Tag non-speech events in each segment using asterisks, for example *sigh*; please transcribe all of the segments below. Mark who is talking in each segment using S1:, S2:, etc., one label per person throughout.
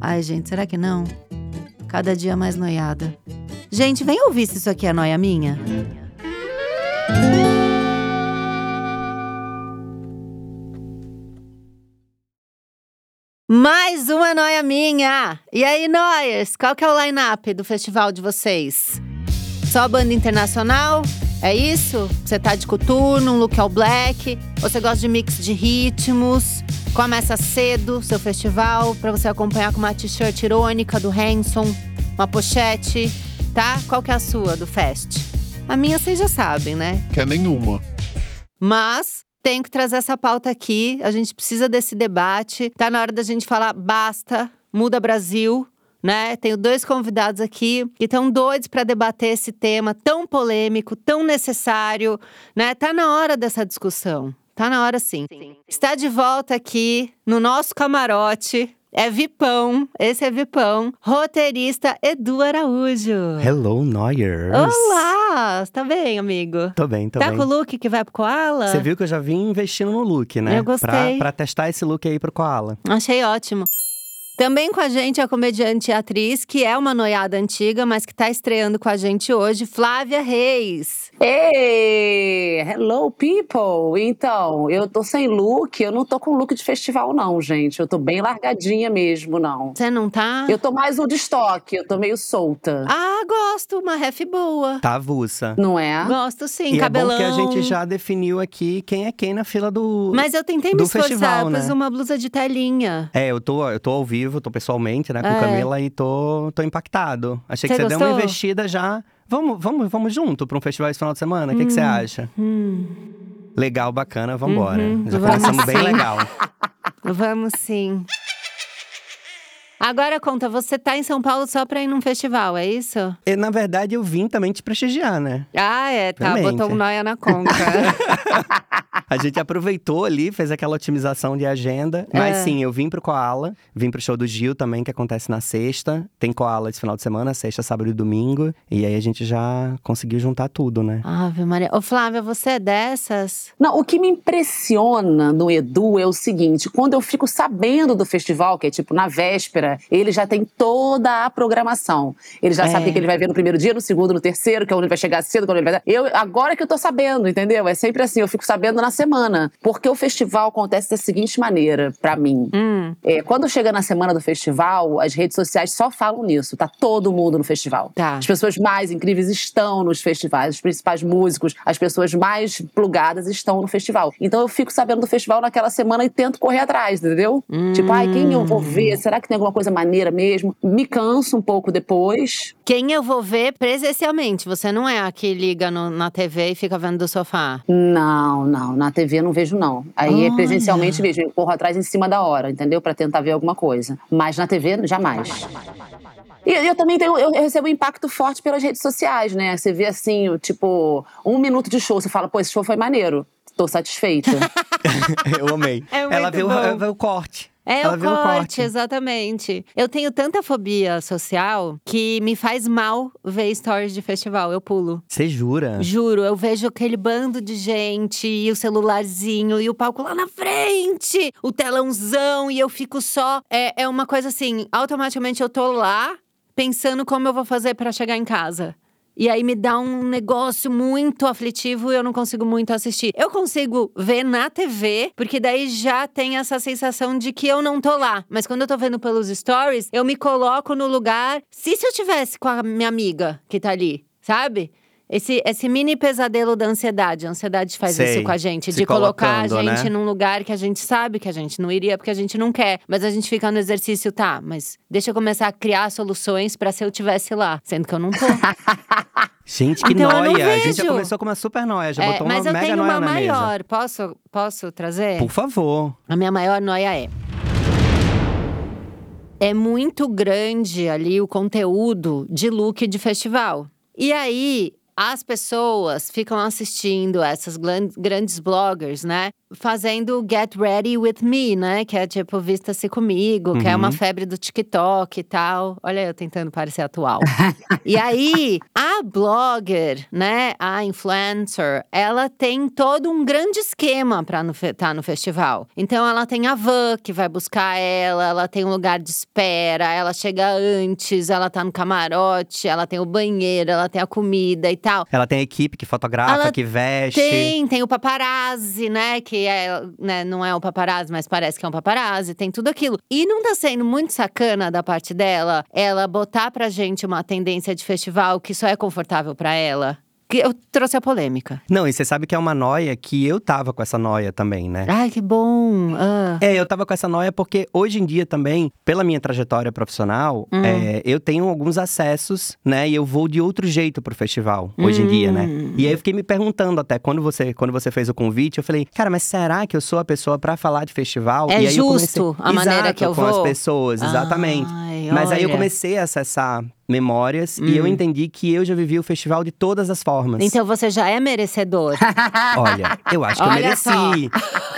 S1: Ai, gente, será que não? Cada dia mais noiada. Gente, vem ouvir se isso aqui é noia minha. Mais uma noia minha! E aí, noias, qual que é o line-up do festival de vocês? Só banda internacional? É isso? Você tá de coturno, um look all black? Ou você gosta de mix de ritmos? Começa cedo seu festival para você acompanhar com uma t-shirt irônica do Hanson, uma pochete, tá? Qual que é a sua do fest? A minha vocês já sabem, né?
S2: Que é nenhuma.
S1: Mas tenho que trazer essa pauta aqui. A gente precisa desse debate. Tá na hora da gente falar basta, muda Brasil, né? Tenho dois convidados aqui que estão doidos para debater esse tema tão polêmico, tão necessário, né? Tá na hora dessa discussão. Tá na hora sim. Está de volta aqui no nosso camarote. É Vipão, esse é Vipão, roteirista Edu Araújo.
S3: Hello, Noyers.
S1: Olá! Tá bem, amigo?
S3: Tô bem, tô
S1: tá
S3: bem.
S1: com o look que vai pro Koala?
S3: Você viu que eu já vim investindo no look, né?
S1: Eu gostei.
S3: Pra, pra testar esse look aí pro Koala.
S1: Achei ótimo. Também com a gente a comediante e atriz, que é uma noiada antiga, mas que tá estreando com a gente hoje, Flávia Reis.
S4: Hey, hello people! Então, eu tô sem look, eu não tô com look de festival não, gente. Eu tô bem largadinha mesmo, não.
S1: Você não tá?
S4: Eu tô mais um de estoque, eu tô meio solta.
S1: Ah, gosto, uma ref boa.
S3: Tá avulsa.
S4: Não é?
S1: Gosto sim,
S3: e
S1: cabelão.
S3: é bom que a gente já definiu aqui quem é quem na fila do…
S1: Mas eu tentei me
S3: do
S1: esforçar,
S3: festival,
S1: pus
S3: né?
S1: uma blusa de telinha.
S3: É, eu tô, eu tô ao vivo, tô pessoalmente, né, com
S1: É.
S3: Camila e tô, tô impactado. Achei que
S1: Você
S3: você deu uma
S1: gostou?
S3: investida já. Vamos, vamos, vamos junto pra um festival esse final de semana? O que que você
S1: Hum,
S3: acha? Legal, bacana, vambora.
S1: Uhum,
S3: Já
S1: vamos
S3: começamos bem
S1: sim.
S3: legal.
S1: Vamos sim. Agora conta, você tá em São Paulo só pra ir num festival, é isso?
S3: E, na verdade, eu vim também te prestigiar, né?
S1: Ah, é, tá.
S3: Realmente.
S1: Botou um noia na conca.
S3: A gente aproveitou ali, fez aquela otimização de agenda. Mas sim, eu vim pro Koala, vim pro show do Gil também, que acontece na sexta. Tem Koala esse final de semana, sexta, sábado e domingo. E aí a gente já conseguiu juntar tudo, né?
S1: *laughs* Ave Maria. Ô, Flávia, você é dessas?
S4: Não, o que me impressiona no Edu é o seguinte: quando eu fico sabendo do festival, que é tipo na véspera, ele já tem toda a programação. Ele já
S1: É.
S4: sabe o que ele vai ver no primeiro dia, no segundo, no terceiro, que é onde ele vai chegar cedo, quando ele vai. Eu, agora que eu tô sabendo, entendeu? É sempre assim, eu fico sabendo na semana. Porque o festival acontece da seguinte maneira, pra mim.
S1: Hum,
S4: É, quando chega na semana do festival, as redes sociais só falam nisso. Tá todo mundo no festival.
S1: Tá.
S4: As pessoas mais incríveis estão nos festivais, os principais músicos, as pessoas mais plugadas estão no festival. Então eu fico sabendo do festival naquela semana e tento correr atrás, entendeu? Tipo, ai, quem eu vou
S1: Hum.
S4: ver? Será que tem alguma coisa maneira mesmo? Me canso um pouco depois.
S1: Quem eu vou ver presencialmente? Você não é a que liga no- na TV e fica vendo do sofá.
S4: Não, não, na TV eu não vejo, não. Aí
S1: Olha.
S4: é presencialmente mesmo, eu corro atrás em cima da hora, entendeu? Pra tentar ver alguma coisa. Mas na TV, jamais. E eu também tenho, eu recebo um impacto forte pelas redes sociais, né? Você vê assim, o tipo, um minuto de show, você fala, pô, esse show foi maneiro. Tô satisfeita.
S3: *laughs* eu amei.
S1: É muito
S3: ela, viu,
S1: bom.
S3: ela viu o corte.
S1: É
S3: ela
S1: o
S3: viu
S1: corte,
S3: o corte.
S1: exatamente. Eu tenho tanta fobia social que me faz mal ver stories de festival. Eu pulo.
S3: Você
S4: É.
S3: jura?
S1: Juro, eu vejo aquele bando de gente e o celularzinho e o palco lá na frente, o telãozão e eu fico só. É, é uma coisa assim, automaticamente eu tô lá pensando como eu vou fazer pra chegar em casa. E aí me dá um negócio muito aflitivo e eu não consigo muito assistir. Eu consigo ver na TV, porque daí já tem essa sensação de que eu não tô lá. Mas quando eu tô vendo pelos stories, eu me coloco no lugar. Se, se eu tivesse com a minha amiga que tá ali, sabe? Esse, esse mini pesadelo da ansiedade. A ansiedade faz
S3: Sei.
S1: isso com a gente,
S3: Se
S1: de colocar a
S3: colocando,
S1: gente
S3: né?
S1: num lugar que a gente sabe que a gente não iria porque a gente não quer. Mas a gente fica no exercício, tá? Mas deixa eu começar a criar soluções pra se eu tivesse lá, sendo que eu não
S3: *laughs*
S1: tô.
S3: Gente, que
S1: Então eu não
S3: noia! A gente já
S1: vejo.
S3: começou com uma super noia, já
S1: É,
S3: botou uma
S1: mas eu
S3: mega
S1: tenho
S3: noia
S1: uma
S3: na mesa.
S1: maior. Posso, posso trazer?
S3: Por favor.
S1: A minha maior noia é. é muito grande ali o conteúdo de look de festival. E aí, as pessoas ficam assistindo essas glan- grandes bloggers, né? Fazendo Get Ready With Me, né? Que é tipo, vista-se comigo, que é
S3: Uhum.
S1: uma febre do TikTok e tal. Olha eu tentando parecer atual. e aí, a blogger, né? A influencer, ela tem todo um grande esquema pra estar no festival. Então, ela tem a van que vai buscar ela, ela tem um lugar de espera, ela chega antes, ela tá no camarote, ela tem o banheiro, ela tem a comida e tal.
S3: Ela tem a equipe que fotografa,
S1: Ela
S3: que veste.
S1: Tem, tem o paparazzi, né? Que é, né, não é o paparazzi, mas parece que é um paparazzi. Tem tudo aquilo. E não tá sendo muito sacana da parte dela ela botar pra gente uma tendência de festival que só é confortável pra ela? Que eu trouxe a polêmica.
S3: Não, e você sabe que é uma noia que eu tava com essa noia também, né?
S1: Ai, que bom! Ah.
S3: É, eu tava com essa noia porque hoje em dia também, pela minha trajetória profissional,
S1: Hum.
S3: é, eu tenho alguns acessos, né? E eu vou de outro jeito pro festival, hoje em dia, né?
S1: Hum.
S3: E aí eu fiquei me perguntando até, quando você, quando você fez o convite, eu falei, cara, mas será que eu sou a pessoa pra falar de festival?
S1: É
S3: e aí eu
S1: justo
S3: comecei-
S1: a maneira
S3: Exato,
S1: que eu
S3: com as
S1: vou?
S3: pessoas, exatamente.
S1: Ai,
S3: Mas aí eu
S1: olha. Hum.
S3: comecei a acessar memórias e eu entendi que eu já vivi o festival de todas as formas.
S1: Então você já é
S3: *laughs*
S1: merecedor.
S3: Olha, eu acho que
S1: *laughs*
S3: eu
S1: Olha
S3: mereci.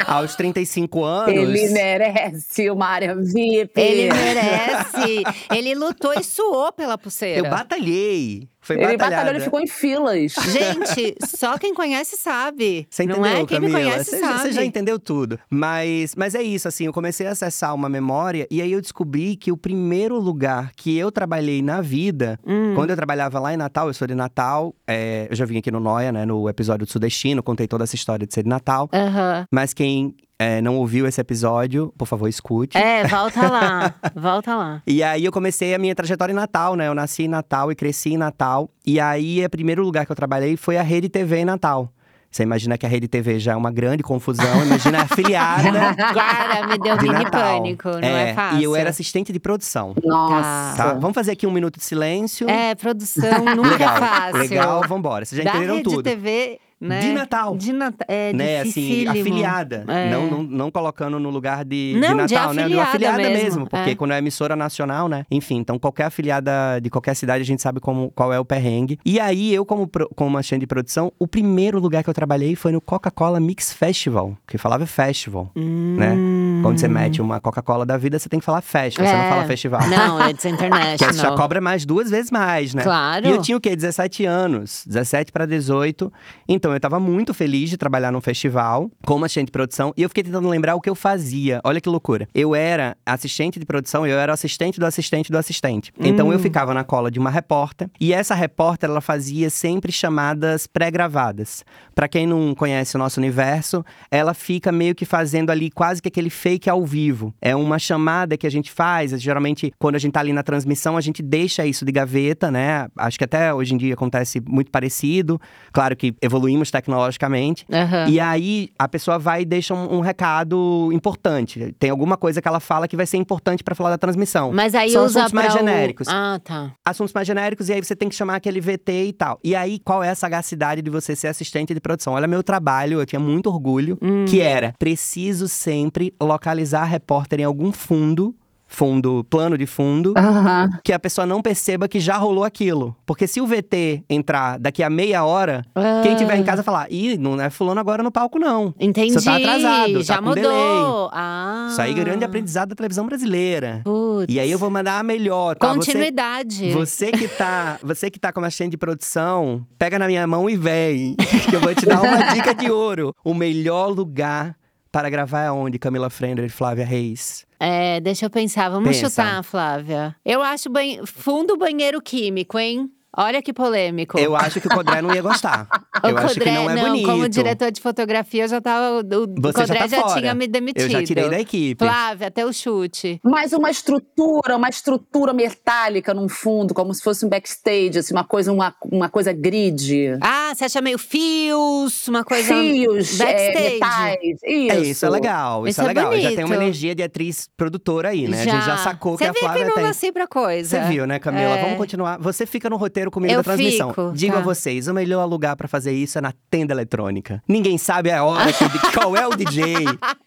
S3: Aos 35 anos.
S4: Ele merece uma área VIP.
S1: Ele merece. Ele lutou e suou pela
S3: Eu
S1: pulseira.
S3: batalhei. Foi
S4: Ele
S3: batalhada.
S4: batalhou, ele ficou em filas.
S1: Gente, só quem conhece sabe.
S3: Você entendeu,
S1: não é? Quem
S3: Camila?
S1: me conhece
S3: você, já-
S1: sabe.
S3: você já entendeu tudo. Mas, mas é isso, assim, eu comecei a acessar uma memória e aí eu descobri que o primeiro lugar que eu trabalhei na vida,
S1: Hum.
S3: quando eu trabalhava lá em Natal, eu sou de Natal, é, eu já vim aqui no Noia, né, no episódio do Sudestino, contei toda essa história de ser de Natal.
S1: Aham.
S3: Mas quem é, não ouviu esse episódio, por favor, escute.
S1: É, volta lá, volta lá.
S3: E aí eu comecei a minha trajetória em Natal, né? Eu nasci em Natal e cresci em Natal. E aí, o primeiro lugar que eu trabalhei foi a Rede TV em Natal. Você imagina que a Rede TV já é uma grande confusão, imagina
S1: *laughs*
S3: a filiada
S1: Cara, me deu
S3: de
S1: É mini
S3: Natal.
S1: pânico, não é, fácil.
S3: E eu era assistente de produção.
S4: Nossa.
S3: Tá? Vamos fazer aqui um minuto de silêncio.
S1: É, produção nunca
S3: legal,
S1: é fácil.
S3: legal, vambora. Vocês já
S1: da
S3: entenderam
S1: Rede
S3: tudo.
S1: TV, né?
S3: De Natal.
S1: De Natal, é
S3: né, assim,
S1: dificílimo.
S3: afiliada.
S1: É.
S3: Não, não, não colocando no lugar de,
S1: Não, de
S3: Natal, né? De uma
S1: afiliada
S3: afiliada mesmo.
S1: mesmo,
S3: porque
S1: é.
S3: quando é emissora nacional, né? Enfim, então qualquer afiliada de qualquer cidade a gente sabe como, qual é o perrengue. E aí, eu, como, pro- como assistente de produção, o primeiro lugar que eu trabalhei foi no Coca-Cola Mix Festival, que falava festival, né? Quando você mete uma Coca-Cola da vida, você tem que falar festival, você não
S1: Hum. É.
S3: fala festival.
S1: Não, é international.
S3: Porque já cobra mais duas vezes mais, né?
S1: Claro.
S3: E eu tinha o quê? 17 anos. 17 para 18. Então eu tava muito feliz de trabalhar num festival como assistente de produção. E eu fiquei tentando lembrar o que eu fazia. Olha que loucura. Eu era assistente de produção, eu era o assistente do assistente do assistente. Então eu ficava na cola de uma repórter. E essa repórter, ela fazia sempre chamadas pré-gravadas. Para quem não conhece o nosso universo, ela fica meio que fazendo ali quase que aquele fake ao vivo. É uma chamada que a gente faz, geralmente quando a gente tá ali na transmissão, a gente deixa isso de gaveta, né? Acho que até hoje em dia acontece muito parecido. Claro que evoluímos tecnologicamente.
S1: Aham.
S3: E é aí a pessoa vai e deixa um, um recado importante. Tem alguma coisa que ela fala que vai ser importante para falar da transmissão.
S1: Mas aí
S3: São
S1: usa
S3: assuntos mais
S1: pra o-
S3: genéricos
S1: Ah, tá.
S3: assuntos mais genéricos, e aí você tem que chamar aquele VT e tal. E aí, qual é a sagacidade de você ser assistente de produção? Olha, meu trabalho, eu tinha muito orgulho,
S1: Hum.
S3: que era preciso sempre localizar a repórter em algum fundo. Fundo, plano de fundo,
S4: Aham.
S3: que a pessoa não perceba que já rolou aquilo. Porque se o VT entrar daqui a meia hora,
S1: Ah.
S3: quem tiver em casa falar: ih, não é fulano agora no palco, não.
S1: Entendi.
S3: Você tá atrasado,
S1: já
S3: tá com
S1: mudou.
S3: delay.
S1: Ah.
S3: Isso aí é grande aprendizado da televisão brasileira.
S1: Putz.
S3: E aí eu vou mandar a melhor, tá? Você-
S1: Continuidade.
S3: você que tá, você que tá com uma assistente de produção, pega na minha mão e vem, que eu vou te dar uma
S1: *laughs*
S3: dica de ouro. O melhor lugar para gravar é onde, Camila Frender e Flávia Reis?
S1: É, deixa eu pensar. Vamos
S3: Pensa.
S1: chutar, Flávia. Eu acho ban... fundo banheiro químico, hein? Olha que polêmico.
S3: Eu acho que o Codré não ia gostar.
S1: *laughs* O
S3: eu acho que não é bonito.
S1: como diretor de fotografia, eu já tava. O
S3: Você
S1: Codré
S3: já, tá fora.
S1: tinha me demitido.
S3: Eu já tirei da equipe.
S1: Flávia, até o chute.
S4: Mas uma estrutura, uma estrutura metálica num fundo, como se fosse um backstage, assim, uma coisa, uma, uma coisa grid.
S1: Ah, você acha meio fios, uma coisa.
S4: Fios, é,
S1: backstage.
S4: metais. Isso.
S3: É isso, é legal.
S1: Isso
S3: Isso,
S1: é
S3: é legal. Já tem uma
S1: bonito.
S3: energia de atriz produtora aí, né? A gente já sacou
S1: Você
S3: que a
S1: vê
S3: Flávia
S1: que eu não
S3: tem.
S1: nasci pra coisa.
S3: Você viu, né, Camila?
S1: É.
S3: Vamos continuar. Você fica no roteiro primeiro Comida
S1: Eu
S3: da Transmissão.
S1: fico,
S3: Digo
S1: tá.
S3: a vocês, o melhor lugar pra fazer isso é na tenda eletrônica. Ninguém sabe a hora,
S1: *laughs*
S3: que- qual é o DJ.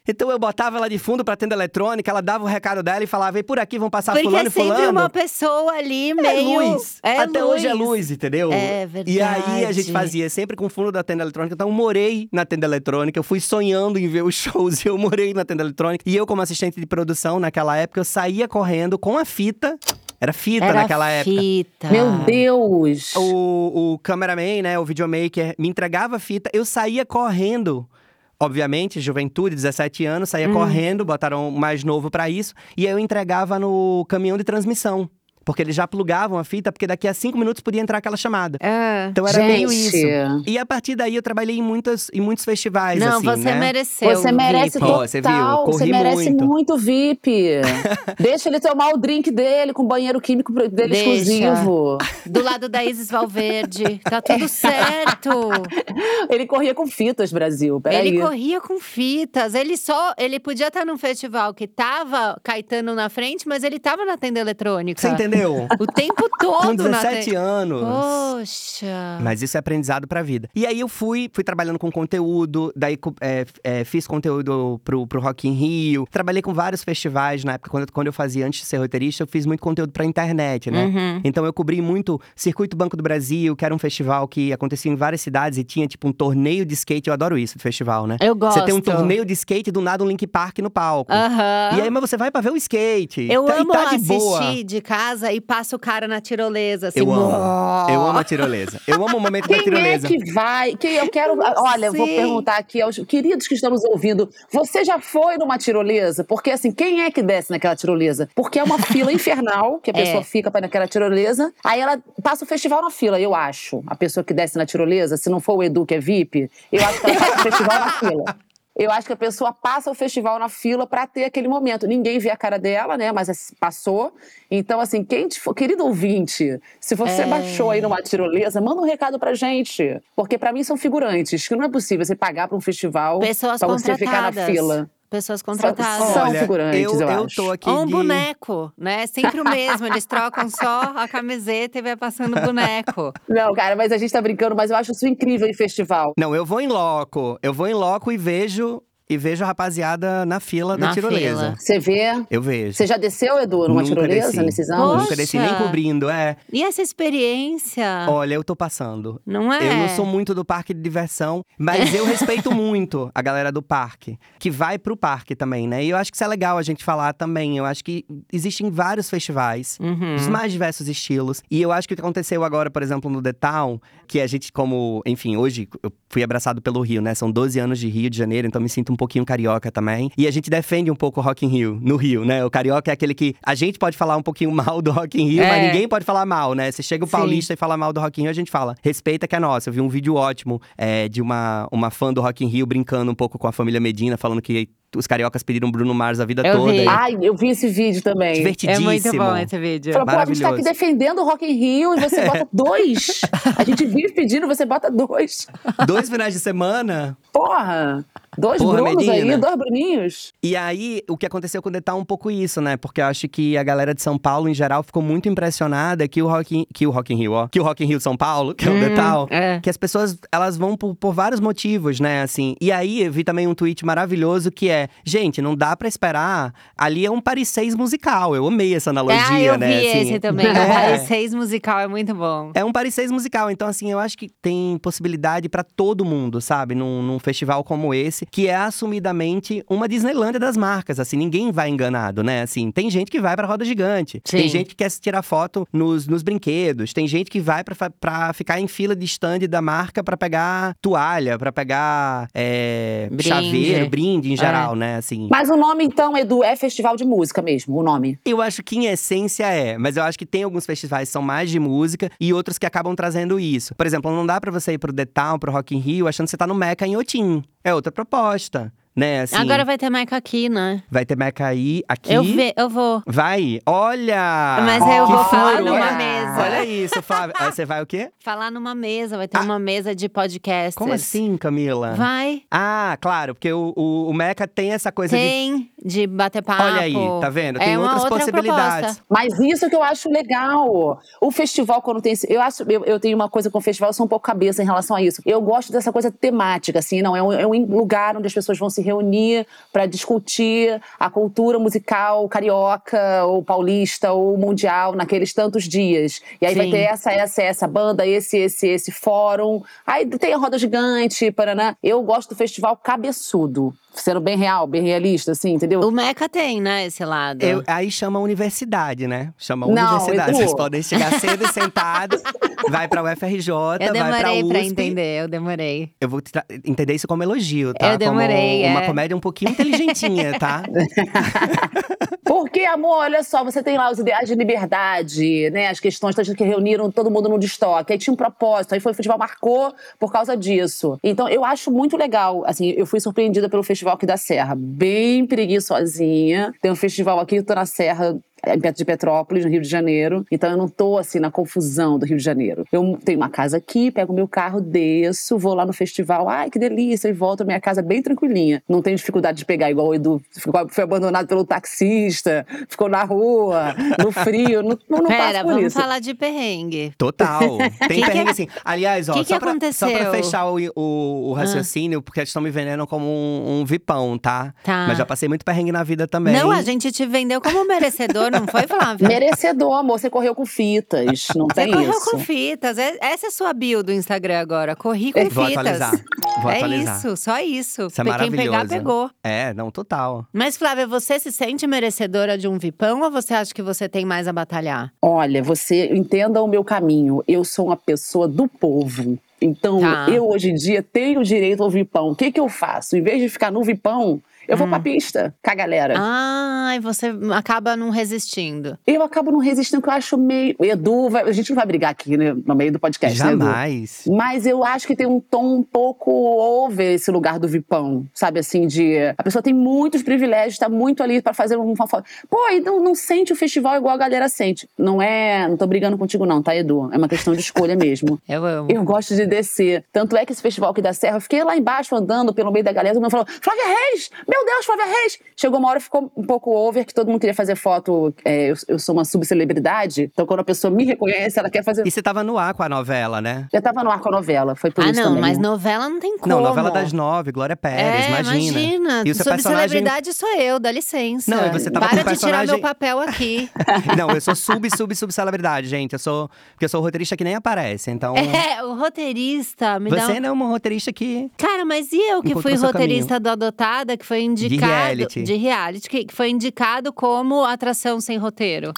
S3: Então eu botava ela de fundo pra tenda eletrônica, ela dava o recado dela e falava, vem por aqui, vão passar
S1: Porque
S3: Tá
S1: é
S3: fulano e
S1: sempre
S3: fulano.
S1: uma pessoa ali
S3: É
S1: meio.
S3: luz.
S1: É
S3: Até
S1: luz.
S3: hoje é luz, entendeu?
S1: É
S3: E aí a
S1: verdade.
S3: gente fazia sempre com o fundo da tenda eletrônica. Então eu morei na tenda eletrônica, eu fui sonhando em ver os *laughs* shows e eu morei na tenda eletrônica. E eu, como assistente de produção naquela época, eu saía correndo com a fita. Era fita
S1: Era
S3: naquela época.
S1: fita.
S4: Meu Deus!
S3: Ah. O, o cameraman, né, o videomaker, me entregava a fita, eu saía correndo. Obviamente, juventude, 17 anos,
S1: Uhum.
S3: saía correndo, botaram um mais novo pra isso. E aí eu entregava no caminhão de transmissão. Porque eles já plugavam a fita, porque daqui a cinco minutos podia entrar aquela chamada.
S1: É.
S3: Então era
S4: Gente,
S3: meio isso. E a partir daí eu trabalhei em, muitas, em muitos festivais,
S1: Não,
S3: assim,
S1: você
S3: né?
S1: mereceu.
S4: Você merece
S1: Vitor.
S3: Pô,
S4: total,
S3: você viu? Eu
S4: você
S3: corri
S4: merece
S3: muito. *laughs*
S4: muito VIP. Deixa ele tomar o drink dele com o banheiro químico dele
S1: Deixa.
S4: exclusivo.
S1: Do lado da Isis Valverde. Tá
S3: *laughs*
S1: tudo certo.
S4: Ele corria com fitas, Brasil. Peraí.
S1: ele corria com fitas. Ele só. Ele podia estar num festival que tava Caetano na frente, mas ele tava na tenda eletrônica.
S3: Você entendeu?
S1: O tempo *laughs* todo
S3: Com
S1: na
S3: 17
S1: tenda.
S3: anos.
S1: Poxa.
S3: Mas isso é aprendizado pra vida. E aí eu fui, fui trabalhando com conteúdo, daí co- é, f- é, fiz conteúdo pro, pro Rock in Rio. Trabalhei com vários festivais na época, quando, quando eu fazia antes de ser roteirista, eu fiz muito conteúdo pra internet, né?
S1: Uhum.
S3: Então eu cobri muito Circuito Banco do Brasil, que era um festival que acontecia em várias cidades e tinha tipo um torneio de skate. Eu adoro isso, de festival, né?
S1: Eu gosto.
S3: Você tem um torneio de skate e do nada um Link Park no palco.
S1: Aham.
S3: E aí, mas você vai pra ver o skate.
S1: Eu
S3: tá,
S1: amo
S3: e tá de
S1: assistir
S3: boa.
S1: de casa e passa o cara na tirolesa, assim.
S3: Eu amo.
S1: "Uó".
S3: Eu amo a tirolesa. Eu amo o momento da
S4: Quem é
S3: tirolesa.
S4: que vai? Quem eu quero. Olha, vou
S1: sei.
S4: perguntar aqui aos queridos que estão nos ouvindo. Você já foi numa tirolesa? Porque assim, quem é que desce naquela tirolesa? Porque
S1: *laughs*
S4: é uma fila infernal que a
S1: É.
S4: pessoa fica para naquela tirolesa. Aí ela passa o festival na fila, eu acho. A pessoa que desce na tirolesa, se não for o Edu que é VIP, eu acho que ela passa o festival na fila. Eu acho que a pessoa passa o festival na fila pra ter aquele momento. Ninguém vê a cara dela, né? Mas assim, passou. Então, assim, quem te for- querido ouvinte, se você
S1: É.
S4: baixou aí numa tirolesa, manda um recado pra gente. Porque pra mim são figurantes, que não é possível você pagar pra um festival
S1: Pessoas
S4: pra você
S1: contratadas.
S4: ficar na fila.
S1: Pessoas contratadas.
S4: São
S3: Olha,
S4: figurantes,
S3: eu,
S4: eu
S3: eu
S4: acho.
S3: tô aqui
S1: Ou um
S3: de-
S1: boneco, né? Sempre o mesmo. Eles trocam só a camiseta e vai passando o boneco.
S4: Não, cara, mas a gente tá brincando, mas eu acho isso incrível em festival.
S3: Não, eu vou em loco. Eu vou em loco e vejo e vejo a rapaziada na fila da
S1: Na
S3: tirolesa.
S1: fila.
S4: Você vê.
S3: Eu vejo.
S4: Você já desceu, Edu, numa
S3: Nunca
S4: tirolesa
S3: desci.
S4: nesses anos?
S1: Poxa.
S3: Nunca desci nem cobrindo, é.
S1: E essa experiência?
S3: Olha, eu tô passando.
S1: Não é?
S3: Eu não sou muito do parque de diversão, mas
S1: *laughs*
S3: eu respeito muito a galera do parque, que vai pro parque também, né? E eu acho que isso é legal a gente falar também. Eu acho que existem vários festivais,
S1: Uhum.
S3: dos mais diversos estilos. E eu acho que o que aconteceu agora, por exemplo, no The Town, que a gente, como, enfim, hoje eu fui abraçado pelo Rio, né? São 12 anos de Rio de Janeiro, então me sinto um pouquinho carioca também. E a gente defende um pouco o Rock in Rio, no Rio, né? O carioca é aquele que a gente pode falar um pouquinho *laughs* mal do Rock in Rio,
S1: É.
S3: mas ninguém pode falar mal, né? Você chega o
S1: Sim.
S3: paulista e fala mal do Rock in Rio, a gente fala, respeita que é nossa. Eu vi um vídeo ótimo é, de uma, uma fã do Rock in Rio brincando um pouco com a família Medina, falando que os cariocas pediram Bruno Mars a vida
S1: Eu
S3: toda.
S1: vi.
S3: e-
S4: Ai, eu vi esse vídeo também.
S1: É
S3: Divertidíssimo.
S1: muito bom *laughs* esse vídeo.
S4: Falou, pô, a gente tá aqui
S3: É Maravilhoso.
S4: defendendo o Rock in Rio e
S3: *laughs*
S4: você bota dois. A gente vive pedindo, você bota dois.
S3: Dois finais de semana,
S4: Porra! Dois
S3: Porra,
S4: Brunos aí,
S3: Medina.
S4: dois Bruninhos.
S3: E aí, o que aconteceu com o Detal é um pouco isso, né? Porque eu acho que a galera de São Paulo, em geral, ficou muito impressionada que o Rock in, que o Rock in Rio, ó. Que o Rock in Rio São Paulo, que é o
S1: Hum,
S3: Detal.
S1: é.
S3: Que as pessoas, elas vão por, por vários motivos, né? Assim, e aí, eu vi também um tweet maravilhoso que é… Gente, não dá pra esperar. Ali é um Paris 6 musical. Eu amei essa analogia,
S1: ah, eu vi
S3: né? Assim,
S1: esse
S3: *laughs*
S1: também. um O Paris 6 musical é muito bom.
S3: é um parecer musical, então assim, eu acho que tem possibilidade pra todo mundo, sabe? Num, num festival como esse, que é assumidamente uma Disneylândia das marcas, assim, ninguém vai enganado, né? Assim, tem gente que vai pra roda gigante,
S1: Sim.
S3: tem gente que quer se tirar foto nos, nos brinquedos, tem gente que vai pra, fa- pra ficar em fila de stand da marca pra pegar toalha, pra pegar é,
S1: Brinde. É.
S3: chaveiro, brinde em geral, né? Assim.
S4: Mas o nome, então, Edu, é Festival de Música mesmo, o nome.
S3: Eu acho que em essência é, mas eu acho que tem alguns festivais que são mais de música e outros que acabam trazendo isso. Por exemplo, não dá pra você ir pro The Town, pro Rock in Rio, achando que você tá no Meca em Otim. É outra proposta, né? Assim,
S1: Agora vai ter Maica aqui, né?
S3: vai ter Meca aí, aqui.
S1: Eu, ve eu vou.
S3: Vai, olha!
S1: Mas eu
S3: Ah, Que
S1: vou falar
S3: furo,
S1: numa
S3: olha.
S1: mesa.
S3: Olha isso, Flávia. Aí você vai
S1: *laughs*
S3: o quê?
S1: Falar numa mesa, vai ter
S3: Ah.
S1: uma mesa de podcast.
S3: Como assim, Camila?
S1: Vai.
S3: Ah, claro, porque o, o, o Meca tem essa coisa de
S1: Tem. de bater papo.
S3: Olha aí, tá vendo? Tem
S1: é uma
S3: outras
S1: outra
S3: possibilidades.
S1: proposta.
S4: Mas isso que eu acho legal. O festival, quando tem esse. Eu, acho, eu, eu tenho uma coisa com o festival, eu sou um pouco cabeça em relação a isso. Eu gosto dessa coisa temática, assim, não. É um, é um lugar onde as pessoas vão se reunir para discutir a cultura musical carioca, ou paulista, ou mundial, naqueles tantos dias. E aí vai
S1: Sim.
S4: ter essa, essa, essa banda, esse, esse, esse fórum. Aí tem a roda gigante, paraná. Eu gosto do festival cabeçudo. Sendo bem real, bem realista, assim, entendeu?
S1: O Meca tem, né, esse lado.
S3: Eu- aí chama a universidade, né? Chama a
S4: Não,
S3: universidade.
S4: Edu.
S3: Vocês podem chegar cedo e
S1: *laughs*
S3: sentados, vai pra UFRJ,
S1: Eu
S3: vai pra
S1: demorei
S3: USP.
S1: pra entender, eu demorei.
S3: Eu vou tra- entender isso como elogio, tá?
S1: Eu demorei,
S3: como uma
S1: é.
S3: comédia um pouquinho
S1: *laughs*
S3: inteligentinha, tá?
S4: Porque, amor, olha só, você tem lá os ideais de liberdade, né? As questões todas que reuniram todo mundo num destoque. Aí tinha um propósito, aí foi o festival marcou por causa disso. Então, eu acho muito legal. Assim, eu fui surpreendida pelo festival aqui da Serra. Bem preguiçosinha. Tem um festival aqui, eu tô na Serra. em Pet- É, De Petrópolis, no Rio de Janeiro. Então eu não tô assim na confusão do Rio de Janeiro. Eu tenho uma casa aqui, pego meu carro, desço, vou lá no festival. Ai, que delícia! E volto à minha casa é bem tranquilinha. Não tenho dificuldade de pegar igual o Edu. ficou- Foi abandonado pelo taxista, ficou na rua, no frio. Não, não, não
S1: Pera,
S4: passo por
S1: vamos
S4: isso.
S1: falar de perrengue.
S3: Total. Tem
S1: Que que-
S3: perrengue assim. Aliás, ó,
S1: que que
S3: só, pra, só pra
S1: aconteceu? Ah.
S3: fechar o, o- o raciocínio, porque eles estão me vendendo como um, um vipão, tá?
S1: Tá.
S3: Mas já passei muito perrengue na vida também.
S1: Não, a gente te vendeu como merecedor, não foi, Flávia?
S4: Merecedor, amor. Você correu com fitas. Não
S1: Você
S4: tem
S1: correu
S4: é isso.
S1: com fitas. É- Essa é sua bio do Instagram agora. Corri
S4: É.
S1: com
S3: Vou
S1: fitas.
S3: atualizar. Vou
S1: é
S3: atualizar.
S1: isso, só isso.
S3: Isso é
S1: Quem pegar,
S3: maravilhoso.
S1: pegou.
S3: É, não, total.
S1: Mas, Flávia, você se sente merecedora de um vipão ou você acha que você tem mais a batalhar?
S4: Olha, você entenda o meu caminho. Eu sou uma pessoa do povo. Então,
S1: Tá.
S4: eu hoje em dia tenho direito ao vipão. O que, que eu faço? Em vez de ficar no vipão, eu vou pra pista com a galera.
S1: Ah. Ai, você acaba não resistindo.
S4: Eu acabo não resistindo, que eu acho meio. Edu, vai- a gente não vai brigar aqui, né? No meio do podcast, né, Edu?
S3: Jamais.
S4: Mas eu acho que tem um tom um pouco over esse lugar do vipão, sabe? Assim, de. A pessoa tem muitos privilégios, tá muito ali pra fazer uma foto. Pô, e não, não sente o festival igual a galera sente. Não é. Não tô brigando contigo, não, tá, Edu? É uma questão de escolha
S1: *laughs*
S4: mesmo.
S1: Eu amo.
S4: Eu gosto de descer. Tanto é que esse festival aqui da Serra, eu fiquei lá embaixo andando pelo meio da galera, todo mundo falou: Flávia Reis! Meu Deus, Flávia Reis! Chegou uma hora, ficou um pouco over, que todo mundo queria fazer foto. É, eu, eu sou uma subcelebridade, então quando a pessoa me reconhece, ela quer fazer.
S3: E você tava no ar com a novela, né?
S4: Eu tava no ar com a novela, foi por
S1: Ah,
S4: isso
S1: não,
S4: também.
S1: mas
S4: né?
S1: novela não tem como.
S3: Não, novela das nove, Glória Pérez,
S1: é,
S3: imagina.
S1: imagina.
S3: E o seu
S1: Sobre
S3: personagem.
S1: celebridade sou eu, dá licença.
S3: Não, e você tava
S1: Para
S3: com um
S1: de tirar meu
S3: personagem-
S1: papel
S3: *laughs*
S1: aqui.
S3: Não, eu sou sub, sub, sub celebridade, gente. Eu sou. Porque eu sou roteirista que nem aparece. Então.
S1: É, o roteirista me dá um
S3: Você não é uma roteirista que.
S1: Cara, mas e eu que
S3: Encontrou
S1: fui
S3: seu
S1: roteirista do Adotada, que foi indicado.
S3: reality.
S1: de reality, que que foi indicado como atração sem roteiro.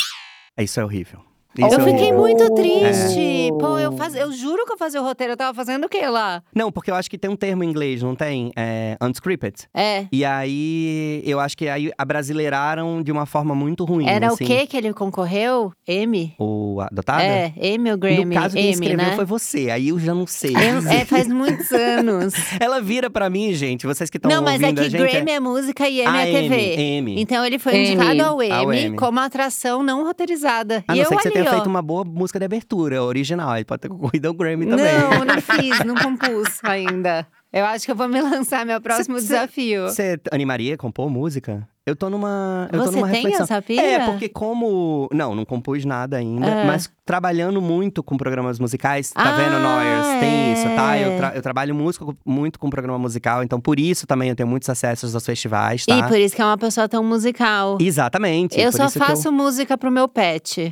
S3: Isso é horrível.
S4: Eu
S3: Isso
S1: eu
S3: é
S1: fiquei
S3: horrível.
S1: muito
S4: Oh.
S1: triste.
S4: É.
S1: Pô, eu, faz... eu juro que eu fazia o roteiro. Eu tava fazendo o quê lá?
S3: Não, porque eu acho que tem um termo em inglês, não tem? É, unscripted.
S1: É.
S3: E aí, eu acho que aí abrasileiraram de uma forma muito ruim.
S1: Era
S3: assim.
S1: o quê que ele concorreu? M?
S3: O Adotada?
S1: É, M ou Grammy?
S3: No caso, quem
S1: M,
S3: escreveu
S1: né?
S3: foi você. Aí eu já não sei.
S1: Eu- é, faz
S3: *laughs*
S1: muitos anos.
S3: Ela vira pra mim, gente, vocês que estão
S1: Não, mas é
S3: ouvindo
S1: que
S3: a gente.
S1: Grammy é... música e M
S3: Ah,
S1: é TV.
S3: M, M.
S1: Então ele foi
S4: M.
S1: indicado ao M,
S3: Ao M.
S1: como atração não roteirizada.
S3: A
S1: e
S3: não
S1: eu
S3: ser que você
S1: ali,
S3: tenha
S1: ó.
S3: feito uma boa música de abertura, original. Aí pode ter concorrido ao Grammy também.
S1: Não,
S3: *laughs*
S1: não fiz, não compus ainda. Eu acho que eu vou me lançar meu próximo
S3: Cê- cê-
S1: desafio.
S3: Você animaria a compor música? Eu tô numa. Eu tô
S1: Você
S3: numa
S1: tem
S3: reflexão.
S1: essa pira?
S3: É, porque como. Não, não compus nada ainda,
S1: Ah.
S3: mas trabalhando muito com programas musicais, tá
S1: Ah,
S3: vendo, Noyers? Tem isso, tá?
S1: é.
S3: Eu, tra- eu trabalho músico, muito com programa musical, então por isso também eu tenho muitos acessos aos festivais, tá?
S1: E por isso que é uma pessoa tão musical.
S3: Exatamente.
S1: eu
S3: por
S1: só
S3: isso que
S1: faço música pro meu pet.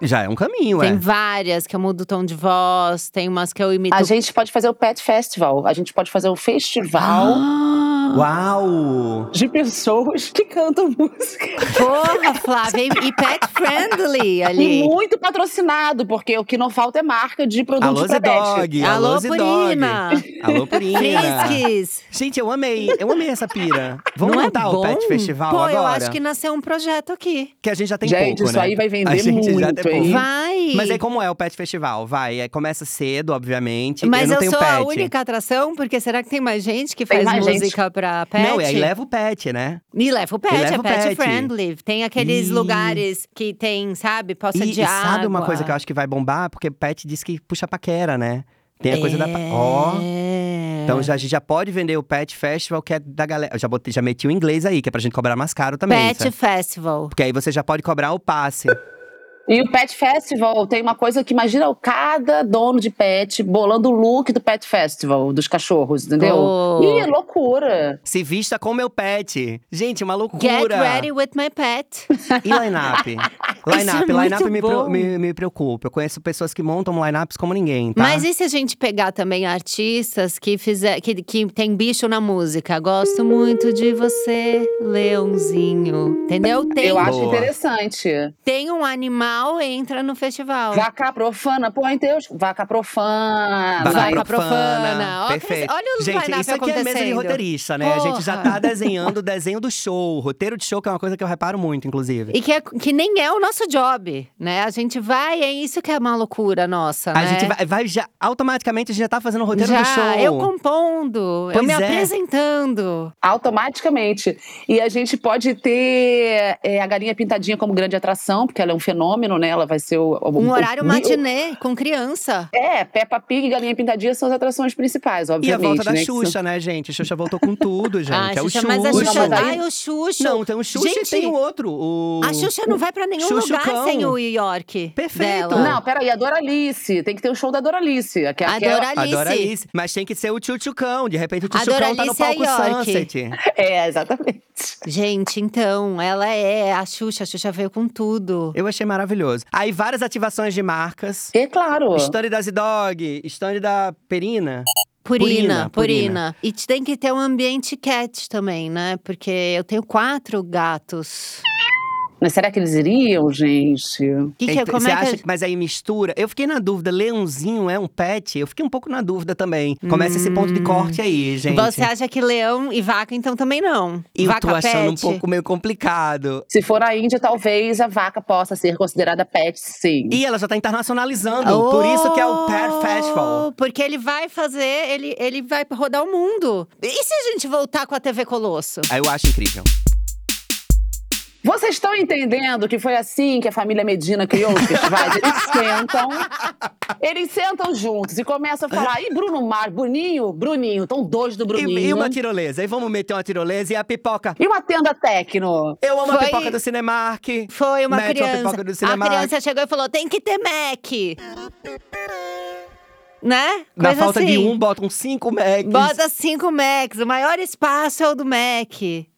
S3: Já é um caminho,
S1: Tem
S3: é.
S1: várias que eu mudo o tom de voz, tem umas que eu imito.
S4: A gente pode fazer o Pet Festival. A gente pode fazer um festival
S1: Ah,
S3: Uau!
S4: *gasps* de pessoas que cantam música.
S1: *gasps* Porra, Flávia, e e pet friendly
S4: E
S3: *laughs*
S1: ali.
S4: muito patrocinado, porque o que não falta é marca de
S3: Alô,
S4: produtos pra pet.
S3: Zidog!
S1: Alô,
S3: Alô, Zidog!
S1: Purina!
S3: Alô, Purina!
S1: Friskies!
S3: Gente, eu amei. Eu amei essa pira. Vamos
S1: Não
S3: montar
S1: é
S3: o
S1: bom?
S3: Pet Festival
S1: Pô,
S3: agora?
S1: eu acho que nasceu um projeto aqui.
S3: Que a gente já tem
S4: Gente,
S3: pouco,
S4: isso
S3: né?
S4: aí vai vender
S3: a gente Já
S4: muito,
S3: tem pouco.
S4: hein?
S1: Vai!
S3: Mas aí como é o Pet Festival? Vai, é, começa cedo, obviamente.
S1: Mas
S3: eu não
S1: eu,
S3: tenho
S1: sou
S3: pet.
S1: a única atração, porque será que tem mais gente que
S4: Tem
S1: faz
S4: mais gente.
S1: música pra pet?
S3: Não, e aí leva o pet, né?
S1: E leva o pet,
S3: E leva
S1: é
S3: o
S1: pet,
S3: pet.
S1: friendly. Tem aqueles
S3: Ih.
S1: lugares que tem, sabe, poça
S3: e
S1: de
S3: e
S1: água.
S3: sabe uma coisa que eu acho que vai bombar? Porque pet diz que puxa paquera, né? Tem a coisa da. pa- Ó.
S1: É.
S3: Então já, a gente já pode vender o Pet Festival, que é da galera. Eu já, botei, já meti o inglês aí, que é pra gente cobrar mais caro também.
S1: Pet
S3: sabe?
S1: Festival.
S3: Porque aí você já pode cobrar o passe.
S4: E o Pet Festival tem uma coisa que imagina o cada dono de pet bolando o look do Pet Festival, dos cachorros, entendeu?
S1: Oh.
S4: Ih, loucura!
S3: Se vista com meu pet. Gente, uma
S1: Get
S3: loucura.
S1: ready with my pet.
S3: E
S1: *laughs*
S3: line-up?
S1: é
S3: Line-up,
S1: muito
S3: line-up me, pro-
S1: bom.
S3: me, me preocupa. Eu conheço pessoas que montam line-ups como ninguém, tá?
S1: Mas e se a gente pegar também artistas que, fizer, que, que tem bicho na música? Gosto muito de você, leãozinho. Entendeu? Tem,
S4: Eu acho
S3: Boa.
S4: interessante.
S1: tem um animal, entra no festival.
S4: Vaca profana, põe Deus. Vaca profana.
S1: Vaca
S4: Vai-
S1: profana. Ó, que
S3: Perfeito.
S1: coisa- olha o
S3: Gente,
S1: line-up
S3: isso aqui é mesa de
S1: acontecendo.
S3: roteirista, né? A gente já
S1: Porra.
S3: tá desenhando o desenho do show, o roteiro de show, que é uma coisa que eu reparo muito, inclusive.
S1: E que, é- que nem é o nosso job, né? A gente vai, é isso que é uma loucura nossa,
S3: A
S1: né?
S3: gente vai, vai já, automaticamente, a gente já tá fazendo o roteiro
S1: Já,
S3: do show.
S1: eu compondo, eu
S3: Pois
S1: me
S3: é.
S1: apresentando.
S4: Automaticamente. E a gente pode ter é, a galinha pintadinha como grande atração, porque ela é um fenômeno, né? Ela vai ser o. o-
S1: Um
S4: o-
S1: horário
S4: o-
S1: matinê, com criança.
S4: É, Peppa Pig e Galinha Pintadinha são as atrações principais,
S3: E a
S4: obviamente.
S3: volta da
S4: né? Que são-
S3: Xuxa, né, gente? A Xuxa voltou
S1: *laughs*
S3: com tudo, gente.
S1: Ah,
S3: é o
S1: Xuxa,
S3: Xuxa.
S1: mas a
S4: Xuxa-
S1: Xuxa…
S4: Não, mas aí-
S1: Ai, o Xuxa…
S3: Não, tem o Xuxa
S1: Gente,
S3: e tem o outro. O...
S1: A Xuxa não vai pra nenhum
S3: Xuxa
S1: lugar
S3: Cão.
S1: sem o York
S3: Perfeito.
S1: dela.
S4: Não, peraí, a Doralice. Tem que ter o show da Doralice. Que,
S1: A
S4: que é-
S1: Doralice.
S3: Adoralice. Mas tem que ser o Tchutchucão. De repente o
S1: A
S3: Tchutchucão tá no
S1: Doralice é a
S3: palco
S1: York.
S3: Sunset.
S4: *laughs* É, exatamente.
S1: Gente, então, ela é a Xuxa. A Xuxa veio com tudo.
S3: Eu achei maravilhoso. Aí várias ativações de marcas.
S4: É claro.
S3: Stand da Zidog, stand da Perina.
S1: Purina, Purina.
S3: Purina, Purina.
S1: E te- tem que ter um ambiente cat também, né? Porque eu tenho quatro gatos.
S4: Mas será que eles iriam, gente?
S1: O que, que é?
S3: Ent-
S1: Como
S3: Você
S1: é que
S3: acha que, mas aí mistura? Eu fiquei na dúvida, leãozinho é um pet? Eu fiquei um pouco na dúvida também. Começa esse ponto de corte aí, gente.
S1: Hum. Você acha que leão e vaca, então também não.
S3: E eu
S1: vaca
S3: tô achando um
S1: pet?
S3: pouco meio complicado.
S4: Se for a Índia, talvez a vaca possa ser considerada pet, sim.
S3: E ela já tá internacionalizando, por isso que é o Pet Festival.
S1: Oh, Porque ele vai fazer, ele, ele vai rodar o mundo. E se a gente voltar com a TV Colosso?
S3: Aí eu acho incrível.
S4: Vocês estão entendendo que foi assim que a família Medina criou os festivais? Eles
S3: *laughs*
S4: sentam, eles sentam juntos e começam a falar: e Bruno Mar, Bruninho, Bruninho, estão dois do
S3: E,
S4: Bruninho.
S3: e uma tirolesa. Aí vamos meter uma tirolesa e a pipoca.
S4: E uma tenda tecno.
S3: Eu amo
S1: Foi-
S3: a pipoca do Cinemark.
S1: Foi uma
S3: Mete
S1: criança.
S3: uma pipoca do
S1: a
S3: Cinemark.
S1: criança chegou e falou: tem que ter Mac. Né?
S3: Na
S1: Coisa
S3: falta
S1: assim.
S3: de um, botam cinco Macs.
S1: Bota cinco Macs, o maior espaço é o do Mac.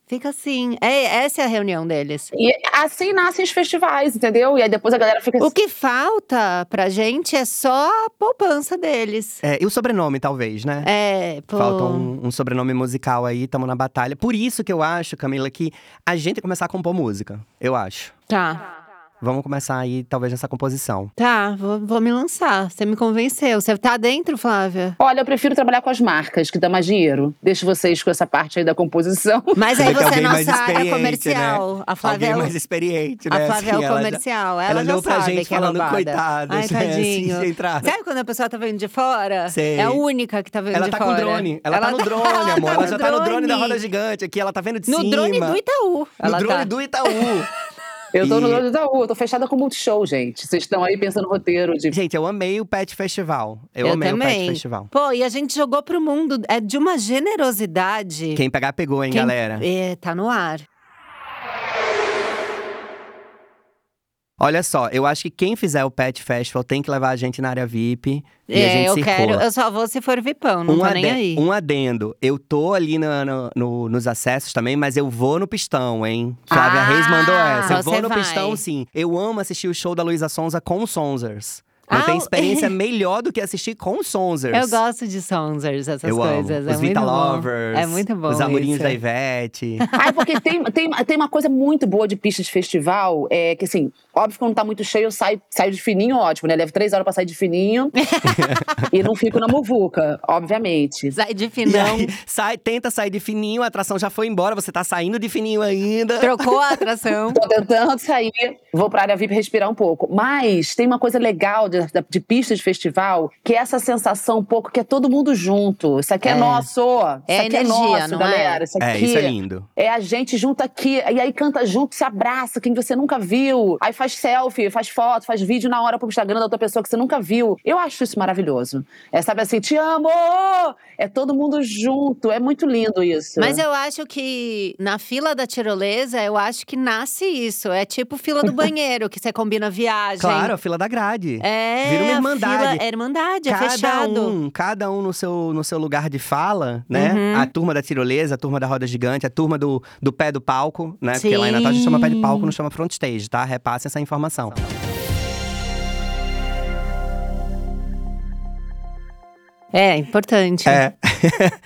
S1: Fica assim. É, essa é a reunião deles.
S4: E assim nascem os festivais, entendeu? E aí depois a galera fica
S1: O
S4: assim.
S1: que falta pra gente é só a poupança deles.
S3: É, e o sobrenome, talvez, né?
S1: É, pô.
S3: Falta um, um sobrenome musical aí, tamo na batalha. Por isso que eu acho, Camila, que a gente tem que começar a compor música. Eu acho.
S1: Tá,
S3: Vamos começar aí, talvez, nessa composição.
S1: tá, vou, vou me lançar. Você me convenceu. Você tá dentro, Flávia?
S4: Olha, eu prefiro trabalhar com as marcas, que dá mais dinheiro. Deixo vocês com essa parte aí da composição. *laughs*
S1: Mas aí
S3: Tem que
S1: você é
S3: alguém mais
S1: nossa área
S3: experiente, né?
S1: comercial. A Flávia é
S3: Alguém
S1: o-
S3: mais experiente,
S1: A
S3: né?
S1: Flávia
S3: Assim,
S1: é o
S3: ela já-
S1: comercial. Ela,
S3: ela
S1: já
S3: olhou pra
S1: sabe
S3: gente
S1: que é
S3: falando,
S1: roubada. Ai,
S3: "Coitadas", *laughs* né, assim,
S1: tadinho.
S3: sem entrar.
S1: sabe quando a pessoa tá vindo de fora?
S3: Sei.
S1: É a única que tá vindo
S3: Ela
S1: de
S3: tá
S1: fora.
S3: com drone. Ela, tá no drone, amor. Ela já tá no drone da roda gigante aqui. Ela tá vendo de
S1: No
S3: cima.
S1: drone do Itaú.
S3: No
S1: ela
S3: drone
S1: tá.
S3: do Itaú.
S1: *laughs*
S4: Eu tô no
S3: E-
S4: dono da rua, eu tô fechada com o Multishow, gente. Vocês estão aí pensando no roteiro de.
S3: Gente, eu amei o Pet Festival. Eu, amei o
S1: também.
S3: Pet Festival.
S1: Pô, e a gente jogou pro mundo. É de uma generosidade.
S3: Quem pegar, pegou, hein,
S1: Quem-
S3: galera?
S1: É, tá no ar.
S3: Olha só, eu acho que quem fizer o Pet Festival tem que levar a gente na área VIP. e a
S1: é,
S3: gente
S1: eu
S3: circula.
S1: quero. Eu só vou se for Vipão, não tô
S3: aden-
S1: nem aí.
S3: um adendo. Eu tô ali na- no- no- nos acessos também, mas eu vou no pistão, hein? Flávia
S1: Ah,
S3: Reis mandou essa. Eu
S1: você
S3: vou no
S1: vai.
S3: pistão, sim. Eu amo assistir o show da Luísa Sonza com os Sonzers. Não
S1: Ah,
S3: tem
S1: o- *laughs*
S3: experiência melhor do que assistir com os Sonzers.
S1: Eu gosto de Sonsers, essas
S3: Eu amo.
S1: coisas. é
S3: os Vita
S1: muito bom.
S3: Lovers.
S1: É muito bom.
S3: Os Amorinhos
S1: isso.
S3: da
S1: *laughs*
S3: Ivete.
S4: Ah, porque tem, tem, tem uma coisa muito boa de pista de festival, é que assim, óbvio que quando tá muito cheio, eu saio, saio de fininho, ótimo, né? Levo três horas pra sair
S1: *laughs*
S4: de fininho e não fico na muvuca, obviamente.
S1: Sai de
S3: E
S1: finão.
S3: aí, sai, tenta sair de fininho, a atração já foi embora, você tá saindo de fininho ainda.
S1: Trocou a atração.
S3: *laughs*
S4: Tô tentando sair, vou pra área VIP respirar um pouco. Mas tem uma coisa legal de, da- da- de pista de festival, que é essa sensação um pouco que é todo mundo junto. Isso aqui é,
S1: É.
S4: nosso. Isso
S1: É
S4: aqui é
S1: energia,
S4: nosso,
S1: não é?
S4: galera. Isso aqui
S3: É, isso é lindo.
S4: é a gente junto aqui, e aí canta junto, se abraça, quem você nunca viu. Aí faz selfie, faz foto, faz vídeo na hora pro Instagram da outra pessoa que você nunca viu. Eu acho isso maravilhoso. É, sabe assim, te amo! É todo mundo junto, é muito lindo isso.
S1: Mas eu acho que na fila da tirolesa, eu acho que nasce isso. É tipo fila
S3: *laughs*
S1: do banheiro, que você combina viagem.
S3: Claro, a fila da grade.
S1: É,
S3: Vira uma
S1: a
S3: irmandade.
S1: Fila, é irmandade, é
S3: cada
S1: fechado.
S3: um, cada um no seu, no seu lugar de fala, né?
S1: Uhum.
S3: A turma da tirolesa, a turma da roda gigante, a turma do, do pé do palco, né? Porque lá em Natal a gente chama pé de palco, não chama front stage, tá? Repasse essa informação.
S1: É, importante.
S3: É.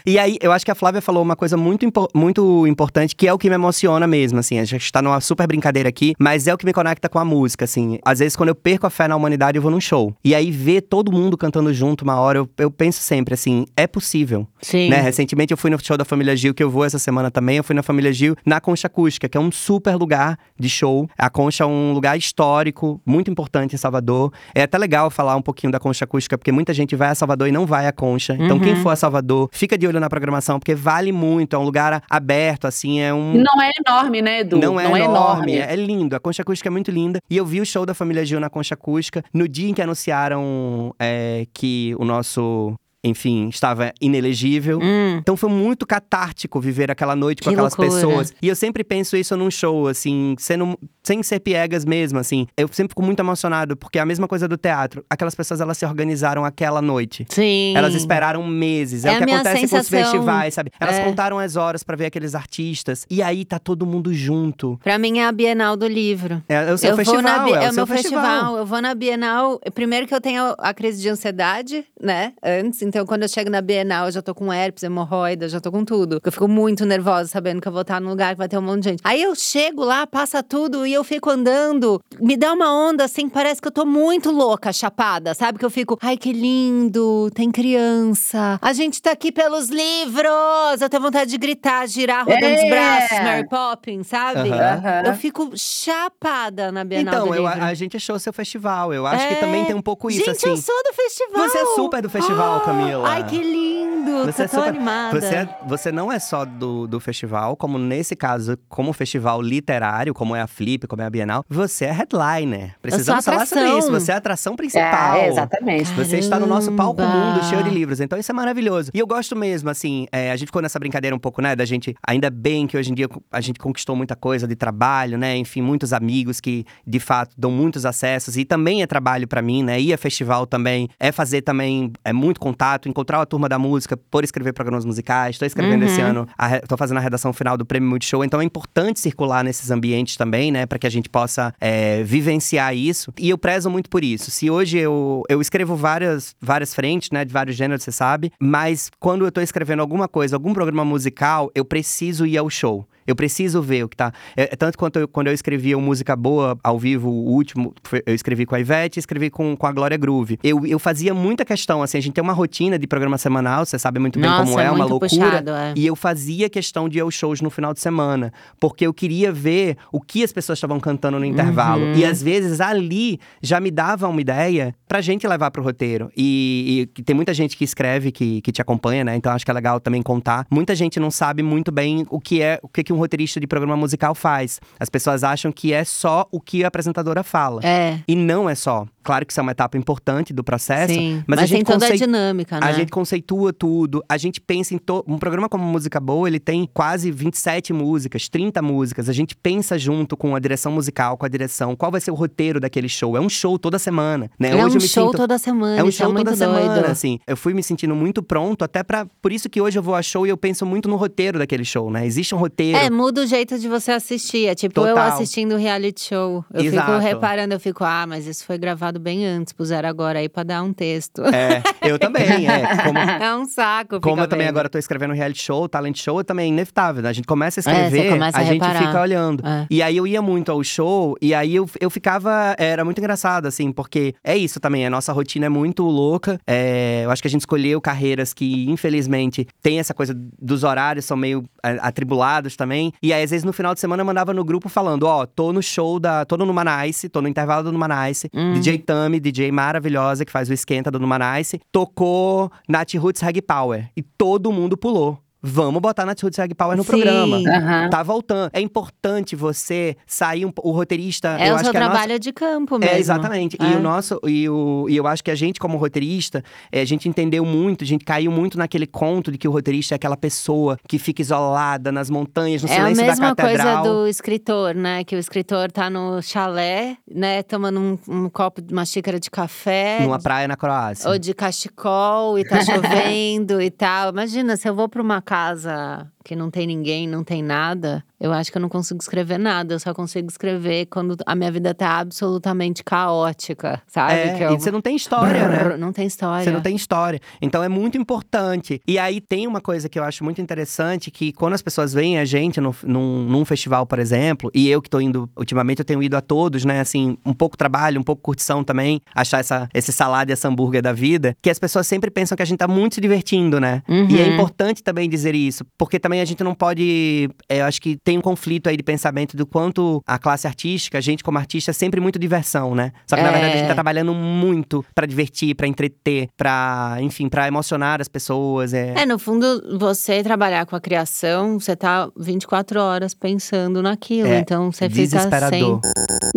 S3: e aí, eu acho que a Flávia falou uma coisa muito, impo- muito importante, que é o que me emociona mesmo, assim. A gente tá numa super brincadeira aqui, mas é o que me conecta com a música, assim. Às vezes, quando eu perco a fé na humanidade, eu vou num show. E aí, ver todo mundo cantando junto uma hora, eu, eu penso sempre, assim, é possível.
S1: Sim.
S3: né? Recentemente eu fui no show da Família Gil, que eu vou essa semana também. Eu fui na Família Gil na Concha Acústica, que é um super lugar de show. A Concha é um lugar histórico, muito importante em Salvador. É até legal falar um pouquinho da Concha Acústica, porque muita gente vai a Salvador e não vai à Concha. Então, quem for a Salvador, fica de olho na programação, porque vale muito. É um lugar a- aberto, assim, é um.
S4: Não é enorme, né, Edu?
S3: Não é, enorme, é lindo. A concha acústica é muito linda. E eu vi o show da família Gil na concha acústica no dia em que anunciaram é, que o nosso. Enfim, estava inelegível.
S1: Hum.
S3: Então foi muito catártico viver aquela noite com
S1: Que
S3: aquelas
S1: loucura.
S3: pessoas. E eu sempre penso isso num show, assim, sendo, sem ser piegas mesmo, assim. Eu sempre fico muito emocionado, porque é a mesma coisa do teatro. Aquelas pessoas, elas se organizaram aquela noite.
S1: Sim.
S3: Elas esperaram meses. É,
S1: É
S3: o
S1: a
S3: que
S1: minha
S3: acontece com os
S1: sensação.
S3: festivais, sabe? Elas
S1: É.
S3: contaram as horas pra ver aqueles artistas. E aí tá todo mundo junto.
S1: Pra mim é a Bienal do livro.
S3: É, é o seu
S1: eu
S3: festival,
S1: vou na Bi-
S3: é, o
S1: meu
S3: seu
S1: festival. Eu vou na Bienal. Primeiro que eu tenho a crise de ansiedade, né? Antes. Então, quando eu chego na Bienal, eu já tô com herpes, hemorroida, eu já tô com tudo. Eu fico muito nervosa sabendo que eu vou estar num lugar que vai ter um monte de gente. Aí eu chego lá, passa tudo e eu fico andando. Me dá uma onda assim, parece que eu tô muito louca, chapada, sabe? Que eu fico, ai que lindo, tem criança. A gente tá aqui pelos livros. Eu tenho vontade de gritar, girar, rodando os
S4: É!
S1: braços, Mary Poppins, sabe?
S3: Aham.
S1: Eu fico chapada na Bienal
S3: Então,
S1: do
S3: eu-
S1: Livro.
S3: a, a gente achou o seu festival. Eu acho que
S1: É.
S3: também tem um pouco isso,
S1: Gente,
S3: assim.
S1: eu sou do festival! Ah!
S3: Você é super do festival, Camila.
S1: Ai, que lindo!
S3: Você
S1: Você
S3: é
S1: tô tão
S3: super-
S1: animada.
S3: Você, é- você não é só do, do festival, como nesse caso, como festival literário, como é a Flip, como é a Bienal, você é headliner. Precisamos falar sobre
S1: atração.
S3: isso. Você é a atração principal.
S4: É, exatamente.
S3: Você está no nosso palco
S1: Caramba!
S3: mundo, cheio de livros. Então isso é maravilhoso. E eu gosto mesmo, assim, é, a gente ficou nessa brincadeira um pouco, né? Da gente, ainda bem que hoje em dia a gente conquistou muita coisa de trabalho, né? Enfim, muitos amigos que, de fato, dão muitos acessos. E também é trabalho pra mim, né? Ir a festival também, é fazer também, é muito contato, encontrar a turma da música, por escrever programas musicais. Estou escrevendo
S1: Uhum.
S3: esse ano, a re- tô fazendo a redação final do Prêmio Multishow. Então é importante circular nesses ambientes também, né? Pra que a gente possa é, vivenciar isso. E eu prezo muito por isso. Se hoje eu, eu escrevo várias, várias frentes, né? De vários gêneros, você sabe. Mas quando eu tô escrevendo alguma coisa, algum programa musical, eu preciso ir ao show. Eu preciso ver o que tá. É, é tanto quanto eu- quando eu escrevia o Música Boa ao vivo, o último, foi- eu escrevi com a Ivete, escrevi com, com a Glória Groove. Eu, eu fazia muita questão, assim, a gente tem uma rotina de programa semanal, você sabe muito bem
S1: Nossa,
S3: como é,
S1: é
S3: uma
S1: muito
S3: loucura.
S1: puxado, é.
S3: E eu fazia questão de ir aos shows no final de semana, porque eu queria ver o que as pessoas estavam cantando no intervalo. E às vezes ali já me dava uma ideia pra gente levar pro roteiro. E, e que tem muita gente que escreve, que, que te acompanha, né? Então acho que é legal também contar. Muita gente não sabe muito bem o que é, o que, que um roteirista de programa musical faz. As pessoas acham que é só o que a apresentadora fala.
S1: É,
S3: E não é só. Claro que isso é uma etapa importante do processo,
S1: sim.
S3: mas, a gente
S1: tem toda
S3: concei-
S1: a dinâmica, né?
S3: a gente conceitua tudo, a gente pensa em to... um programa como Música Boa, ele tem quase 27 músicas, 30 músicas. A gente pensa junto com a direção musical, com a direção, qual vai ser o roteiro daquele show. É um show toda semana, né?
S1: é
S3: Hoje
S1: um
S3: eu me
S1: show
S3: sinto...
S1: toda semana,
S3: É um
S1: isso
S3: show
S1: é muito
S3: toda semana,
S1: doido.
S3: assim. Eu fui me sentindo muito pronto, até para Por isso que hoje eu vou a show e eu penso muito no roteiro daquele show, né? Existe um roteiro.
S1: É, muda o jeito de você assistir. É tipo eu
S3: Total.
S1: assistindo reality show. Eu
S3: Exato.
S1: fico reparando, eu fico, ah, mas isso foi gravado bem antes, puseram agora aí pra dar um texto. *laughs*
S3: É, eu também, é. Como,
S1: É um saco.
S3: Como
S1: fica
S3: eu também
S1: vendo.
S3: agora tô escrevendo reality show, talent show, também é inevitável, né? A gente começa a
S1: É, você
S3: escrever,
S1: começa
S3: a,
S1: a
S3: gente
S1: reparar.
S3: fica olhando.
S1: É.
S3: E aí eu ia muito ao show, e aí eu, eu ficava… Era muito engraçado, assim, porque é isso também. A nossa rotina é muito louca. É, eu acho que a gente escolheu carreiras que, infelizmente, tem essa coisa dos horários, são meio é, atribulados também também. E aí, às vezes, no final de semana, eu mandava no grupo falando: Ó, tô no show da. tô no Numanice, tô no intervalo do Numanice. DJ Tami, DJ maravilhosa, que faz o esquenta do Numanice, tocou Nat Roots Hag Power. E todo mundo pulou. Vamos botar Nat Roots Hag Power no
S1: Sim.
S3: programa.
S1: né?
S4: Aham.
S3: Tá voltando. É importante você sair um p- O roteirista.
S1: É
S3: eu
S1: o
S3: acho
S1: seu
S3: que a nossa-
S1: trabalho de campo mesmo.
S3: é, exatamente. E
S1: É.
S3: o nosso. E, o, e eu acho que a gente, como roteirista, é, a gente entendeu muito, a gente caiu muito naquele conto de que o roteirista é aquela pessoa que fica isolada nas montanhas, no
S1: É a
S3: silêncio
S1: mesma
S3: da catedral.
S1: coisa do escritor, né? Que o escritor tá no chalé, né? Tomando um, um copo, uma xícara de café.
S3: Numa praia na Croácia.
S1: Ou de cachecol e tá
S3: *laughs*
S1: chovendo e tal. Imagina, se eu vou pra uma casa que não tem ninguém, não tem nada, eu acho que eu não consigo escrever nada. Eu só consigo escrever quando a minha vida tá absolutamente caótica, sabe?
S3: É,
S1: que eu...
S3: e você não tem história, né?
S1: Brrr, Não tem história.
S3: Você não tem história. Então é muito importante. E aí tem uma coisa que eu acho muito interessante: que quando as pessoas veem a gente no- num, num festival, por exemplo, e eu que tô indo, ultimamente eu tenho ido a todos, né? Assim, um pouco trabalho, um pouco curtição também, achar essa, esse salada e essa hambúrguer da vida, que as pessoas sempre pensam que a gente tá muito se divertindo, né?
S1: Uhum.
S3: E é importante também dizer isso, porque também a gente não pode. é, eu acho que tem um conflito aí de pensamento do quanto a classe artística, a gente como artista, é sempre muito diversão, né? Só que na
S1: É.
S3: verdade a gente tá trabalhando muito pra divertir, pra entreter, pra, enfim, pra emocionar as pessoas. É.
S1: É, no fundo, você trabalhar com a criação, você tá 24 horas pensando naquilo.
S3: É,
S1: então você fica
S3: Desesperador.
S1: sem.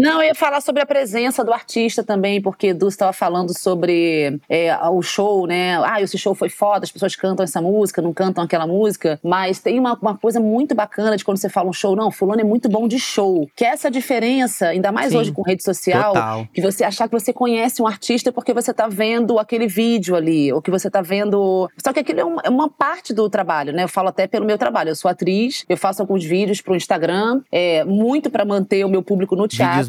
S4: Não, eu ia falar sobre a presença do artista também, porque Du estava falando sobre é, o show, né? Ah, esse show foi foda, as pessoas cantam essa música, não cantam aquela música. Mas tem uma, uma coisa muito bacana de quando você fala um show, não, fulano é muito bom de show. Que é essa diferença, ainda mais
S3: Sim.
S4: hoje com rede social,
S3: Total.
S4: que você achar que você conhece um artista porque você tá vendo aquele vídeo ali, ou que você tá vendo. Só que aquilo é uma, é uma parte do trabalho, né? Eu falo até pelo meu trabalho. Eu sou atriz, eu faço alguns vídeos pro Instagram, é, muito pra manter o meu público no
S3: Vídeos
S4: teatro.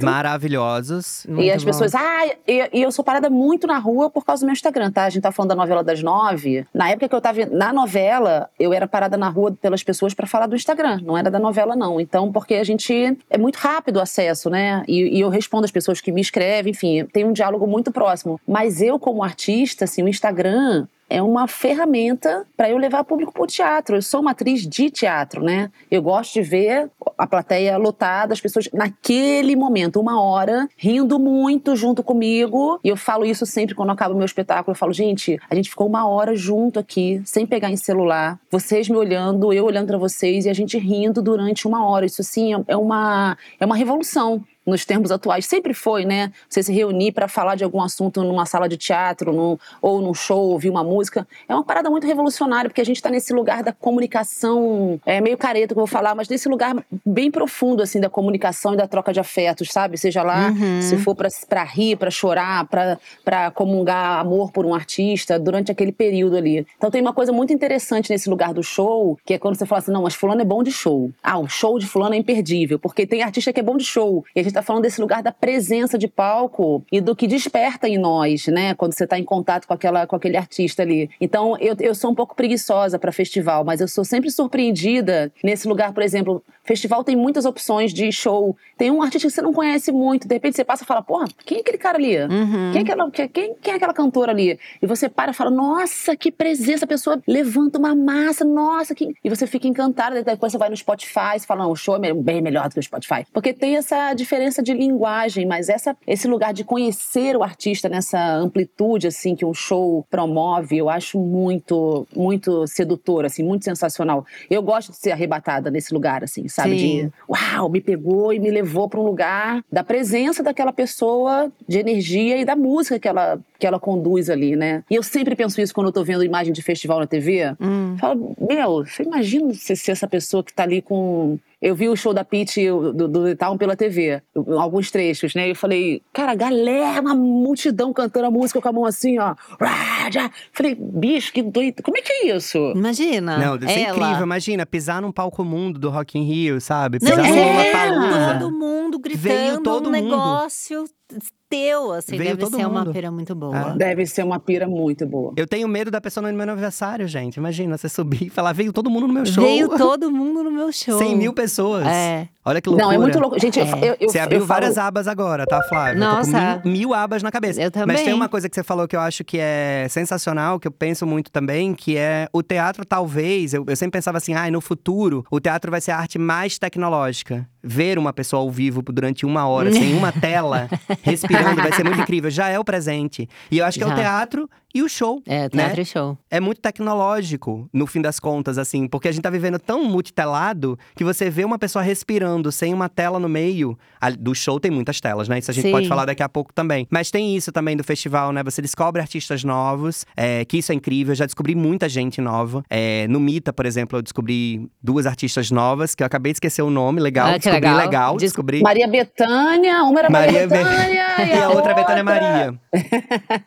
S3: maravilhosos.
S4: e
S1: Muito
S4: as
S1: bom.
S4: pessoas, ah, e, e eu sou parada muito na rua por causa do meu Instagram, tá? A gente tá falando da novela das nove. Na época que eu tava na novela, eu era parada na rua pelas pessoas pra falar do Instagram, não era da novela, não. Então, porque a gente. É muito rápido o acesso, né? E, e eu respondo as pessoas que me escrevem, enfim, tem um diálogo muito próximo. Mas eu, como artista, assim, o Instagram. É uma ferramenta pra eu levar público pro teatro. Eu sou uma atriz de teatro, né? Eu gosto de ver a plateia lotada, as pessoas naquele momento, uma hora, rindo muito junto comigo. E eu falo isso sempre quando acaba o meu espetáculo. Eu falo, gente, a gente ficou uma hora junto aqui, sem pegar em celular, vocês me olhando, eu olhando pra vocês e a gente rindo durante uma hora. Isso assim é- é uma é uma revolução. Nos termos atuais, sempre foi, né? Você se reunir pra falar de algum assunto numa sala de teatro, num- ou num show, ouvir uma música. É uma parada muito revolucionária, porque a gente tá nesse lugar da comunicação, é meio careta que eu vou falar, mas nesse lugar bem profundo, assim, da comunicação e da troca de afetos, sabe? Seja lá
S1: Uhum.
S4: se for pra, pra rir, pra chorar, pra, pra comungar amor por um artista durante aquele período ali. Então tem uma coisa muito interessante nesse lugar do show, que é quando você fala assim, não, mas fulano é bom de show. Ah, um show de fulano é imperdível, porque tem artista que é bom de show. E a gente tá falando desse lugar da presença de palco e do que desperta em nós, né? Quando você tá em contato com, aquela, com aquele artista ali. Então eu, eu sou um pouco preguiçosa pra festival, mas eu sou sempre surpreendida nesse lugar, por exemplo, festival tem muitas opções de show. Tem um artista que você não conhece muito, de repente você passa e fala, porra, quem é aquele cara ali?
S1: Uhum.
S4: Quem é, aquela, que- quem, quem é aquela cantora ali? E você para e fala, nossa, que presença, a pessoa levanta uma massa, nossa, que... E você fica encantada, daí depois você vai no Spotify, você fala, não, o show é me- bem melhor do que o Spotify. Porque tem essa diferença de linguagem, mas essa, esse lugar de conhecer o artista nessa amplitude, assim, que um show promove, eu acho muito, muito sedutor, assim, muito sensacional. Eu gosto de ser arrebatada nesse lugar, assim,
S1: Sim.
S4: sabe? De uau, me pegou e me levou para um lugar da presença daquela pessoa, de energia e da música que ela, que ela conduz ali, né? E eu sempre penso isso quando eu tô vendo imagem de festival na TV.
S1: Hum.
S4: Falo, meu, você imagina se, se essa pessoa que tá ali com. Eu vi o show da Pete do, do The Town pela TV, eu- alguns trechos, né? E eu falei, cara, galera, uma multidão cantando a música com a mão assim, ó. Rá, já. Falei, bicho, que doido. Como é que é isso?
S1: Hum. Imagina.
S3: Não, deve ser
S1: ela.
S3: incrível. Imagina, pisar num palco mundo do Rock in Rio, sabe?
S1: Não, é
S3: Pisar
S1: e
S3: num
S1: você
S3: Lollapalooza.
S1: vê todo mundo gritando
S3: todo
S1: um
S3: mundo.
S1: negócio teu, assim.
S3: Veio
S1: deve
S3: todo
S1: ser uma
S3: mundo.
S1: pera muito boa.
S3: É.
S4: Deve ser uma pira muito boa.
S3: Eu tenho medo da pessoa no meu aniversário, gente. Imagina, você subir e falar, veio todo mundo no meu show.
S1: Veio todo mundo no meu show.
S3: 100 mil pessoas.
S1: É.
S3: Olha que loucura.
S4: Não, é muito louco. Gente, eu, eu,
S3: Você
S4: eu
S3: abriu
S4: falo-
S3: várias abas agora, tá, Flávia? Eu Tô com
S1: Nossa.
S3: mil, mil abas na cabeça.
S1: Eu
S3: Mas
S1: também.
S3: tem uma coisa que você falou que eu acho que é sensacional, que eu penso muito também, que é o teatro, talvez. Eu, eu sempre pensava assim, ai, no futuro, o teatro vai ser a arte mais tecnológica. Ver uma pessoa ao vivo durante uma hora, sem uma
S4: *laughs*
S3: tela, respirando, vai ser muito incrível. Já é o presente. E eu acho que é
S1: Já.
S3: o teatro e o show.
S1: É, teatro e show.
S3: É muito tecnológico, no fim das contas, assim, porque a gente tá vivendo tão multitelado que você vê uma pessoa respirando sem uma tela no meio. A- Do show tem muitas telas, né? Isso a gente
S1: Sim.
S3: pode falar daqui a pouco também. Mas tem isso também do festival, né? Você descobre artistas novos, é, que isso é incrível. Eu já descobri muita gente nova. É, no Mita, por exemplo, eu descobri duas artistas novas, que eu acabei de esquecer o nome, legal.
S1: Ah, que
S3: descobri
S1: legal.
S3: legal,
S1: Des-
S3: descobri.
S4: Maria Bethânia, uma era
S3: Maria Be-
S4: Maria,
S3: *laughs*
S4: Bethânia
S3: E a outra é Betânia Maria. *laughs*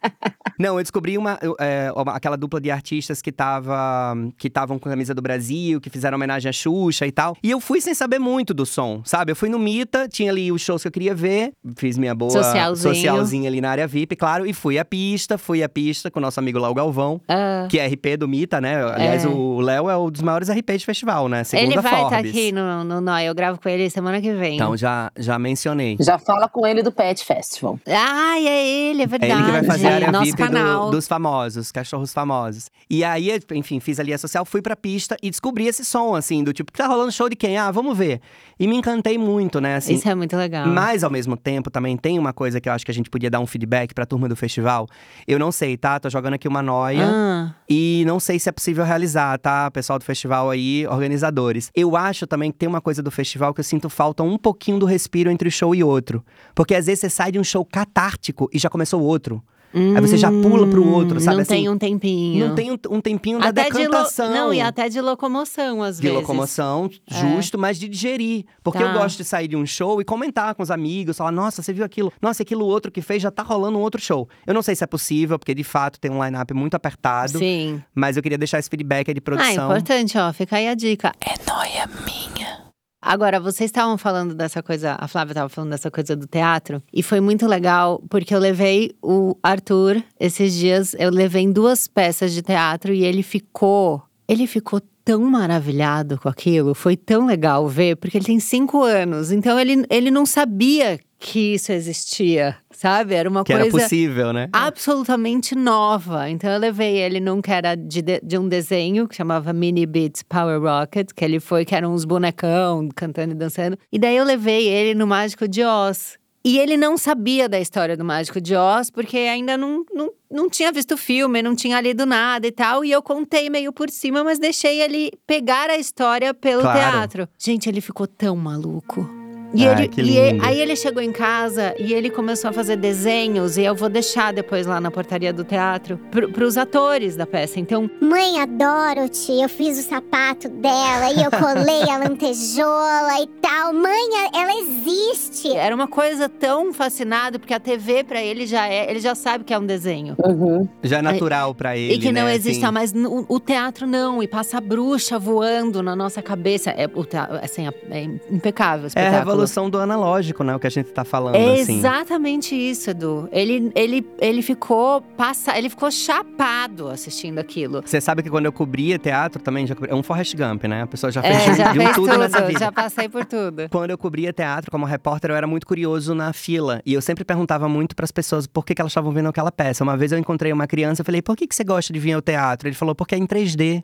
S3: Não, eu descobri uma, eu, é, uma- aquela dupla de artistas que tava que estavam com a camisa do Brasil, que fizeram homenagem à Xuxa e tal. E eu fui sem saber muito do som, sabe? Eu fui no Mita, tinha ali os shows que eu queria ver, fiz minha boa
S1: Socialzinho.
S3: socialzinha ali na área VIP, claro, e fui à pista, fui à pista com o nosso amigo Léo Galvão.
S1: Ah.
S3: Que é RP do Mita, né? Aliás,
S1: É.
S3: o Léo é um dos maiores RP de festival, né? Segundo
S1: Ele
S3: a
S1: vai estar
S3: Forbes.
S1: aqui né? no, no Nó, eu gravo com ele semana que vem.
S3: Então, já, já mencionei.
S4: Já fala com ele do Pet Festival.
S1: Ai, é ele, é
S3: É
S1: verdade.
S3: ele que vai fazer a área
S1: Nosso
S3: VIP do-
S1: canal.
S3: dos famosos, cachorros famosos. E aí, enfim, fiz ali a social, fui pra pista e descobri esse som, assim, do tipo, tá rolando show de quem? Ah, vamos ver. E me encantei muito, né, assim.
S1: Isso é muito legal.
S3: Mas, ao mesmo tempo, também tem uma coisa que eu acho que a gente podia dar um feedback pra turma do festival. Eu não sei, tá? Tô jogando aqui uma noia.
S1: Ah,
S3: E não sei se é possível realizar, tá? Pessoal do festival aí, organizadores. Eu acho também que tem uma coisa do festival que eu sinto falta um pouquinho do respiro entre o show e outro. Porque às vezes você sai de um show catártico e já começou o outro. Aí você já pula pro outro, sabe
S1: não
S3: assim?
S1: tem um tempinho.
S3: Não tem um, um tempinho da
S1: até de lo...
S3: decantação.
S1: Não, e até de locomoção, às
S3: De
S1: vezes. É.
S3: locomoção, justo, mas de digerir. Porque
S1: Tá.
S3: eu gosto de sair de um show e comentar com os amigos, falar, nossa, você viu aquilo? Nossa, aquilo outro que fez já tá rolando um outro show. Eu não sei se é possível, porque de fato tem um line-up muito apertado.
S1: Sim.
S3: Mas eu queria deixar esse feedback aí de
S1: Ah,
S3: produção.
S1: importante, ó. Fica aí a dica. É noia minha. Agora, vocês estavam falando dessa coisa, a Flávia estava falando dessa coisa do teatro, e foi muito legal, porque eu levei o Arthur esses dias, eu levei em duas peças de teatro e ele ficou. Ele ficou tão maravilhado com aquilo, foi tão legal ver, porque ele tem cinco anos, então ele, ele não sabia que isso existia, sabe? Era uma
S3: que
S1: coisa
S3: era possível, né?
S1: absolutamente nova. Então eu levei ele num que era de, de- de um desenho que chamava Mini Beats Power Rocket, que ele foi, que eram uns bonecão cantando e dançando. E daí eu levei ele no Mágico de Oz. E ele não sabia da história do Mágico de Oz, porque ainda não, não, não tinha visto o filme, não tinha lido nada e tal. E eu contei meio por cima, mas deixei ele pegar a história pelo
S3: Claro.
S1: teatro. Gente, ele ficou tão maluco. E,
S3: Ah,
S1: ele,
S3: que
S1: e ele-
S3: lindo.
S1: aí ele chegou em casa e ele começou a fazer desenhos, e eu vou deixar depois lá na portaria do teatro, pro, pros atores da peça. Então,
S2: Mãe, a Dorothy, eu fiz o sapato dela e eu colei a lantejola e tal. Mãe, a- ela existe.
S1: era uma coisa tão fascinada, porque a TV pra ele já é, ele já sabe que é um desenho.
S4: Uhum.
S3: Já é natural pra ele.
S1: e que não
S3: né,
S1: exista
S3: assim.
S1: mais no- o teatro não, e passa a bruxa voando na nossa cabeça. É, o tea- assim, é impecável o
S3: É a
S1: espetáculo.
S3: revolução do analógico, né? O que a gente tá falando,
S1: É
S3: assim.
S1: exatamente isso, Edu. Ele, ele, ele ficou passa, ele ficou chapado assistindo aquilo.
S3: Você sabe que quando eu cobria teatro também, já cobria, é um Forrest Gump, né? A pessoa já fez,
S1: É,
S3: de,
S1: já
S3: de um
S1: fez
S3: tudo, nessa vida.
S1: já passei por tudo.
S3: Quando eu cobria teatro como repórter, eu era muito curioso na fila. E eu sempre perguntava muito pras pessoas por que, que elas estavam vendo aquela peça. Uma vez eu encontrei uma criança, eu falei, por que, que você gosta de vir ao teatro? Ele falou, porque é em 3D.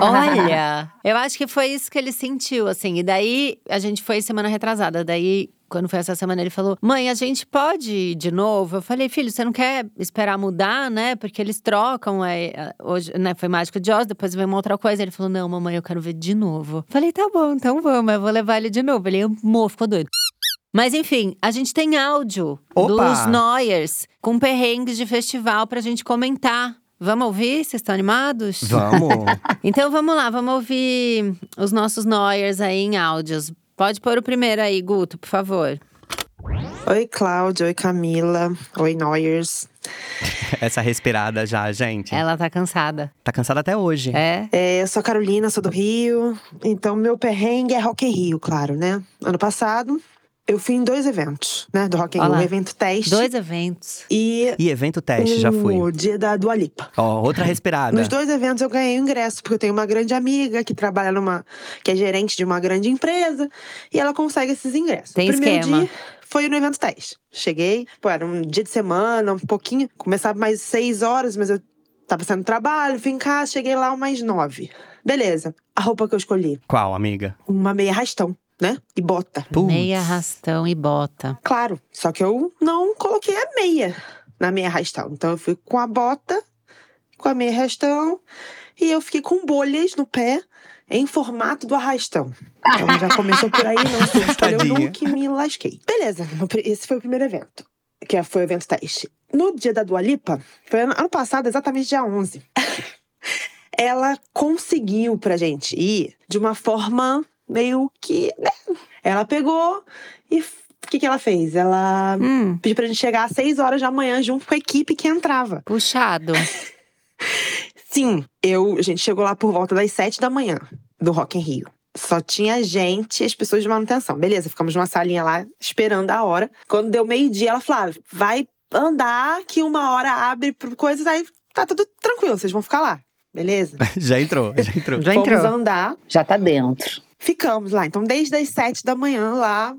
S1: Olha, *laughs* eu acho que foi isso que ele sentiu, assim. E daí a gente foi semana retrasada. Daí, quando foi essa semana, ele falou: Mãe, a gente pode ir de novo? Eu falei, filho, você não quer esperar mudar, né? Porque eles trocam. é, é, hoje, né? Foi mágico de Oz, depois veio uma outra coisa. Ele falou: Não, mamãe, eu quero ver de novo. Eu Falei, tá bom, então vamos, eu vou levar ele de novo. Ele amou, ficou doido. Mas enfim, a gente tem áudio
S3: Opa!
S1: dos Noyers com perrengues de festival pra gente comentar. Vamos ouvir? Vocês estão animados?
S3: Vamos!
S1: Então vamos lá, vamos ouvir os nossos Noyers aí em áudios. Pode pôr o primeiro aí, Guto, por favor.
S5: Oi, Cláudio. Oi, Camila. Oi, Noyers.
S3: *laughs* Essa respirada já, gente.
S1: Ela tá cansada.
S3: Tá cansada até hoje.
S1: É?
S5: É, eu sou a Carolina, sou do Rio. Então, meu perrengue é Rock in Rio, claro, né? Ano passado, Eu fui em dois eventos, né? Do Rock in
S1: Olha
S5: Rio.
S1: lá.
S5: O evento teste
S1: Dois eventos.
S5: e
S3: E evento teste, já fui.
S5: o dia da Dua Lipa.
S3: Ó, outra respirada.
S5: Nos dois eventos eu ganhei o ingresso, porque eu tenho uma grande amiga que trabalha numa. que é gerente de uma grande empresa, e ela consegue esses ingressos.
S1: Tem
S5: o primeiro
S1: esquema.
S5: dia foi no evento teste. Cheguei, pô, era um dia de semana, um pouquinho. Começava mais seis horas, mas eu tava saindo do trabalho, fui em casa, cheguei lá umas nove. Beleza. A roupa que eu escolhi,
S3: Qual, amiga?
S5: uma meia rastão, né? E bota.
S3: Putz.
S1: Meia arrastão e bota.
S5: Claro, só que eu não coloquei a meia na meia rastão. Então eu fui com a bota, com a meia rastão, e eu fiquei com bolhas no pé em formato do arrastão. Então já começou por aí, não sei escolher
S3: Tadinha.
S5: o look e me lasquei. Beleza, no pri- esse foi o primeiro evento, que foi o evento teste. No dia da Dua Lipa, foi ano, ano passado, exatamente dia 11, ela conseguiu pra gente ir de uma forma meio que. né? Ela pegou e f- o que, que ela fez? Ela
S1: Hum,
S5: pediu pra gente chegar às 6 horas da manhã junto com a equipe que entrava.
S1: puxado.
S5: Sim, eu, a gente chegou lá por volta das 7 da manhã do Rock in Rio. Só tinha gente e as pessoas de manutenção. Beleza, ficamos numa salinha lá esperando a hora. Quando deu meio-dia, ela falava: vai andar que uma hora abre pro coisas, aí tá tudo tranquilo, vocês vão ficar lá. Beleza?
S3: *laughs* Já entrou, já entrou.
S1: Já
S5: Vamos andar.
S4: *laughs* Já tá dentro.
S5: Ficamos lá. Então, desde as sete da manhã lá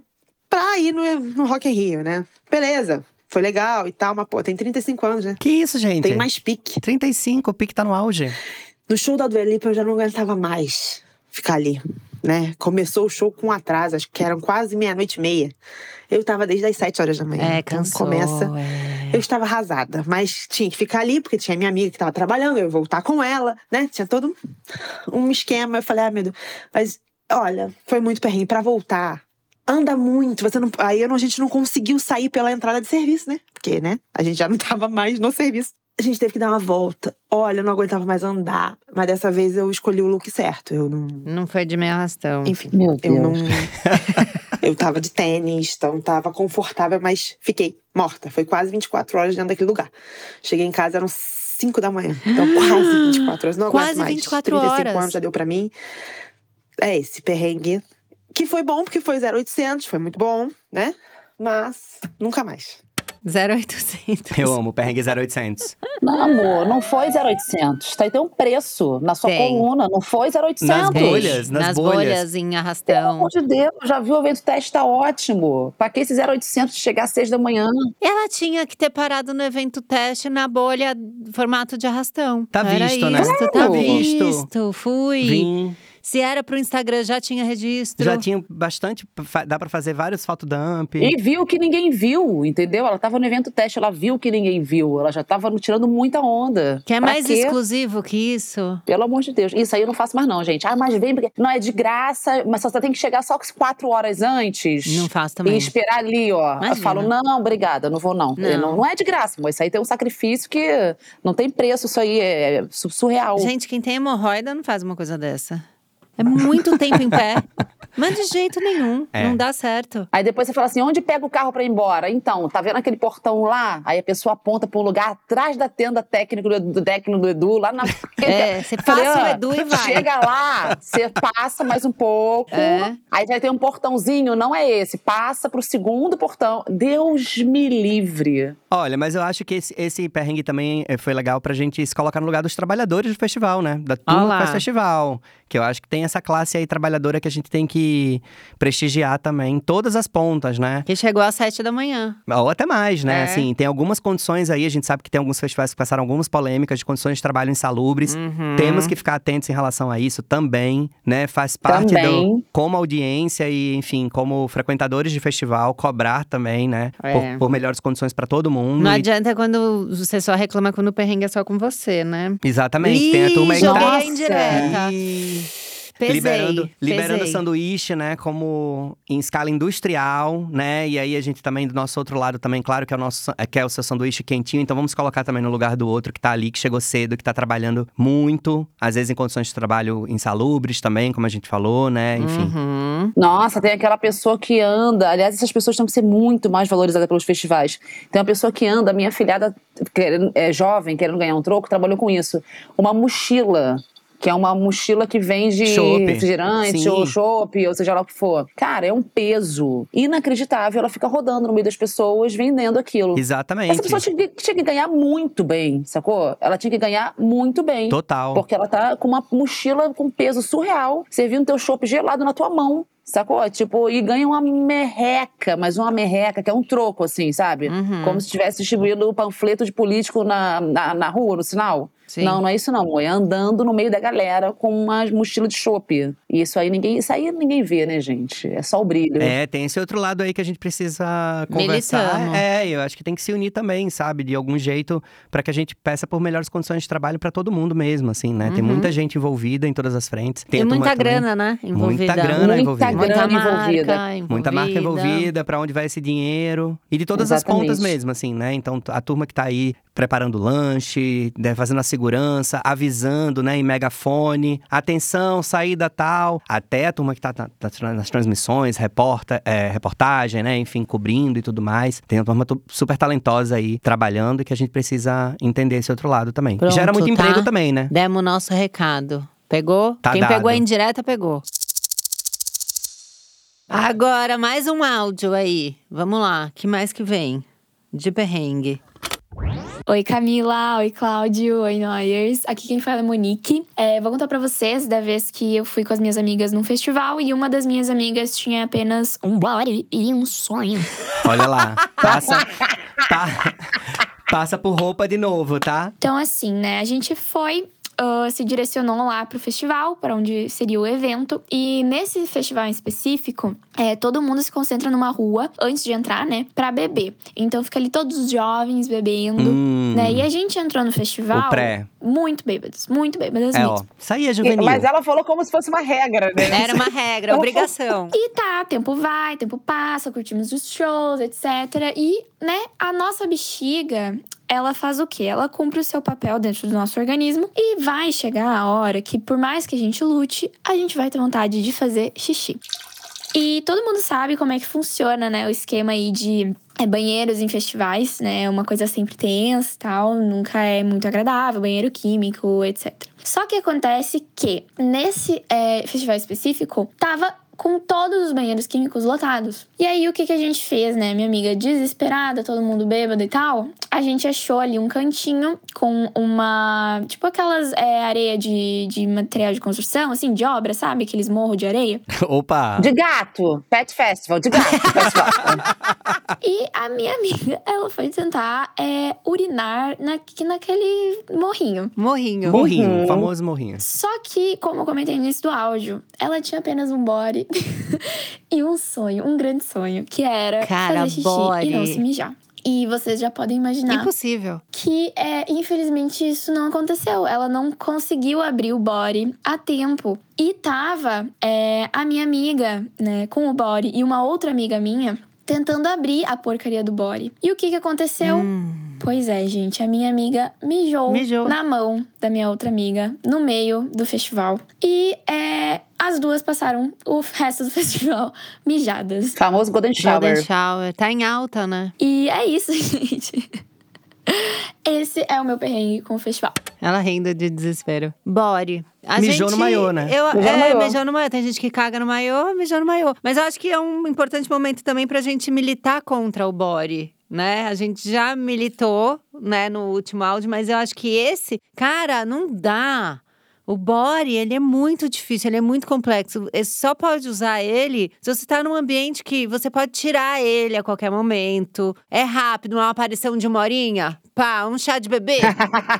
S5: pra ir no, no Rock in Rio, né? Beleza. Foi legal e tal, mas pô, tem 35 anos, né?
S3: Que isso, gente?
S5: Tem mais pique.
S3: 35, o pique tá no auge.
S5: No show da Dua Lipa, eu já não aguentava mais ficar ali, né? Começou o show com atraso, acho que eram quase meia-noite e meia. Eu tava desde as sete horas da manhã.
S1: É,
S5: Então,
S1: cansou.
S5: começa
S1: é.
S5: Eu estava arrasada, mas tinha que ficar ali, porque tinha minha amiga que estava trabalhando, eu ia voltar com ela, né? Tinha todo um- um esquema. Eu falei, ah, meu Deus. Mas, olha, foi muito perrengue para voltar. Anda muito, você não. Aí eu não- a gente não conseguiu sair pela entrada de serviço, né? Porque, né? A gente já não estava mais no serviço. A gente teve que dar uma volta. Olha, eu não aguentava mais andar. Mas dessa vez eu escolhi o look certo. Eu não.
S1: Não foi de meia arrastão.
S5: Enfim.
S4: Meu
S5: Eu
S4: Deus.
S5: não. *laughs* eu tava de tênis, então tava confortável, mas fiquei morta. Foi quase 24 horas dentro daquele lugar. Cheguei em casa, eram 5 da manhã.
S1: *gasps*
S5: Então, quase 24 horas. Não aguento
S1: Quase
S5: mais.
S1: 24 horas.
S5: anos já deu pra mim. É esse perrengue. Que foi bom, porque foi 0800, foi muito bom, né? Mas nunca mais.
S1: 0,800.
S3: Eu amo, perrengue 0800.
S4: Não, amor, não foi 0800. Tá, tem um preço na sua
S1: Tem.
S4: coluna. Não foi 0800.
S3: Nas
S1: Tem.
S3: bolhas, nas
S1: bolhas. Então.
S3: bolhas.
S1: em
S4: Pelo
S1: arrastão.
S4: amor de Deus, já viu o evento teste, tá ótimo. Pra que esse 0800 de chegar às 6 da manhã?
S1: Ela tinha que ter parado no evento teste na bolha formato de arrastão.
S3: Tá
S1: Era
S3: visto, né?
S1: isso, Tá
S4: Claro.
S1: visto.
S3: Visto.
S1: Fui.
S3: Vim,
S1: Se era pro Instagram, já tinha registro.
S3: já tinha bastante. fa- Dá pra fazer vários photodump.
S4: E viu que ninguém viu, entendeu? Ela tava no evento teste, ela viu que ninguém viu. Ela já tava tirando muita onda.
S1: Que é
S4: Pra
S1: mais
S4: quê?
S1: exclusivo que isso?
S4: Pelo amor de Deus. Isso aí eu não faço mais, não, gente. Ah, mas vem, porque. Não, é de graça, mas só tem que chegar só quatro horas antes.
S1: Não faço
S4: E
S1: também.
S4: esperar ali, ó.
S1: Imagina.
S4: Eu falo, não, não, obrigada, não vou não.
S1: Não.
S4: Eu Não, não é de graça, mas isso aí tem um sacrifício que não tem preço, isso aí é su- surreal.
S1: Gente, quem tem hemorroida não faz uma coisa dessa.
S4: *laughs*
S1: É muito tempo em pé. Mas de jeito nenhum.
S3: É.
S1: Não dá certo.
S4: Aí depois você fala assim, onde pega o carro pra ir embora? Então, tá vendo aquele portão lá? Aí a pessoa aponta pra um lugar atrás da tenda técnico do, do técnico do Edu, lá na... *laughs*
S1: É, você
S4: Falei,
S1: passa o
S4: ó,
S1: Edu e vai.
S4: Chega lá, você passa mais um pouco.
S1: É.
S4: Aí já tem um portãozinho, não é esse. Passa pro segundo portão. Deus me livre.
S3: Olha, mas eu acho que esse, esse perrengue também eh, foi legal pra gente se colocar no lugar dos trabalhadores do festival, né? Da turma
S1: Olá.
S3: que faz festival. Que eu acho que tem essa classe aí trabalhadora que a gente tem que prestigiar também. em Todas as pontas, né?
S1: Que chegou às sete da manhã.
S3: Ou até mais, né?
S1: É.
S3: Assim, tem algumas condições aí. A gente sabe que tem alguns festivais que passaram algumas polêmicas de condições de trabalho
S1: Uhum.
S3: insalubres. Temos que ficar atentos em relação a isso também, né? Faz parte do
S4: Também.
S3: como audiência e, enfim, como frequentadores de festival, cobrar também, né?
S1: É.
S3: Por, por melhores condições pra todo mundo.
S1: Não
S3: E-
S1: adianta quando você só reclama quando o perrengue é só com você, né?
S3: Exatamente, tem a turma aí que
S1: joguei
S3: tá
S1: a indireta.
S3: Ih,
S1: Pesei,
S3: liberando,
S1: pesei.
S3: liberando sanduíche, né, como em escala industrial, né? E aí a gente também do nosso outro lado também, claro que é o nosso san- que é o seu sanduíche quentinho, então vamos colocar também no lugar do outro que tá ali, que chegou cedo, que tá trabalhando muito, às vezes em condições de trabalho insalubres também, como a gente falou, né? Enfim.
S1: Uhum.
S4: Nossa, tem aquela pessoa que anda. Aliás, essas pessoas têm que ser muito mais valorizadas pelos festivais. Tem uma pessoa que anda, minha filhada querendo- é jovem, querendo ganhar um troco, trabalhou com isso. Uma mochila que é uma mochila que vende
S3: Chopp.
S4: refrigerante
S3: Sim.
S4: ou chopp, ou seja lá o que for. Cara, é um peso inacreditável. Ela fica rodando no meio das pessoas vendendo aquilo.
S3: Exatamente.
S4: Essa pessoa tinha que, tinha que ganhar muito bem, sacou? Ela tinha que ganhar muito bem.
S3: Total.
S4: Porque ela tá com uma mochila com peso surreal, servindo teu chopp gelado na tua mão, sacou? Tipo, e ganha uma merreca, mas uma merreca, que é um troco, assim, sabe?
S1: Uhum.
S4: Como se tivesse distribuído panfleto de político na, na, na rua, no sinal.
S1: Sim.
S4: Não, não é isso não, amor. É andando no meio da galera com uma mochila de chopp. E isso aí ninguém, isso aí ninguém vê, né, gente? É só o brilho.
S3: É, tem esse outro lado aí que a gente precisa conversar.
S1: Militamos.
S3: É, eu acho que tem que se unir também, sabe? De algum jeito, pra que a gente peça por melhores condições de trabalho pra todo mundo mesmo, assim, né? Tem
S1: Uhum.
S3: muita gente envolvida em todas as frentes. Tem
S1: E
S3: a turma
S1: muita
S3: também-
S1: grana, né? Envolvida.
S3: grana envolvida.
S1: Muita
S4: grana
S1: marca
S4: envolvida.
S3: Muita marca envolvida, pra onde vai esse dinheiro. E de todas as pontas
S4: Exatamente.
S3: mesmo, assim, né? Então, a turma que tá aí preparando o lanche, né, fazendo a segurança, avisando, né, em megafone. Atenção, saída tal. Até a turma que tá, tá- tá tra- nas transmissões, reporta, é, reportagem, né? Enfim, cobrindo e tudo mais. Tem uma turma tu- super talentosa aí, trabalhando, que a gente precisa entender esse outro lado também.
S1: Pronto,
S3: Gera muito
S1: tá?
S3: emprego também, né?
S1: Demos o nosso recado. Pegou?
S3: Tá
S1: Quem
S3: dado.
S1: pegou a indireta, pegou. Agora, mais um áudio aí. Vamos lá, que mais que vem? De perrengue.
S6: Oi Camila, oi Cláudio, oi Noyers. Aqui quem fala é Monique. É, vou contar pra vocês da vez que eu fui com as minhas amigas num festival e uma das minhas amigas tinha apenas um body e um sonho.
S3: Olha lá. Passa, pa- *laughs* passa por roupa de novo, tá?
S6: Então, assim, né, a gente foi. ah, se direcionou lá pro festival, para onde seria o evento. E nesse festival em específico, é, todo mundo se concentra numa rua antes de entrar, né? Pra beber. Então fica ali todos os jovens bebendo.
S3: Hum,
S6: Né? E a gente entrou no
S3: o
S6: festival
S3: pré.
S6: muito bêbados, muito bêbados
S3: É,
S6: mesmo.
S3: ó. Isso aí é
S4: E-
S3: juvenil.
S4: Mas ela falou como se fosse uma regra, né?
S1: Era uma *laughs* regra, obrigação.
S6: E tá, tempo vai, tempo passa, curtimos os shows, etc. E, né, a nossa bexiga, ela faz o quê? Ela cumpre o seu papel dentro do nosso organismo e vai chegar a hora que, por mais que a gente lute, a gente vai ter vontade de fazer xixi. E todo mundo sabe como é que funciona, né, o esquema aí de é, banheiros em festivais, né? Uma coisa sempre tensa e tal, nunca é muito agradável, banheiro químico, etc. Só que acontece que nesse é, festival específico, tava com todos os banheiros químicos lotados. E aí, o que, que a gente fez, né? Minha amiga desesperada, todo mundo bêbado e tal. A gente achou ali um cantinho com uma. Tipo aquelas é, areia de, de material de construção, assim, de obra, sabe? Aqueles morros de areia.
S3: *laughs* Opa!
S4: De gato, Pet Festival, de gato. Pet Festival.
S6: E a minha *laughs* amiga, ela foi tentar é, urinar na, que- naquele morrinho.
S1: Morrinho.
S3: Morrinho, famoso morrinho.
S6: Só que, como eu comentei no início do áudio, ela tinha apenas um body *laughs* e um sonho, um grande sonho, que era
S1: Cara,
S6: fazer xixi
S1: body.
S6: e não se mijar. E vocês já podem imaginar
S1: Impossível.
S6: que, é, infelizmente, isso não aconteceu. Ela não conseguiu abrir o body a tempo. E tava é, a minha amiga, né, com o body e uma outra amiga minha tentando abrir a porcaria do body. E o que que aconteceu? Pois é, gente, a minha amiga mijou,
S1: Mijou.
S6: na mão da minha outra amiga no meio do festival. E é, as duas passaram o resto do *laughs* festival mijadas.
S4: Famoso Golden
S1: Golden
S4: Shower.
S1: Shower. Tá em alta, né?
S6: E é isso, *laughs* gente. Esse é o meu perrengue com o festival.
S1: Ela rindo de desespero. Bore. A
S3: Mijou
S1: gente-
S3: no maiô, né?
S1: Eu,
S4: Mijou no
S1: é,
S4: maiô.
S1: mijou no maiô. Tem gente que caga no maiô, mijou no maiô. Mas eu acho que é um importante momento também pra gente militar contra o body. Né? A gente já militou né, no último áudio, mas eu acho que esse, cara, não dá. O body, ele é muito difícil, ele é muito complexo. Você só pode usar ele se você tá num ambiente que você pode tirar ele a qualquer momento. É rápido, uma aparição de uma horinha, pá, um chá de
S3: *laughs*
S1: bebê.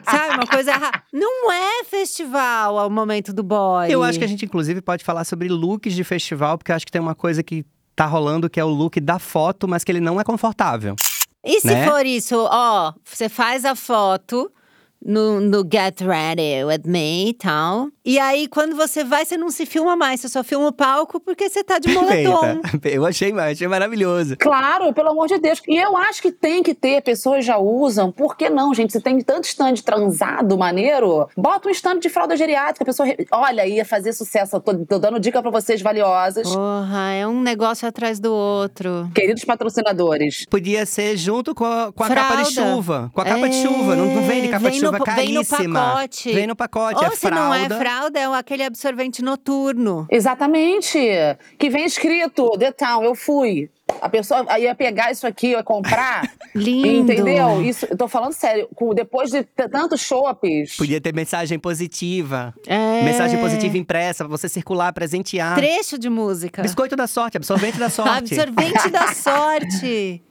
S1: sabe, uma coisa rápida. Não é festival ao momento do body.
S3: Eu acho que a gente, inclusive, pode falar sobre looks de festival, porque eu acho que tem uma coisa que tá rolando que é o look da foto, mas que ele não é confortável.
S1: E se
S3: né?
S1: for isso, ó, você faz a foto no, no Get Ready With Me e tal. E aí, quando você vai, você não se filma mais. Você só filma o palco porque você
S3: *laughs*
S1: tá de moletom.
S3: Perfeita. Eu achei, achei maravilhoso.
S4: Claro, pelo amor de Deus. E eu acho que tem que ter, pessoas já usam. Por que não, gente? Se tem tanto stand transado, maneiro, bota um stand de fralda geriátrica. A pessoa, re- olha, ia fazer sucesso. Eu tô, tô dando dica pra vocês valiosas.
S1: Porra, é um negócio atrás do outro.
S4: Queridos patrocinadores.
S3: Podia ser junto com a, com a capa de
S1: Fralda.
S3: chuva. Com a capa de
S1: É,
S3: chuva. Não, não vende capa
S1: vem
S3: de chuva noiva
S1: no, vem no
S3: caríssima.
S1: pacote.
S3: Vem no pacote,
S1: Ou
S3: é
S1: se não é
S3: fralda.
S1: fralda, é aquele absorvente noturno.
S4: Exatamente. Que vem escrito, The Town, eu fui. A pessoa ia pegar isso aqui, ia comprar.
S1: Lindo.
S4: entendeu? Isso, eu tô falando sério. com- Depois de t- tantos shoppings.
S3: Podia ter mensagem positiva.
S1: É.
S3: Mensagem positiva impressa, pra você circular, presentear.
S1: Trecho de música.
S3: Ah. Biscoito da sorte,
S1: *laughs*
S3: absorvente da sorte.
S1: Absorvente
S3: *laughs*
S1: da sorte.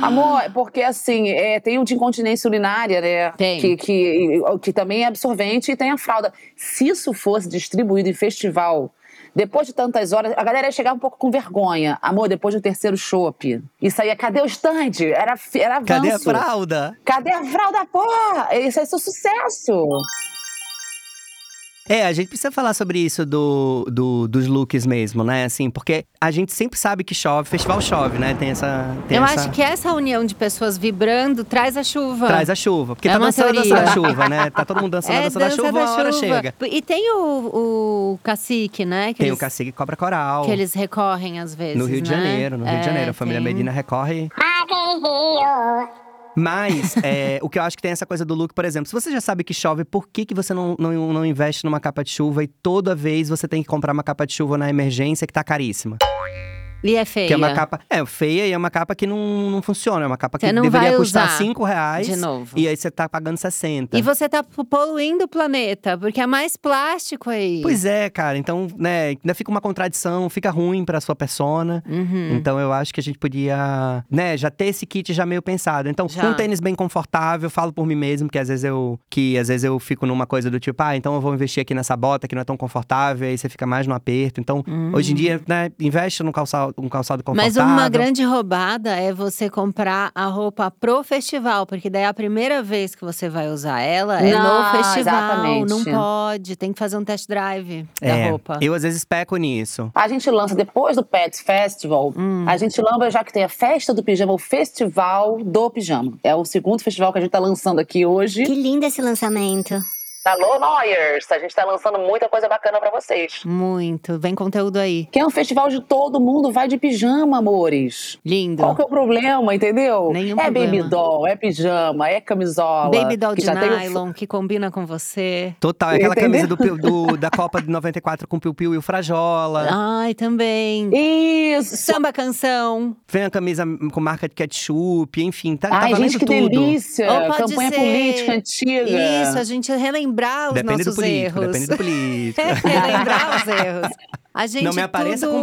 S4: Amor, é porque assim, é, tem o de incontinência urinária, né?
S1: Tem.
S4: Que, que, que também é absorvente e tem a fralda. Se isso fosse distribuído em festival, depois de tantas horas, a galera ia chegar um pouco com vergonha. Amor, depois do terceiro chopp. Isso aí, é, cadê o stand? Era, fi- era avanço.
S3: Cadê a fralda?
S4: Cadê a fralda, porra? Isso aí é seu sucesso.
S3: É, a gente precisa falar sobre isso do, do- dos looks mesmo, né? Assim, porque a gente sempre sabe que chove, festival chove, né? Tem essa. Tem
S1: Eu
S3: essa-
S1: acho que essa união de pessoas vibrando traz a chuva.
S3: Traz a chuva. Porque
S1: É
S3: tá
S1: uma
S3: dançando a dança da
S1: teoria. É,
S3: chuva, né? Tá todo mundo
S1: *laughs*
S3: dançando a dança, da chuva, a hora chega.
S1: E tem o, o cacique, né? Que
S3: Tem
S1: eles,
S3: o Cacique Cobra Coral.
S1: Que eles recorrem às vezes.
S3: No Rio de
S1: né?
S3: Janeiro, no Rio
S1: É,
S3: de Janeiro. A família
S1: tem-
S3: Medina recorre.
S2: Ave Rio.
S3: Mas é, *laughs* o que eu acho que tem essa coisa do look, por exemplo, se você já sabe que chove, por que, que você não, não, não investe numa capa de chuva e toda vez você tem que comprar uma capa de chuva na emergência que tá caríssima?
S1: E é feia.
S3: Que é uma capa. É, feia e é uma capa que não, não funciona. É uma capa que
S1: Você não
S3: deveria
S1: vai
S3: custar
S1: usar
S3: 5 reais.
S1: de novo.
S3: E aí você tá pagando 60.
S1: E você tá poluindo o planeta, porque é mais plástico aí.
S3: Pois é, cara. Então, né, ainda fica uma contradição, fica ruim pra sua persona.
S1: Uhum.
S3: Então eu acho que a gente podia, né, já ter esse kit já meio pensado. Então,
S1: Já.
S3: um tênis bem confortável, falo por mim mesmo, que às vezes eu que às vezes eu fico numa coisa do tipo, ah, então eu vou investir aqui nessa bota que não é tão confortável, aí você fica mais no aperto. Então,
S4: uhum.
S3: hoje em dia, né, investe num calçado, um calçado
S1: Hum. Mas
S3: confortável.
S1: uma grande roubada é você comprar a roupa pro festival, porque daí é a primeira vez que você vai usar ela é
S4: Não,
S1: no festival.
S4: Ah, exatamente.
S1: Não pode, tem que fazer um test drive
S3: é,
S1: da roupa.
S3: Eu às vezes peco nisso.
S4: A gente lança depois do Pet Festival, a gente lembra já que tem a festa do pijama, o Festival do Pijama. É o segundo festival que a gente tá lançando aqui hoje.
S2: Que lindo esse lançamento.
S4: Da Low Lawyers. A gente tá lançando muita coisa bacana pra vocês.
S1: Muito, vem conteúdo aí.
S4: Que é um festival de todo mundo vai de pijama, amores.
S1: Lindo.
S4: Qual que é o problema, entendeu?
S1: Nenhum
S4: é
S1: problema.
S4: baby doll, é pijama, é camisola.
S1: Baby doll
S4: que
S1: de
S4: já tem o-
S1: nylon que combina com você.
S3: Total, é aquela
S4: Entendeu?
S3: camisa do, Piu- do- da Copa de 94 com o Piu Piu e o Frajola.
S1: Ai, também.
S4: Isso!
S1: Samba canção.
S3: Vem a camisa com marca de ketchup, enfim, tá, tá
S4: Ai,
S3: valendo
S4: gente, que
S3: tudo.
S4: delícia!
S1: Ou pode
S4: Campanha
S1: ser-
S4: política antiga.
S1: Isso, a gente relembrar os
S3: Depende do
S1: nossos
S3: político,
S1: erros. *laughs*
S3: depende do político.
S1: relembrar os erros. A gente
S3: não me apareça
S1: tudo...
S3: com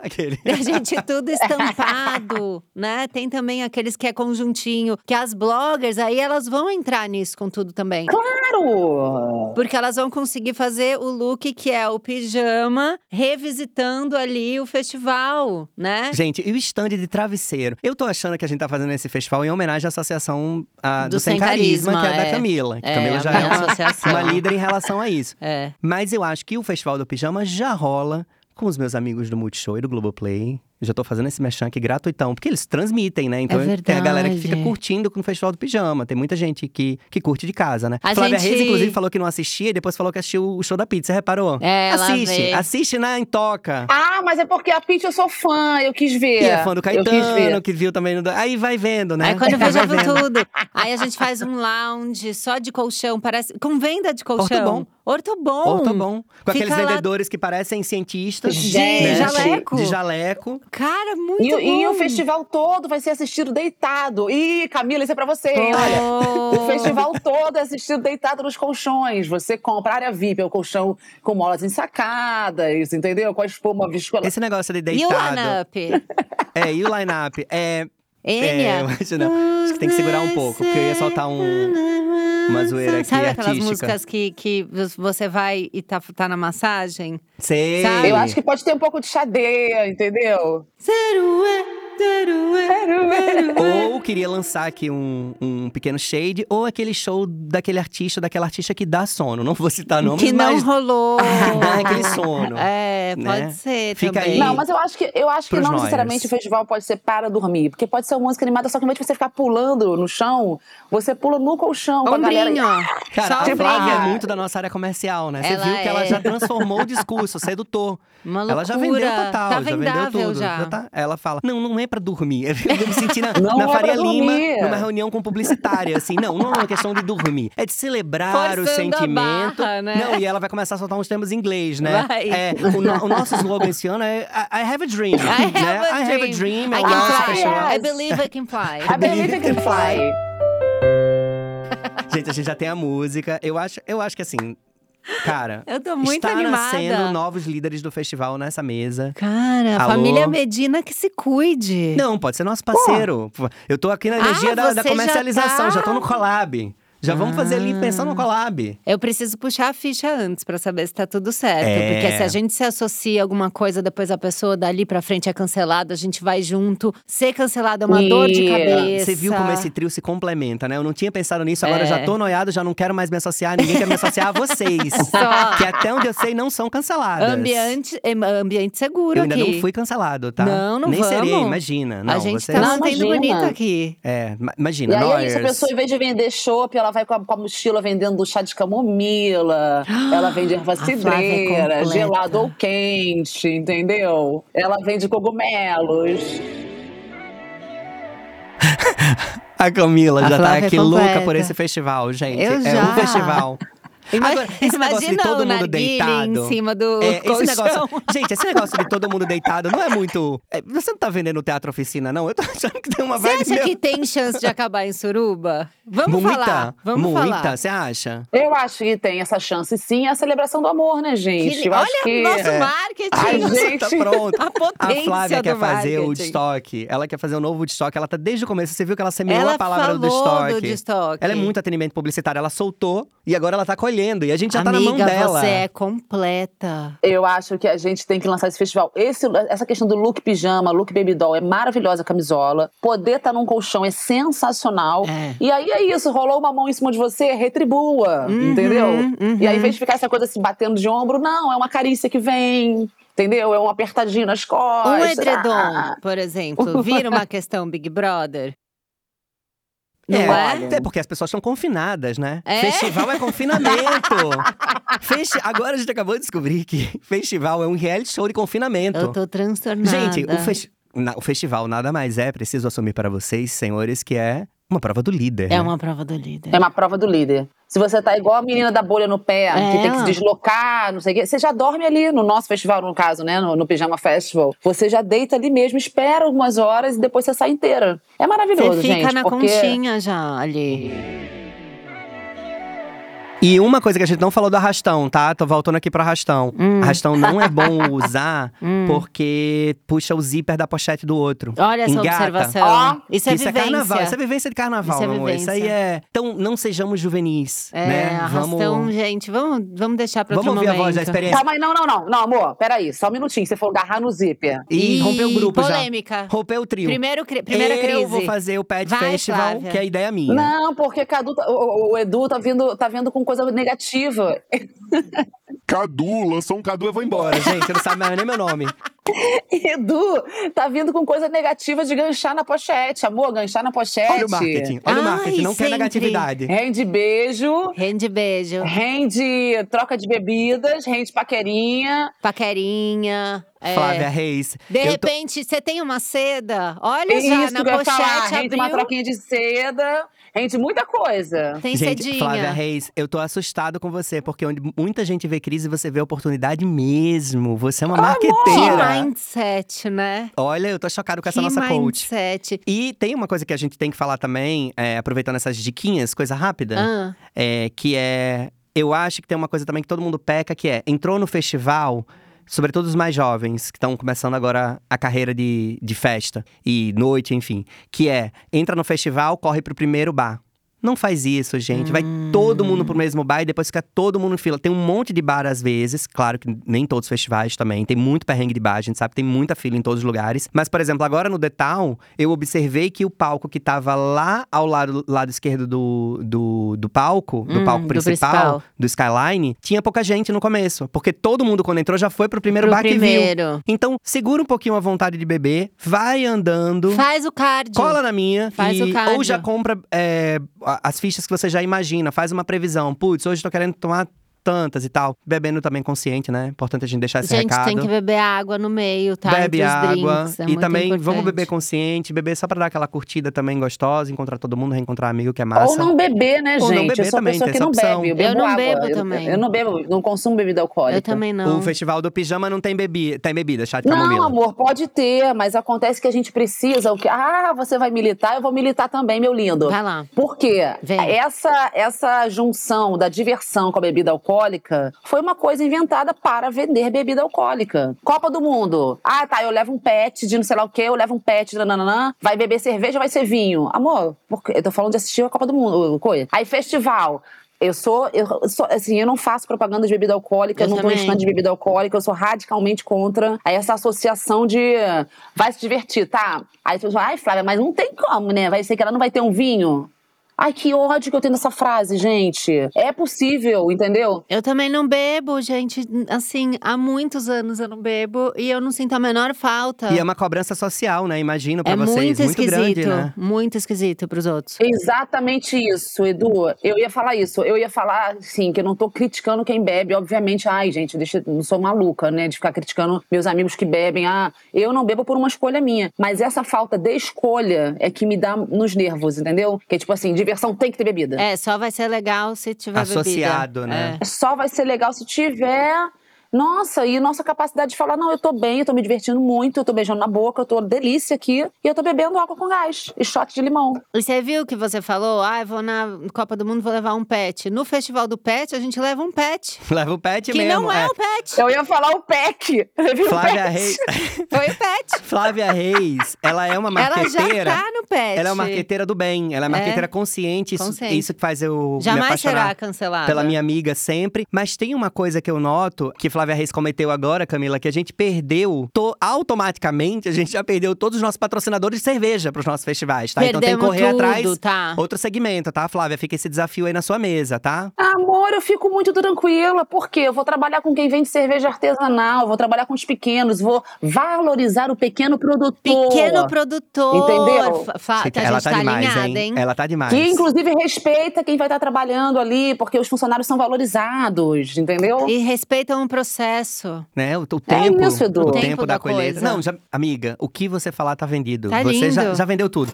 S1: *laughs*
S3: aquele.
S1: A gente tudo estampado, né? Tem também aqueles que é conjuntinho, que as bloggers aí elas vão entrar nisso com tudo também.
S4: Claro!
S1: Porque elas vão conseguir fazer o look que é o pijama, revisitando ali o festival, né?
S3: Gente, e o stand de travesseiro? Eu tô achando que a gente tá fazendo esse festival em homenagem à associação ah, do, Sem Carisma, que é, da Camila. Que
S1: É,
S3: Camila
S1: a
S3: já
S1: minha
S3: é uma,
S1: associação.
S3: uma líder em relação a isso.
S1: É.
S3: Mas eu acho que o Festival do Pijama já rola com os meus amigos do Multishow e do Globoplay. Eu já tô fazendo esse merchan aqui gratuitão, porque eles transmitem, né? Então tem a galera que
S1: É
S3: fica
S1: verdade.
S3: curtindo com o Festival do Pijama. Tem muita gente que, que curte de casa, né?
S1: A
S3: Flávia
S1: gente-
S3: Reis, inclusive, falou que não assistia e depois falou que assistiu o show da pizza, reparou?
S1: É, ela
S3: assiste,
S1: vê.
S3: assiste na Intoca.
S4: Ah, mas é porque a Pitty eu sou fã, eu quis ver.
S3: E é fã do
S4: Eu quis ver.
S3: Caetano, que viu também. No... Aí vai vendo, né?
S1: Aí quando é eu
S3: vai
S1: vejo, eu vi
S3: vendo.
S1: tudo. Aí a gente faz um lounge só de colchão, parece. Com venda de colchão.
S3: Ortobon.
S1: Ortobon.
S3: Ou tá bom. Com
S1: Fica
S3: aqueles
S1: lá-
S3: vendedores que parecem cientistas.
S4: De
S3: né?
S1: jaleco.
S3: De jaleco.
S1: Cara, muito
S4: E, o-
S1: bom.
S4: e o festival todo vai ser assistido deitado. Ih, Camila, isso é pra você, hein? Olha. O festival todo é assistido deitado nos colchões. Você compra a área VIP, é o colchão com molas ensacadas, entendeu? Com a espuma viscosa.
S3: Esse negócio de
S1: E o
S3: deitado.
S1: line-up?
S3: É, e o line-up? É, é, eu
S1: Enya?
S3: acho, não. acho que tem que segurar um pouco, porque eu ia soltar um. uma zoeira aqui,
S1: Sabe aquelas
S3: artística.
S1: músicas que, que você vai e tá, tá na massagem?
S3: Sei.
S1: Sabe?
S4: Eu acho que pode ter um pouco de chadeia, entendeu?
S1: Zerué, zerué, zerué.
S3: Ou queria lançar aqui um, um pequeno shade, ou aquele show daquele artista, daquela artista que dá sono. Não vou citar nomes,
S1: Que não
S3: mas *laughs*
S1: rolou.
S3: dá Ah, aquele sono.
S1: É, pode
S3: né?
S1: ser
S3: Fica
S1: também.
S3: aí.
S4: Não, mas eu acho que, eu acho que
S3: Pros
S4: não
S3: noias.
S4: necessariamente o festival pode ser para dormir. Porque pode ser uma música animada, só que ao invés de você ficar pulando no chão, você pula no colchão com a galera.
S1: Ombrinho.
S3: Cara,
S1: Só
S3: a
S1: ombrinho.
S3: Flávia é muito da nossa área comercial, né? Você
S1: Ela
S3: viu que ela
S1: é.
S3: já transformou o discurso, sedutor.
S1: Uma loucura.
S3: Ela já vendeu total,
S1: tá
S3: já vendeu
S1: vendável
S3: tudo.
S1: já.
S3: tá- Ela fala, não, não é pra dormir. *laughs* Eu me senti na,
S4: Não
S3: na
S4: é pra
S3: Faria Lima,
S4: dormir.
S3: numa reunião com publicitária, assim. Não, não é uma questão de dormir. É de celebrar o
S1: Forçando a
S3: sentimento.
S1: barra, né?
S3: Não, e ela vai começar a soltar uns termos em inglês, né?
S1: Vai.
S3: É, o, no- o nosso slogan esse ano é I, I have a dream.
S1: *laughs* I have,
S3: né?
S1: a
S3: I have a
S1: dream.
S3: dream. é
S1: I
S3: o
S1: can
S3: nosso
S1: fly.
S3: fechamento.
S1: I believe I can fly.
S3: *laughs*
S4: I believe I can fly.
S3: Gente, a gente já tem a música. Eu acho, eu acho que assim. Cara,
S1: Eu tô muito
S3: está
S1: animada.
S3: nascendo novos líderes do festival nessa mesa.
S1: Cara,
S3: Alô?
S1: família Medina que se cuide.
S3: Não, pode ser nosso parceiro. Eu tô aqui na energia da, da
S1: Ah, você já
S3: comercialização,
S1: tá? Ah.
S3: já, tô no collab. Já vamos fazer ali pensando no collab.
S1: Eu preciso puxar a ficha antes pra saber se tá tudo certo.
S3: É.
S1: Porque se a gente se associa a alguma coisa, depois a pessoa dali pra frente é cancelada, a gente vai junto. Ser cancelado é uma dor de
S4: Yeah.
S1: cabeça.
S3: Você viu como esse trio se complementa, né? Eu não tinha pensado nisso, agora
S1: É.
S3: eu já tô noiado, já não quero mais me associar, ninguém quer me associar a vocês.
S1: *laughs* Só.
S3: que até onde eu sei não são canceladas.
S1: Ambiente, em- ambiente seguro
S3: eu ainda
S1: aqui.
S3: não fui cancelado, tá?
S1: Não, não
S3: Nem serei,
S1: vamos.
S3: imagina.
S1: a
S3: Não,
S1: gente
S3: você...
S1: tá
S4: Não,
S1: mantendo
S4: imagina.
S1: bonito aqui.
S3: É, ma-
S4: E
S3: imagina,
S4: aí é isso, a
S3: Noyers.
S4: pessoa, em vez de vender chopp, ela vai com a, com a mochila vendendo chá de camomila, ela vende
S1: *gasps*
S4: erva
S1: A Flávia é
S4: cidreira,
S1: completa.
S4: gelado ou quente, entendeu? Ela vende cogumelos.
S3: A Camila
S1: A
S3: já tá
S1: Flávia
S3: aqui
S1: é
S3: louca
S1: completa.
S3: por esse festival, gente.
S1: Eu
S3: é
S1: já.
S3: um festival.
S1: Ima-
S3: Agora, *laughs* esse negócio de
S1: Imagina
S3: todo
S1: o
S3: mundo
S1: narguilé em
S3: deitado.
S1: cima do
S3: É, esse
S1: colchão.
S3: negócio, *laughs* gente, esse negócio de todo mundo deitado não é muito. é, você não tá vendendo teatro oficina, não? Eu tô achando que tem
S1: *laughs*
S3: uma
S1: Você
S3: vibe.
S1: acha
S3: meio-
S1: que tem chance de acabar em suruba? Vamos
S3: muita,
S1: falar. Vamos
S3: muita,
S1: falar.
S3: você acha?
S4: Eu acho que tem essa chance, sim, é a celebração do amor, né, gente?
S1: Que-
S4: Eu acho
S1: Olha
S4: que.
S1: o nosso
S3: É.
S4: Ai,
S1: marketing.
S4: gente.
S3: Você tá pronto.
S1: *laughs* A potência
S3: A Flávia
S1: do
S3: quer fazer
S1: marketing.
S3: o Woodstock. Ela quer fazer o novo Woodstock. Ela tá desde o começo. Você viu que ela semeou
S1: Ela
S3: É a palavra
S1: falou
S3: Woodstock.
S1: do Woodstock.
S3: Ela é muito atendimento publicitário. Ela soltou e agora ela tá colhendo. E a gente já tá na mão
S1: Amiga,
S3: dela.
S1: você é completa.
S4: Eu acho que a gente tem que lançar esse festival. Esse- essa questão do look pijama, look baby doll, é maravilhosa a camisola. Poder estar num colchão é sensacional.
S1: É.
S4: E aí é isso, rolou uma mão em cima de você, retribua,
S1: Uhum,
S4: entendeu?
S1: uhum.
S4: E aí, em vez de ficar essa coisa se batendo de ombro, não, é uma carícia que vem, entendeu? É um apertadinho nas costas.
S1: Um edredom,
S4: Ah.
S1: por
S4: *laughs*
S1: exemplo, vira uma questão Big Brother. Não
S3: É,
S1: é?
S3: até porque as pessoas estão confinadas, né?
S1: É?
S3: Festival é confinamento. *laughs* Festi- Agora a gente acabou de descobrir que festival é um reality show de confinamento.
S1: Eu tô transtornada.
S3: Gente, o, fes- na- o festival nada mais é, preciso assumir para vocês, senhores, que é uma prova do líder.
S1: É
S3: né?
S1: uma prova do líder.
S4: É uma prova do líder. Se você tá igual a menina da bolha no pé,
S1: É.
S4: que tem que se deslocar, não sei o quê, você já dorme ali no nosso festival, no caso, né? No, no Pijama Festival. Você já deita ali mesmo, espera algumas horas e depois você sai inteira. É maravilhoso,
S1: Você fica
S4: gente.
S1: na
S4: porque...
S1: conchinha já ali.
S3: E uma coisa que a gente não falou do arrastão, tá? Tô voltando aqui pro arrastão.
S1: Hum.
S3: Arrastão não é
S1: *laughs*
S3: bom usar
S1: Hum.
S3: porque puxa o zíper da pochete do outro.
S1: Olha essa
S3: Engata.
S1: observação.
S4: Ó,
S1: isso é
S3: isso é
S1: vivência.
S3: carnaval, isso é vivência de carnaval,
S1: Isso é
S3: meu amor. Isso aí
S1: vivência.
S3: é. Então, não sejamos juvenis,
S1: É,
S3: né?
S1: arrastão, gente. Vamos, vamos deixar pra
S3: Vamos
S1: outro
S3: ouvir a
S1: momento.
S3: voz da experiência.
S4: Calma aí, Tá, não, não, não. Não, amor, peraí, só um minutinho. Você for agarrar no zíper.
S3: E rompeu o grupo
S1: polêmica.
S3: já. Rompeu o trio.
S1: Primeiro, cri- primeira
S3: eu
S1: crise.
S3: vou fazer o Pet
S1: Vai,
S3: Festival,
S1: Flávia.
S3: que é a ideia minha.
S4: Não, porque Cadu, tá- o, o- o Edu tá vindo, tá vindo com coisa negativa.
S7: Cadu, lançou um Cadu, eu vou embora.
S3: *laughs* Bora, gente, não sabe mais nem meu nome.
S4: *laughs* Edu tá vindo com coisa negativa de ganchar na pochete. Amor, ganchar na pochete.
S3: Olha o marketing, olha o
S1: Ai,
S3: marketing, não
S1: sempre.
S3: quer negatividade.
S4: Rende beijo.
S1: Rende beijo,
S4: Rende troca de bebidas, rende paquerinha.
S1: paquerinha. é.
S3: Flávia Reis.
S1: De
S3: eu tô-
S1: repente, você tem uma seda. Olha
S4: É
S1: já,
S4: isso
S1: na
S4: que eu ia
S1: pochete
S4: falar. Rende uma
S1: abriu.
S4: troquinha de seda, rende muita coisa.
S1: Tem
S3: gente,
S1: cedinha.
S3: Flávia é Reis, eu tô assustado com você, porque onde muita gente vê crise, você vê oportunidade mesmo. Você é uma
S1: que
S3: marqueteira.
S1: mindset, né?
S3: Olha, eu tô chocado com essa
S1: que
S3: nossa coach.
S1: mindset.
S3: E tem uma coisa que a gente tem que falar também, é, aproveitando essas diquinhas, coisa rápida.
S1: Ah,
S3: é, que é. Eu acho que tem uma coisa também que todo mundo peca, que é entrou no festival. Sobretudo os mais jovens, que estão começando agora a carreira de, de festa e noite, enfim. Que é, entra no festival, corre pro primeiro bar. Não faz isso, gente. Vai
S1: Hum.
S3: todo mundo pro mesmo bar e depois fica todo mundo em fila. Tem um monte de bar às vezes, claro que nem todos os festivais também. Tem muito perrengue de bar, a gente sabe, tem muita fila em todos os lugares. Mas, por exemplo, agora no The Town, eu observei que o palco que tava lá ao lado, lado esquerdo do, do, do palco, do
S1: Hum,
S3: palco
S1: do
S3: principal,
S1: principal.
S3: do Skyline, tinha pouca gente no começo. Porque todo mundo, quando entrou, já foi pro primeiro
S1: pro
S3: bar que viu.
S1: primeiro.
S3: Então, segura um pouquinho a vontade de beber, vai andando.
S1: Faz o cardio.
S3: Cola na minha.
S1: Faz
S3: e-
S1: o cardio.
S3: Ou já compra é, a- as fichas que você já imagina, faz uma previsão. Putz, hoje tô querendo tomar tantas e tal. Bebendo também consciente, né? Importante a gente deixar esse
S1: Gente,
S3: recado.
S1: tem que beber água no meio, tá? Entre
S3: Bebe
S1: os
S3: água.
S1: drinks, é
S3: e
S1: muito
S3: também vamos
S1: importante.
S3: beber consciente, beber só pra dar aquela curtida também gostosa, encontrar todo mundo, reencontrar amigo, que é massa.
S4: Ou não beber, né,
S3: Ou não
S4: gente?
S3: beber
S4: eu sou
S3: também,
S4: uma pessoa
S3: tem
S4: que
S3: essa
S4: não
S3: opção.
S4: bebe. Eu bebo
S1: Eu não
S4: água.
S1: bebo
S4: eu,
S1: também.
S4: Eu, não bebo, não consumo bebida alcoólica.
S1: Eu também não.
S3: O festival do pijama não tem bebida, tem bebida, chá de
S4: Não,
S3: É camomila.
S4: amor, pode ter, mas acontece que a gente precisa. O que? Ah, você vai militar, eu vou militar também, meu lindo.
S1: Vai lá.
S4: Por quê?
S1: Vem.
S4: Essa, essa junção da diversão com a bebida alcoólica foi uma coisa inventada para vender bebida alcoólica. Copa do Mundo. Ah, tá, eu levo um pet de não sei lá o quê, eu levo um pet, nananã, vai beber cerveja, vai ser vinho. Amor, por quê? eu tô falando de assistir a Copa do Mundo. Coisa. Aí, festival. Eu sou, eu sou- assim, eu não faço propaganda de bebida alcoólica,
S1: Eu
S4: eu não tô em
S1: também.
S4: stand de bebida alcoólica, eu sou radicalmente contra essa associação de vai se divertir, tá? Aí as pessoas falam, ai, Flávia, mas não tem como, né? Vai ser que ela não vai ter um vinho. Ai, que ódio que eu tenho dessa frase, gente. É possível, entendeu?
S1: Eu também não bebo, gente. Assim, há muitos anos eu não bebo e eu não sinto a menor falta.
S3: E é uma cobrança social, né? Imagino pra
S1: É
S3: vocês.
S1: muito
S3: Muito
S1: esquisito.
S3: grande, né? *laughs*
S1: Muito esquisito pros outros.
S4: Exatamente isso, Edu. Eu ia falar isso. Eu ia falar, assim, que eu não tô criticando quem bebe, obviamente. Ai, gente, deixa, não sou maluca, né? De ficar criticando meus amigos que bebem. Ah, eu não bebo por uma escolha minha. Mas essa falta de escolha é que me dá nos nervos, entendeu? Que é tipo assim, diversão tem que ter bebida. É,
S1: É, só vai ser legal se tiver
S3: Associado,
S1: bebida. É.
S3: né?
S4: só vai ser legal se tiver. Nossa, e nossa capacidade de falar: não, eu tô bem, eu tô me divertindo muito, eu tô beijando na boca, eu tô delícia aqui, e eu tô bebendo água com gás e shot de limão.
S1: E você viu que você falou? Ah, eu vou na Copa do Mundo, vou levar um pet. No Festival do Pet, a gente leva um pet.
S3: Leva o pet
S1: que
S3: mesmo.
S1: não é, o pet. *laughs*
S4: Eu ia falar o *laughs* PEC. viu,
S3: Flávia
S4: Peck?
S3: Reis.
S1: Foi o pet.
S3: *laughs* Flávia Reis, ela é uma
S1: *laughs* Ela
S3: marqueteira.
S1: já tá no pet.
S3: Ela é uma marqueteira do bem, ela é marqueteira consciente, isso,
S1: Consciente.
S3: isso que faz eu me
S1: Jamais
S3: apaixonar
S1: será cancelada.
S3: pela minha amiga sempre. Mas tem uma coisa que eu noto, que Flávia Reis cometeu agora, Camila, que a gente perdeu, to- automaticamente, a gente já perdeu todos os nossos patrocinadores de cerveja pros nossos festivais, tá? então tem que
S1: Perdemos
S3: correr
S1: tudo,
S3: atrás.
S1: tá?
S3: Outro segmento, tá, Flávia? Fica esse desafio aí na sua mesa, tá?
S4: Amor, eu fico muito tranquila, porque eu vou trabalhar com quem vende cerveja artesanal, vou trabalhar com os pequenos, vou valorizar o pequeno produtor.
S1: Pequeno produtor.
S4: Entendeu?
S1: Fa- fa- a
S3: ela
S1: gente
S3: tá,
S1: tá,
S3: demais,
S1: alinhada, hein?
S3: Ela tá demais.
S4: Que inclusive respeita quem vai estar trabalhando ali, porque os funcionários são valorizados, entendeu?
S1: E respeitam o processo.
S3: né? O, o tempo,
S4: É isso, Edu.
S3: o
S4: O
S3: tempo,
S1: tempo
S3: da,
S1: da
S3: colheita.
S1: coisa.
S3: Não, já- amiga, o que você falar tá vendido.
S1: Tá
S3: você já,
S1: lindo.
S3: já vendeu tudo.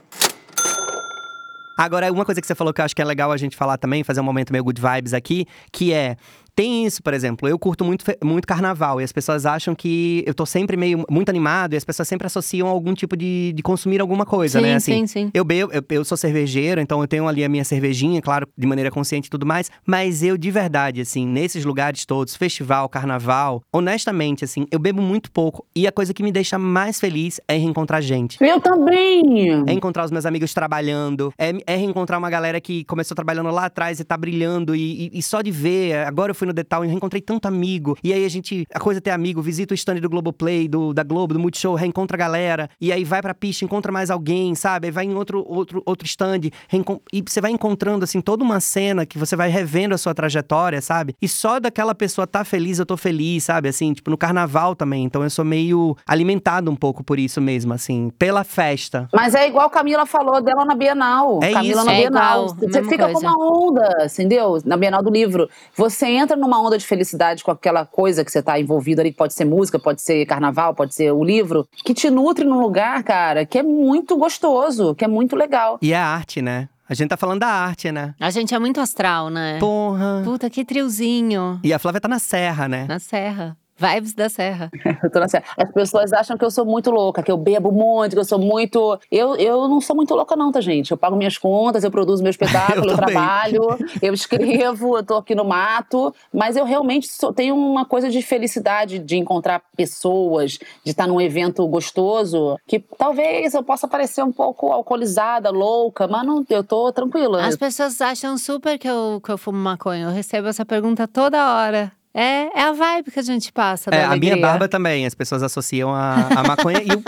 S3: Agora, uma coisa que você falou que eu acho que é legal a gente falar também, fazer um momento meio good vibes aqui, que é. Tem isso, por exemplo, eu curto muito, fe- muito carnaval e as pessoas acham que eu tô sempre meio muito animado e as pessoas sempre associam a algum tipo de, de consumir alguma coisa,
S1: sim,
S3: né?
S1: sim,
S3: Assim,
S1: sim.
S3: eu bebo, eu, eu sou cervejeiro, então eu tenho ali a minha cervejinha, claro, de maneira consciente e tudo mais. Mas eu, de verdade, assim, nesses lugares todos, festival, carnaval, honestamente, assim, eu bebo muito pouco. E a coisa que me deixa mais feliz é reencontrar gente.
S4: Eu também.
S3: É encontrar os meus amigos trabalhando, é, é reencontrar uma galera que começou trabalhando lá atrás e tá brilhando, e, e- e só de ver, agora eu fui no Detal e reencontrei tanto amigo. E aí a gente, a coisa é ter amigo, visita o stand do Globoplay, do, da Globo, do Multishow, reencontra a galera, e aí vai pra pista, encontra mais alguém, sabe? Aí vai em outro, outro, outro stand, reencon- e você vai encontrando, assim, toda uma cena que você vai revendo a sua trajetória, sabe? E só daquela pessoa tá feliz, eu tô feliz, sabe? Assim, tipo, no carnaval também, então eu sou meio alimentado um pouco por isso mesmo, assim, pela festa.
S4: Mas é igual Camila falou dela na Bienal.
S3: É
S4: Camila
S3: isso.
S4: na
S1: É
S4: Bienal.
S1: igual,
S4: você
S1: mesma
S4: fica
S1: coisa.
S4: com uma onda, entendeu? Na Bienal do livro. Você entra numa onda de felicidade com aquela coisa que você tá envolvido ali, que pode ser música, pode ser carnaval, pode ser o livro, que te nutre num lugar, cara, que é muito gostoso, que é muito legal.
S3: E é arte, né? A gente tá falando da arte, né?
S1: A gente é muito astral, né?
S3: Porra.
S1: Puta, que triozinho.
S3: E a Flávia tá na serra, né?
S1: Na serra. Vibes da serra.
S4: Eu tô na série. As pessoas acham que eu sou muito louca, que eu bebo muito, que eu sou muito. Eu, eu não sou muito louca, não, tá, gente? Eu pago minhas contas, eu produzo meu espetáculo,
S3: Eu
S4: eu,
S3: também.
S4: trabalho, eu escrevo, eu tô aqui no mato. Mas eu realmente sou- tenho uma coisa de felicidade de encontrar pessoas, de estar num evento gostoso, que talvez eu possa parecer um pouco alcoolizada, louca, mas não, eu tô tranquila.
S1: As pessoas acham super que eu, que eu fumo maconha. Eu recebo essa pergunta toda hora. É, é a vibe que a gente passa da
S3: É, a minha
S1: alegria.
S3: barba também. As pessoas associam a, a
S1: *laughs*
S3: maconha. e eu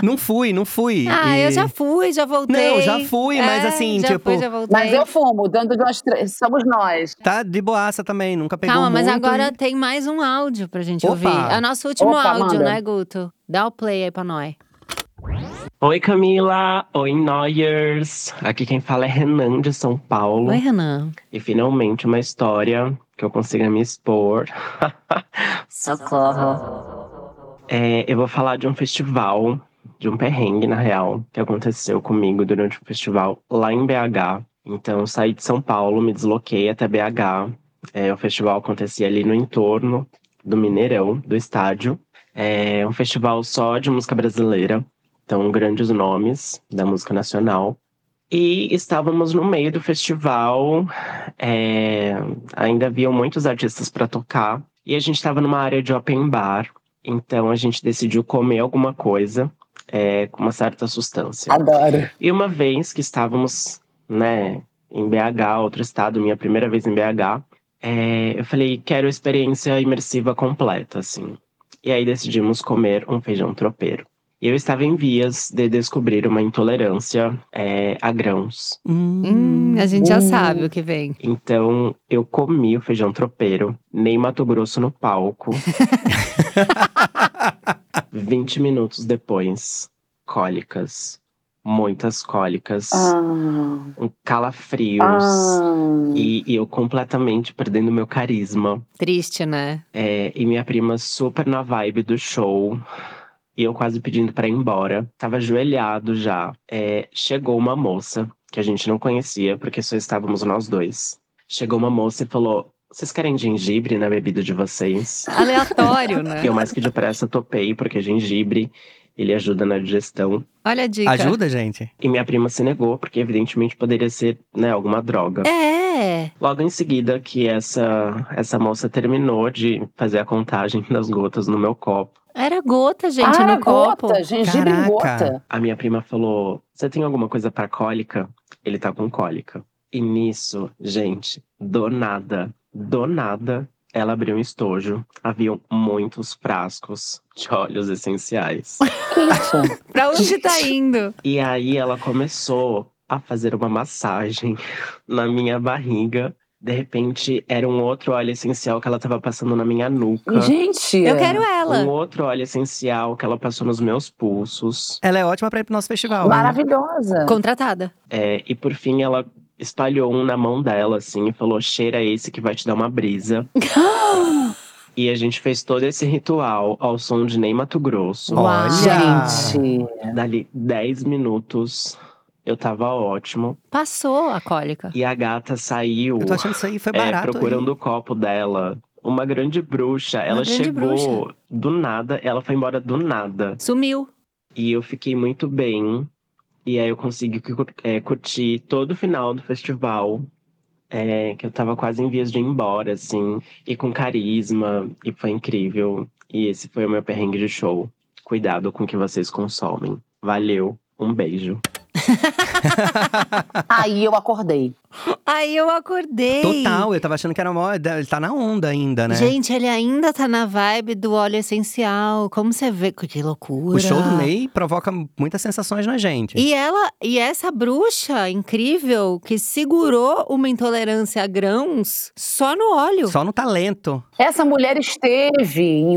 S3: não fui, não fui.
S1: Ah, eu
S3: E-
S1: já fui, já voltei.
S3: Não, já fui, mas
S1: É,
S3: assim,
S1: já
S3: tipo,
S1: Fui, já voltei.
S4: Mas eu fumo, dentro de nós três, somos nós.
S3: tá de boaça também. Nunca pegou
S1: Calma, mas
S3: muito
S1: agora
S3: e-
S1: tem mais um áudio pra gente
S3: Opa.
S1: ouvir. É o nosso último
S4: Opa,
S1: áudio,
S4: manda.
S1: né, Guto? Dá o play aí pra nós.
S8: Oi Camila, oi Noyers. Aqui quem fala é Renan de São Paulo.
S1: Oi, Renan.
S8: E finalmente uma história que eu consiga me expor. *laughs*
S4: Socorro.
S8: É, eu vou falar de um festival, de um perrengue, na real, que aconteceu comigo durante um festival lá em BH. Então, eu saí de São Paulo, me desloquei até BH. É, o festival acontecia ali no entorno do Mineirão, do estádio. É um festival só de música brasileira, então grandes nomes da música nacional. E estávamos no meio do festival, é, ainda haviam muitos artistas para tocar, e a gente estava numa área de open bar, então a gente decidiu comer alguma coisa é, com uma certa substância.
S4: Adoro.
S8: E uma vez que estávamos, né, em BH, outro estado, minha primeira vez em BH, é, eu falei, quero experiência imersiva completa, assim. E aí decidimos comer um feijão tropeiro. E eu estava em vias de descobrir uma intolerância é, a grãos.
S1: Hum,
S3: *laughs*
S1: a gente já sabe o que vem.
S8: Então, eu comi o feijão tropeiro, nem Mato Grosso no
S4: *laughs*
S8: palco. 20 minutos depois, cólicas. Muitas cólicas,
S4: Ah,
S8: um calafrios.
S4: ah.
S8: E, e eu completamente perdendo meu carisma.
S1: Triste, né?
S8: É, e minha prima super na vibe do show. E eu quase pedindo pra ir embora. Tava ajoelhado já. É, chegou uma moça, que a gente não conhecia, porque só estávamos nós dois. Chegou uma moça e falou: Vocês querem gengibre na bebida de vocês?
S3: *laughs*
S1: Aleatório, né?
S8: E eu mais que depressa topei, porque gengibre ele ajuda na digestão.
S1: Olha a dica.
S3: Ajuda, gente?
S8: E minha prima se negou, porque evidentemente poderia ser né, alguma droga.
S1: É.
S8: Logo em seguida que essa, essa moça terminou de fazer a contagem *laughs* das gotas no meu copo,
S1: Era gota, gente,
S4: ah,
S1: no
S4: gota,
S1: copo.
S4: gengibre
S3: Caraca.
S4: gota.
S8: a minha prima falou: Você tem alguma coisa pra cólica? Ele tá com cólica. E nisso, gente, do nada, do nada, ela abriu um estojo. Haviam muitos frascos de óleos essenciais.
S1: *laughs*
S4: Que isso?
S1: Pra onde tá indo?
S8: E aí ela começou a fazer uma massagem *laughs* na minha barriga. De repente, era um outro óleo essencial que ela tava passando na minha nuca.
S4: Gente.
S1: Eu quero
S8: Um
S1: ela.
S8: outro óleo essencial que ela passou nos meus pulsos.
S3: Ela é ótima pra ir pro nosso festival. né?
S4: Maravilhosa.
S1: Contratada.
S8: É, e por fim, ela espalhou um na mão dela, assim, e falou: cheira esse que vai te dar uma brisa. e a gente fez todo esse ritual ao som de Ney Mato Grosso.
S1: Uau.
S3: Olha!
S4: Gente.
S8: Dali 10 minutos, eu tava ótimo.
S1: Passou a cólica.
S8: E a gata saiu.
S3: Eu tô achando que isso aí foi
S8: É,
S3: barato.
S8: procurando o copo dela. Uma grande bruxa. ela
S1: grande
S8: chegou do nada, ela foi embora do nada.
S1: Sumiu.
S8: E eu fiquei muito bem. E aí eu consegui cu- é, curtir todo o final do festival. é, que eu tava quase em vias de ir embora, assim. E com carisma. E foi incrível. E esse foi o meu perrengue de show. Cuidado com o que vocês consomem. Valeu. Um beijo.
S4: Aí eu acordei.
S1: Aí eu acordei.
S3: *laughs* Total, eu tava achando que era mó. Ele tá na onda ainda, né?
S1: Gente, ele ainda tá na vibe do óleo essencial. Como você vê? Que loucura.
S3: o show do Ney provoca muitas sensações na gente.
S1: E ela, e essa bruxa incrível que segurou uma intolerância a grãos só no óleo.
S3: Só no talento.
S4: Essa mulher esteve em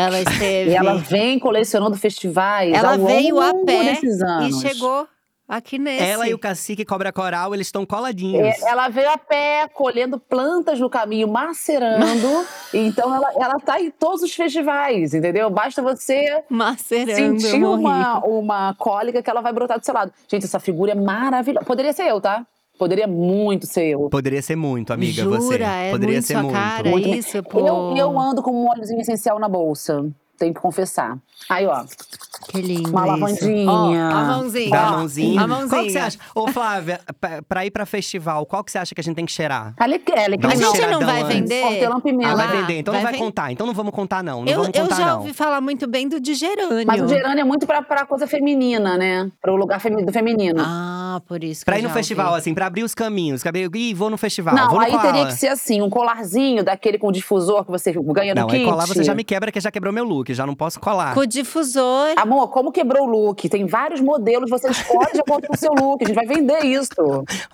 S3: *laughs*
S1: Ela
S4: E
S1: esteve.
S4: ela vem colecionando festivais.
S1: Ela
S4: ao
S1: veio a
S4: longo
S1: pé
S4: desses
S1: e
S4: anos.
S1: chegou aqui nesse.
S3: Ela e o cacique Cobra Coral, eles estão coladinhos.
S4: É, Ela veio a pé, colhendo plantas no caminho,
S1: *laughs*
S4: macerando. então ela, ela tá em todos os festivais, entendeu? Basta você
S1: macerando, eu
S4: sentir
S1: morri.
S4: uma, uma cólica que ela vai brotar do seu lado. Gente, essa figura é maravilhosa. Poderia ser eu, tá? Poderia muito ser eu.
S3: Poderia ser muito, amiga,
S1: Jura,
S3: você.
S1: é
S3: Poderia
S1: muito né?
S3: ser
S1: sua
S3: muito.
S1: cara
S4: Muito bem.
S1: isso, pô.
S4: Eu, eu ando com um óleozinho essencial na bolsa. Tenho que confessar. Aí, ó.
S1: Que lindo
S4: Uma
S1: isso.
S4: lavandinha.
S1: Ó, a mãozinha.
S3: Dá a
S1: ó,
S3: mãozinha.
S1: A mãozinha.
S3: Qual que você acha? Ô, Flávia, pra, pra ir pra festival, qual que você acha que a gente tem que cheirar?
S4: Ale- é, Ale-
S3: Dá
S1: A
S3: um
S1: gente não
S3: cheiradão
S1: vai
S3: antes.
S1: vender.
S4: Hortelã pimenta.
S3: Ah, vai
S1: lá,
S3: vender, então não
S1: vai
S3: vai
S1: ven-
S3: contar. Então não vamos contar, não. Não
S1: Eu,
S3: vamos
S1: eu
S3: contar,
S1: já
S3: não.
S1: ouvi falar muito bem do de gerânio.
S4: Mas o gerânio é muito pra, pra coisa feminina, né? Para o lugar femi- do feminino.
S1: Ah, por isso. que
S3: Pra
S1: eu
S3: ir no
S1: já
S3: festival,
S1: ouvi.
S3: assim, pra abrir os caminhos. que abrir- Ih, vou no festival, vou
S4: não,
S3: no
S4: aí
S3: Koala.
S4: teria que ser assim, um colarzinho daquele com difusor que você ganha no
S3: Não,
S4: kit.
S3: aí colar você já me quebra, que já quebrou meu look. Já não posso colar.
S1: Com o difusor.
S4: Amor, como quebrou o look? Tem vários modelos, você escolhe de acordo com o seu look. A gente vai vender isso.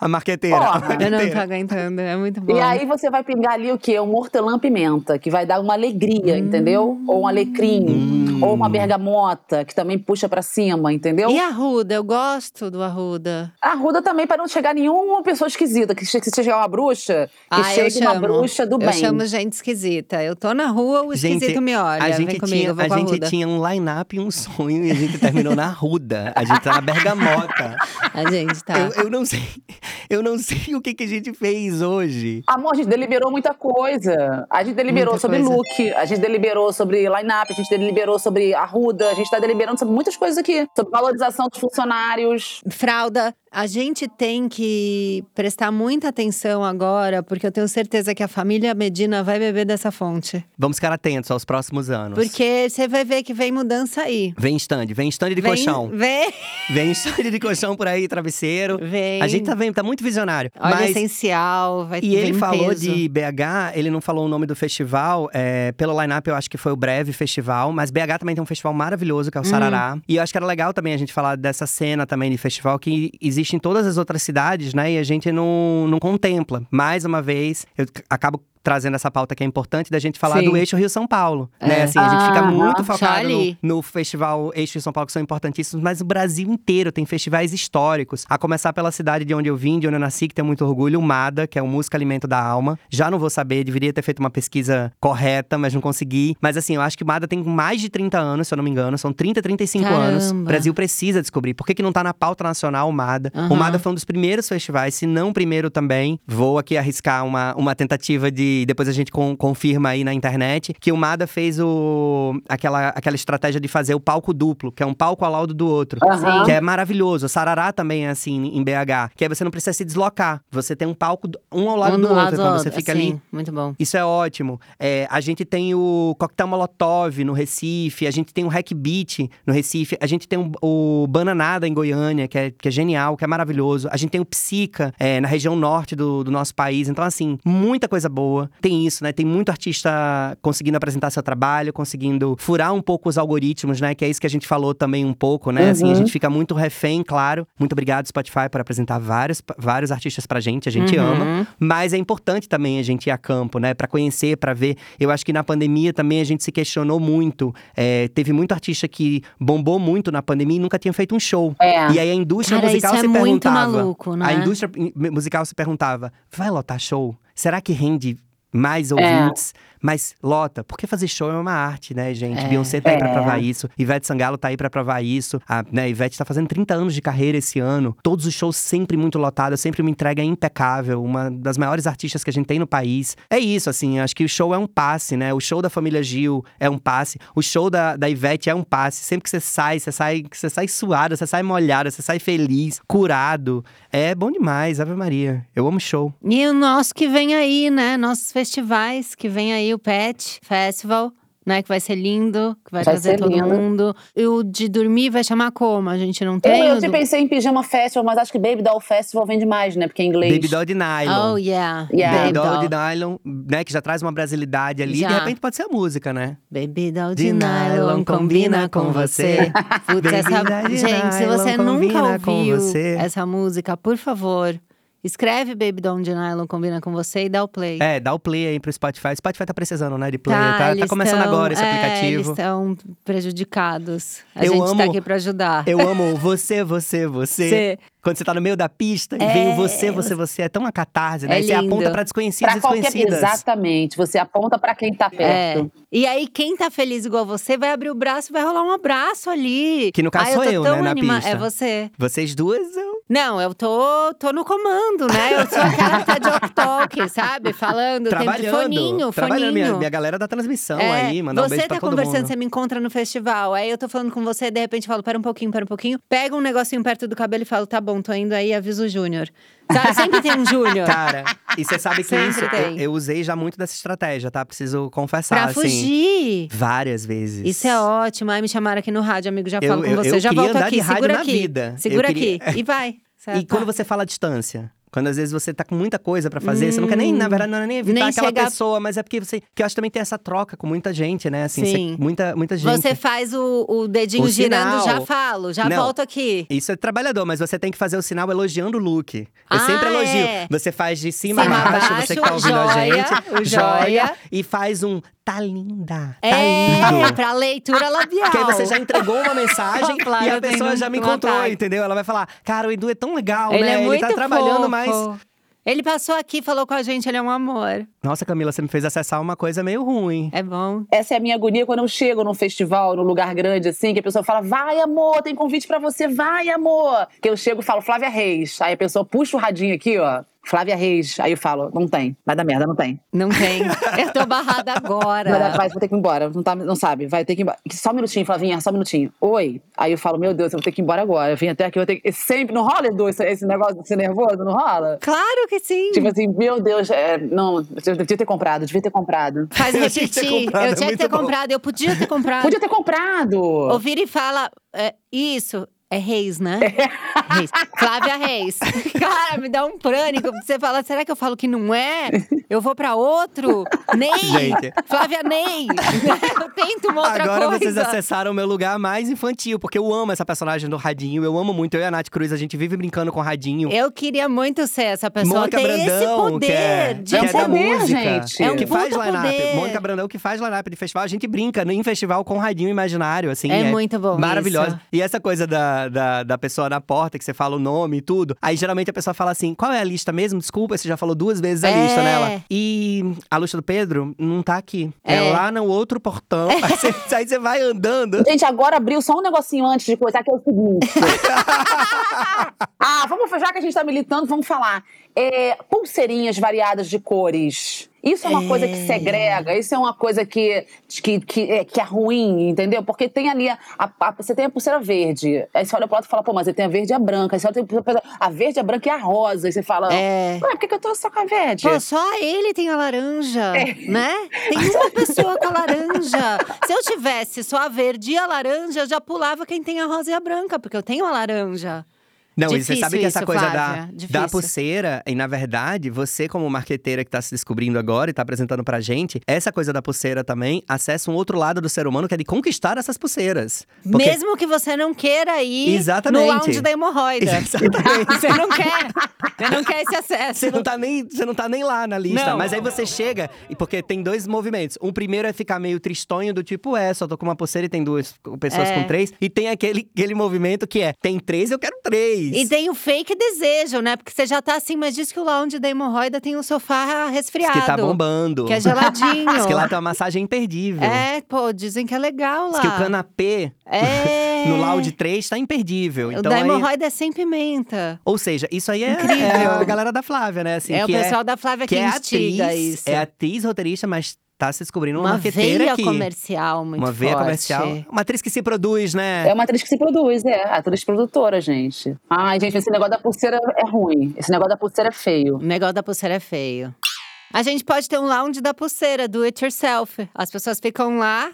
S3: A marqueteira. a
S4: Porra.
S1: Eu não tô
S3: marqueteira.
S1: aguentando, é muito bom.
S4: E aí você vai
S1: Hum.
S4: pingar ali o quê? Um hortelã-pimenta, que vai dar uma alegria, entendeu? Ou um alecrim. Ou uma bergamota, que também puxa pra cima, entendeu?
S1: E Arruda, eu gosto do Arruda.
S4: A ruda também, pra não chegar nenhuma pessoa esquisita, que se chegar uma bruxa, que
S1: Ah, eu
S4: chegue uma
S1: chamo.
S4: bruxa do
S1: Eu
S4: bem.
S1: chamo gente esquisita. Eu tô na rua, o
S3: Gente,
S1: esquisito me olha.
S3: a gente,
S1: Vem comigo,
S3: tinha,
S1: eu vou
S3: a
S1: com a
S3: gente
S1: Arruda.
S3: tinha um line-up e um sonho e a gente terminou na Ruda. A gente tá na
S1: *laughs*
S3: Bergamota.
S1: A gente tá.
S3: Eu, eu não *laughs* sei, eu não sei o que, que a gente fez hoje.
S4: Amor, a gente deliberou muita coisa. A gente deliberou
S1: Muita
S4: sobre
S1: coisa.
S4: look, a gente deliberou sobre line-up, a gente deliberou sobre arruda, a gente tá deliberando sobre muitas coisas aqui. Sobre valorização dos funcionários.
S1: Fralda, a gente tem que prestar muita atenção agora, porque eu tenho certeza que a família Medina vai beber dessa fonte.
S3: Vamos ficar atentos aos próximos anos.
S1: Porque você vai ver que vem mudança aí.
S3: Vem stand, vem stand de
S1: vem, *laughs*
S3: colchão.
S1: Vem,
S3: Vem stand de colchão por aí, travesseiro.
S1: vem.
S3: A gente tá, vendo, tá muito visionário.
S1: Olha
S3: mas...
S1: essencial, vai
S3: E ele
S1: vem
S3: falou
S1: peso.
S3: de BH, ele não falou o nome do festival. é, pelo line-up, eu acho que foi o Breve Festival. Mas BH também tem um festival maravilhoso,
S1: Hum.
S3: que é o Sarará. E eu acho que era legal também a gente falar dessa cena também de festival que existe em todas as outras cidades, né? E a gente não, não contempla. Mais uma vez, eu c- acabo trazendo essa pauta que é importante da gente falar
S1: Sim.
S3: do eixo Rio-São Paulo, né?
S1: É.
S3: Assim, a gente fica
S4: Ah,
S3: muito
S1: só
S3: focado no,
S1: ali.
S3: no festival eixo Rio-São Paulo, que são importantíssimos. Mas o Brasil inteiro tem festivais históricos. A começar pela cidade de onde eu vim, de onde eu nasci, que tenho muito orgulho. O MADA, que é o Música Alimento da Alma. Já não vou saber, deveria ter feito uma pesquisa correta, mas não consegui. Mas assim, eu acho que o MADA tem mais de 30 anos, se eu não me engano. São 30, 35 anos. O
S1: Caramba.
S3: Brasil precisa descobrir. Por que, que não tá na pauta nacional o MADA? O
S1: Aham.
S3: MADA foi um dos primeiros festivais, se não o primeiro também. Vou aqui arriscar uma, uma tentativa de. Depois a gente con- confirma aí na internet. Que o MADA fez o, aquela, aquela estratégia de fazer o palco duplo, que é um palco ao lado do outro.
S4: Aham.
S3: Que é maravilhoso. O Sarará também é assim em BH. Que aí você não precisa se deslocar. Você tem um palco do- um ao lado
S1: Um
S3: do,
S1: lado
S3: outro.
S1: do
S3: Então você
S1: outro,
S3: fica
S1: assim,
S3: ali
S1: Muito bom.
S3: isso é ótimo. É, a gente tem o Coquetel Molotov no Recife, a gente tem o Hack Beat no Recife, a gente tem o, o Bananada em Goiânia, que é, que é genial, que é maravilhoso. A gente tem o Psica é, na região norte do, do nosso país. Então, assim, muita coisa boa. Tem isso, né? Tem muito artista conseguindo apresentar seu trabalho, conseguindo furar um pouco os algoritmos, né? Que é isso que a gente falou também um pouco, né? Assim, a
S4: Uhum.
S3: gente fica muito refém, claro. Muito obrigado, Spotify, por apresentar vários, vários artistas pra gente. A gente ama.
S1: Uhum.
S3: Mas é importante também a gente ir a campo, né? Pra conhecer, pra ver. Eu acho que na pandemia também a gente se questionou muito. É, teve muito artista que bombou muito na pandemia e nunca tinha feito um show.
S4: É.
S3: E aí a indústria
S1: Ah. Cara,
S3: musical
S1: isso é
S3: se
S1: muito
S3: perguntava.
S1: maluco, né?
S3: A indústria in- musical se perguntava: vai lotar show? Será que rende mais
S1: É.
S3: ouvintes? Mas lota, porque fazer show é uma arte, né, gente?
S1: É.
S3: Beyoncé tá aí pra
S4: É.
S3: provar isso, Ivete Sangalo tá aí pra provar isso. A né, Ivete tá fazendo 30 anos de carreira esse ano. Todos os shows sempre muito lotados, sempre uma entrega impecável, uma das maiores artistas que a gente tem no país. É isso, assim, acho que o show é um passe, né? O show da família Gil é um passe, o show da, da Ivete é um passe. Sempre que você sai, você sai, você sai suado, você sai molhado, você sai feliz, curado. É bom demais, Ave Maria. Eu amo show.
S1: E o nosso que vem aí, né? Nossos festivais, que vem aí o PET Festival, né? Que vai ser lindo, que vai,
S4: Vai
S1: trazer
S4: ser
S1: todo
S4: lindo.
S1: mundo. E o de dormir vai chamar como? A gente não
S4: Eu,
S1: tem?
S4: eu
S1: o
S4: te
S1: do-
S4: pensei em Pijama Festival, mas acho que Baby Doll Festival vem demais, né? Porque é inglês.
S3: Baby Doll de Nylon.
S1: Oh, yeah.
S4: Yeah.
S1: Baby
S3: Baby Doll
S1: doll.
S3: de Nylon, né? Que já traz uma brasilidade ali. De
S1: Já.
S3: repente pode ser a música, né?
S1: Baby doll
S3: De
S1: de
S3: nylon
S1: nylon combina com você. Putz,
S3: Baby
S1: essa...
S3: doll de
S1: Gente, se
S3: nylon
S1: você nunca
S3: combina com
S1: ouviu
S3: você.
S1: essa música, por favor, escreve Baby Doll de nylon combina com você e dá o play.
S3: É, dá o play aí pro Spotify. Spotify tá precisando, né? De play. Tá, tá
S1: eles
S3: começando
S1: tão-
S3: agora esse
S1: é, Eles
S3: aplicativo.
S1: estão prejudicados. A
S3: Eu
S1: gente
S3: amo-
S1: tá aqui pra ajudar.
S3: Eu amo o você, você, você.
S1: Você-
S3: Quando você tá no meio da pista e
S1: É,
S3: vem o você, você, você. É tão uma catarse, né?
S1: É
S3: E você aponta
S1: lindo.
S3: pra desconhecidos
S4: Pra
S3: e
S4: qualquer
S3: desconhecidas.
S4: Exatamente. Você aponta pra quem tá
S1: É.
S4: perto.
S1: E aí, quem tá feliz igual você, vai abrir o braço e vai rolar um abraço ali.
S3: Que no caso
S1: Ai, eu
S3: sou
S1: tô
S3: eu,
S1: tão
S3: né, na
S1: anima-
S3: pista.
S1: É você.
S3: Vocês duas, eu.
S1: Não, eu tô, tô no comando, né? Eu sou aquela que tá de
S3: *laughs*
S1: walk-talk, sabe? Falando,
S3: trabalhando.
S1: tem foninho,
S3: trabalhando.
S1: foninho.
S3: Minha, minha galera da transmissão
S1: É,
S3: aí, mandar um
S1: você
S3: beijo
S1: tá
S3: pra todo
S1: conversando,
S3: mundo.
S1: você me encontra no festival. Aí eu tô falando com você, de repente falo, pera um pouquinho, pera um pouquinho. Pega um negocinho perto do cabelo e falo, tá bom, tô indo aí e aviso o Júnior. Sabe, sempre tem um
S3: *laughs*
S1: Júnior.
S3: Cara, e você sabe que
S1: Sempre
S3: isso, eu,
S1: tem.
S3: eu usei já muito dessa estratégia, tá? Preciso confessar,
S1: pra
S3: assim.
S1: fugir.
S3: Várias vezes.
S1: Isso é ótimo. Ai, me chamaram aqui no rádio, amigo, já
S3: Eu-
S1: falo com
S3: eu-
S1: você.
S3: eu
S1: já
S3: queria
S1: volto
S3: andar
S1: aqui,
S3: de rádio
S1: segura
S3: na
S1: aqui.
S3: vida.
S1: Segura
S3: Eu queria-
S1: aqui. E vai.
S3: *laughs*
S1: Tá.
S3: E quando você fala distância? Quando às vezes você tá com muita coisa pra fazer, você não quer nem, na verdade, não é nem evitar
S1: Hum, Nem
S3: aquela
S1: chegar-
S3: pessoa, mas é porque você. Que eu acho que também tem essa troca com muita gente, né? Assim, você-
S1: Sim.
S3: muita, muita gente.
S1: Você faz o, o dedinho
S3: O
S1: girando,
S3: sinal.
S1: já falo, já
S3: Não.
S1: volto aqui.
S3: Isso é trabalhador, mas você tem que fazer o sinal elogiando o look. Eu
S1: Ah,
S3: sempre elogio.
S1: é.
S3: Você faz de cima a
S1: Cima a
S3: baixo,
S1: baixo,
S3: você que tá ouvindo a
S1: joia,
S3: gente.
S1: o joia.
S3: E faz um tá linda. Tá
S1: É,
S3: lindo.
S1: pra leitura labial.
S3: Porque aí você já é entregou uma
S1: *laughs*
S3: mensagem
S1: Claro,
S3: e
S1: eu
S3: a pessoa
S1: tenho
S3: já me
S1: um
S3: encontrou,
S1: ataque.
S3: entendeu? Ela vai falar, cara, o Edu é tão legal,
S1: Ele
S3: né?
S1: é muito
S3: ele tá trabalhando,
S1: fofo.
S3: mas…
S1: Ele passou aqui, falou com a gente, ele é um amor.
S3: Nossa, Camila, você me fez acessar uma coisa meio ruim.
S1: É bom.
S4: Essa é a minha agonia quando eu chego num festival, num lugar grande, assim, que a pessoa fala, vai, amor, tem convite pra você, vai, amor. Que eu chego e falo, Flávia Reis. Aí a pessoa puxa o radinho aqui, ó, Flávia Reis. Aí eu falo, não tem, vai dar merda, não tem.
S1: Não tem. eu tô barrada
S4: Vai, dar-
S1: agora.
S4: vai, vou ter que ir embora, não, tá, não sabe, vai ter que ir embora. Só um minutinho, Flavinha, só um minutinho. Oi. Aí eu falo, meu Deus, eu vou ter que ir embora agora. Eu vim até aqui, eu vou ter que. Sempre, não rola, Edu, esse, esse negócio de ser nervoso, não rola?
S1: Claro que sim.
S4: Tipo assim, meu Deus, é, não, eu devia ter comprado, devia ter comprado.
S1: Faz
S3: Eu tinha que ter
S1: repetir.
S3: comprado,
S1: eu tinha
S3: é
S1: que ter
S3: muito bom.
S1: comprado, eu podia ter comprado.
S4: Podia ter comprado!
S1: Ouvir e fala. é, isso. É Reis, né? Reis. Flávia Reis. Cara, me dá um pânico. Você fala, será que eu falo que não é? Eu vou pra outro? Ney!
S3: Gente.
S1: Flávia Ney! *laughs* Eu tento uma outra
S3: Agora
S1: coisa.
S3: vocês acessaram o meu lugar mais infantil, porque eu amo essa personagem do Radinho, eu amo muito. Eu e a Nath Cruz, a gente vive brincando com o Radinho.
S1: Eu queria muito ser essa pessoa.
S3: Mônica
S1: ter
S3: Brandão,
S1: esse poder
S3: que é,
S1: de
S3: que é da
S4: poder,
S3: música,
S4: gente. É um
S3: que faz
S1: puta
S3: line-up.
S1: poder.
S3: Mônica Brandão que faz line-up de festival, a gente brinca em festival com o Radinho Imaginário, assim.
S1: É muito bom
S3: Maravilhosa.
S1: isso.
S3: E essa coisa da, da, da pessoa na porta, que você fala o nome e tudo. Aí, geralmente, a pessoa fala assim, qual é a lista mesmo? Desculpa, você já falou duas vezes a
S1: É.
S3: lista nela. E a lista do Pedro não tá aqui. É,
S1: É.
S3: lá no outro portão. Aí você- aí você vai andando.
S4: Gente, agora abriu só um negocinho antes de coisar, que é o seguinte. ah, vamos, já que a gente tá militando, vamos falar. É, pulseirinhas variadas de cores. Isso é uma coisa que segrega, isso é uma coisa que, que, que, é, que é ruim, entendeu? Porque tem ali, a, a- você tem a pulseira verde, aí você olha pro outro e fala, pô, mas tem a verde e a branca, aí você olha, tem a- a verde, a branca e a rosa, aí você fala,
S1: É.
S4: ué, por que, que eu tô só com a verde?
S1: Pô, só ele tem a laranja, né? Tem uma pessoa com a laranja. Se eu tivesse só a verde e a laranja, eu já pulava quem tem a rosa e a branca, porque eu tenho a laranja.
S3: Não, e
S1: Difícil
S3: você sabe que essa
S1: isso,
S3: coisa
S1: Flávia,
S3: da,
S1: difícil.
S3: da pulseira, e na verdade, você como marqueteira que tá se descobrindo agora e tá apresentando pra gente, essa coisa da pulseira também acessa um outro lado do ser humano, que é de conquistar essas pulseiras. *laughs* Porque-
S1: Mesmo que você não queira ir
S3: Exatamente.
S1: no lounge da hemorroida.
S3: *laughs* Exatamente.
S1: Você não quer. Você não quer esse acesso.
S3: Você não, tá nem, você não tá nem lá na lista,
S1: Não.
S3: mas aí você chega, e porque tem dois movimentos. Um primeiro é ficar meio tristonho, do tipo, é, só tô com uma pulseira e tem duas pessoas
S1: É.
S3: com três. E tem aquele, aquele movimento que é, tem três, eu quero três.
S1: E tem um o fake desejo, né? Porque você já tá assim, mas diz que o lounge da hemorroida tem um sofá resfriado.
S3: que tá bombando. *laughs*
S1: Que é geladinho.
S3: Diz que lá tem uma massagem imperdível.
S1: É, pô, dizem que é legal lá.
S3: Diz que o canapé
S1: É.
S3: *laughs* no Loud 3 tá imperdível.
S1: o
S3: Então
S1: da
S3: aí-
S1: hemorroida é sem pimenta.
S3: Ou seja, isso aí é,
S1: Incrível.
S3: é a galera da Flávia, né? Assim,
S1: é o
S3: que
S1: pessoal da Flávia
S3: é,
S1: que,
S3: que é atriz,
S1: instiga isso.
S3: é atriz roteirista, mas tá se descobrindo uma,
S1: uma
S3: marqueteira
S1: veia
S3: que…
S1: comercial muito
S3: uma veia
S1: forte.
S3: comercial. Uma atriz que se produz, né?
S4: É uma atriz que se produz, é. Atriz produtora, gente. Ai, gente, esse negócio da pulseira é ruim. Esse negócio da pulseira é feio.
S1: O negócio da pulseira é feio. A gente pode ter um lounge da pulseira, do it yourself. As pessoas ficam lá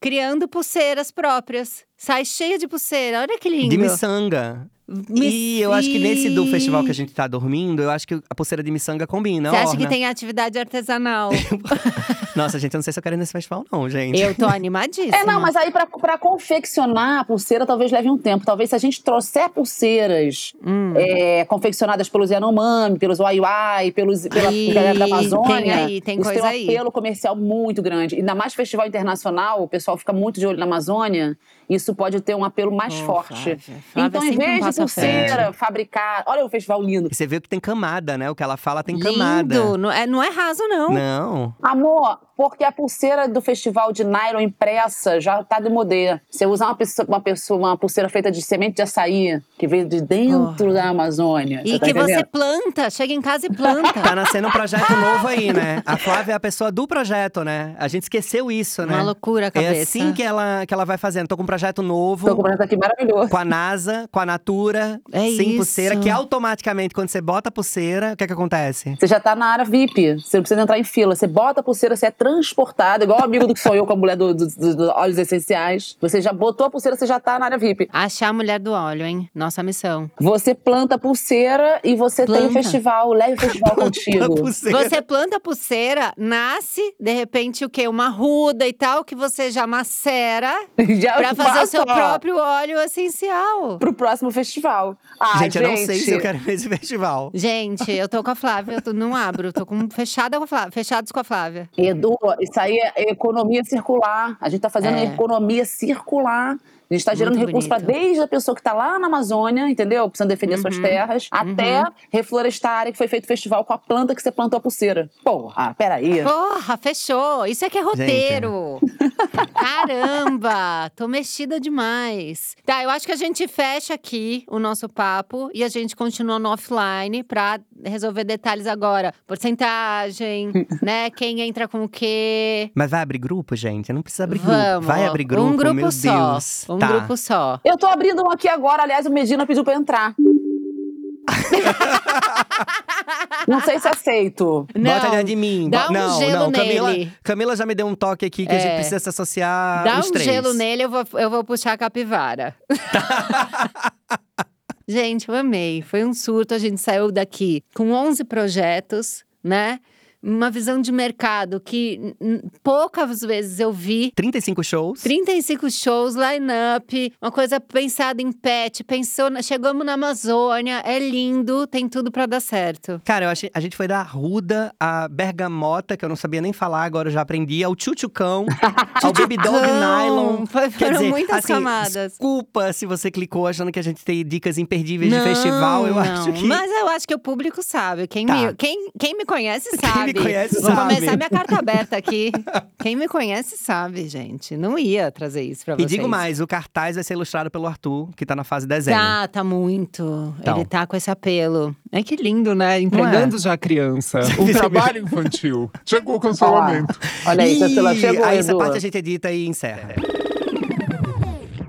S1: criando pulseiras próprias. Sai cheia de pulseira, olha que lindo.
S3: De miçanga. E eu acho que nesse do festival que a gente tá dormindo, eu acho que a pulseira de miçanga combina.
S1: Você acha que
S3: orna.
S1: tem atividade
S3: *laughs*
S1: artesanal?
S3: Nossa, gente, eu não sei se eu quero ir nesse festival, não, gente.
S1: eu tô animadíssima.
S4: É, não, mas aí pra, pra confeccionar a pulseira talvez leve um tempo. Talvez se a gente trouxer pulseiras
S1: Hum.
S4: é, confeccionadas pelos Yanomami, pelos Waiwai, pelos, pela
S1: Ih,
S4: galera da Amazônia.
S1: tem aí, tem
S4: isso
S1: coisa
S4: tem
S1: aí.
S4: um apelo comercial muito grande. Ainda mais festival internacional, o pessoal fica muito de olho na Amazônia. Isso pode ter um apelo mais
S1: Ô,
S4: forte.
S1: Hum, Flávia, Flávia
S4: então, em
S1: sempre um
S4: vez de
S1: passo à
S3: É,
S1: frente.
S4: pulseira, fabricar. Olha o festival lindo.
S3: E você vê que tem camada, né? O que ela fala tem camada. Né?
S1: Lindo, não é, não é raso não.
S3: Não.
S4: Amor, porque a pulseira do festival de nylon impressa já tá de modê. Você usar uma, pessoa- uma, pessoa, uma pulseira feita de semente de açaí, que veio de dentro da Amazônia.
S1: E
S4: tá
S1: que você
S4: entendendo?
S1: planta, chega em casa e planta.
S3: Tá nascendo um projeto novo aí, né? A Flávia é a pessoa do projeto, né? A gente esqueceu isso, *laughs* né?
S1: Uma loucura a cabeça.
S3: É assim que ela, que ela vai fazendo. Tô com um projeto novo.
S4: Tô com um projeto aqui maravilhoso.
S3: Com a NASA, com a Natura,
S1: É
S3: sem
S1: isso.
S3: pulseira, que automaticamente, quando você bota a pulseira, o que é que acontece?
S4: Você já tá na área VIP, você não precisa entrar em fila. Você bota a pulseira, você é transportado, igual o amigo do que sou eu com a mulher dos do, do, do óleos essenciais. Você já botou a pulseira, você já tá na área VIP.
S1: Achar a mulher do óleo, hein? Nossa
S3: *laughs*
S1: missão.
S4: Você planta a pulseira e você tem
S1: Planta.
S4: o festival, leve
S1: *laughs*
S4: o festival
S3: A
S4: contigo.
S3: pulseira.
S1: Você planta a pulseira, nasce, de repente, o quê? Uma ruda e tal, que você já macera
S4: *laughs* Já
S1: pra fazer usar o seu
S4: só.
S1: próprio óleo essencial.
S4: Pro próximo festival. Ah,
S3: gente, eu não sei se eu quero ver esse festival.
S1: Gente, eu tô com a Flávia, eu tô- não abro. Tô com, fechada com a Flávia, fechados com a Flávia.
S4: Edu, isso aí é economia circular. A gente está fazendo
S1: É.
S4: economia circular. A gente está gerando
S1: Muito
S4: recurso para
S1: bonito.
S4: desde a pessoa que está lá na Amazônia, entendeu? Precisando defender suas terras, até reflorestar a área que foi feito o festival com a planta que você plantou a pulseira. Porra, peraí.
S1: Porra, fechou. Isso é que é roteiro. Caramba, tô mexida demais. Tá, eu acho que a gente fecha aqui o nosso papo e a gente continua no offline pra resolver detalhes agora.
S3: *laughs*
S1: Porcentagem, né? Quem entra com o quê?
S3: Mas vai abrir grupo, gente? Não precisa abrir grupo.
S1: Vamos.
S3: Vai abrir grupo,
S1: um grupo
S3: meu
S1: só.
S3: Deus.
S1: Um
S3: tá.
S1: grupo só.
S4: Eu tô abrindo um aqui agora, aliás, o Medina pediu para entrar. não sei se é aceito.
S1: Não,
S3: Bota dentro de mim.
S1: dá
S3: bo-
S1: um
S3: não,
S1: gelo
S3: não. Camila,
S1: nele.
S3: Camila já me deu um toque aqui que a
S1: É.
S3: gente precisa se associar
S1: Dá
S3: os
S1: um
S3: três.
S1: gelo nele, eu vou, eu vou puxar a
S3: *laughs*
S1: capivara. gente, eu amei. Foi um surto. A gente saiu daqui com 11 projetos, né? Uma visão de mercado que n- n- poucas vezes eu vi.
S3: 35 shows.
S1: 35 shows, line-up, uma coisa pensada em pet, pensou, na- chegamos na Amazônia, é lindo, tem tudo pra dar certo.
S3: Cara, eu achei, a gente foi da Arruda à Bergamota, que eu não sabia nem falar, agora eu já aprendi,
S1: *laughs*
S3: ao Tchutchucão, ao Baby Dog Nylon.
S1: Foi-
S3: Quer
S1: Foram
S3: dizer,
S1: muitas
S3: assim,
S1: camadas.
S3: Desculpa se você clicou achando que a gente tem dicas imperdíveis de festival. Eu
S1: não.
S3: acho que.
S1: Mas eu acho que o público sabe. Quem,
S3: Tá.
S1: me, quem, quem me conhece sabe.
S3: me conhece
S1: Vou
S3: sabe.
S1: começar minha carta aberta
S3: *laughs*
S1: aqui. quem me conhece sabe, gente. Não ia trazer isso pra
S3: E
S1: vocês.
S3: digo mais, o cartaz vai ser ilustrado pelo Arthur, que tá na fase desenho.
S1: Tá, tá muito.
S3: Então.
S1: Ele tá com esse apelo. Ai, que lindo, né? Entregando.
S3: Não
S1: É.
S3: é?
S9: Entregando já
S1: *laughs*
S9: a criança, o trabalho infantil. Chegou o cancelamento.
S4: Olha aí,
S3: Ih,
S4: Tarsila, chegou,
S3: aí essa
S4: Edu.
S3: parte é a gente edita e
S1: É.
S3: encerra.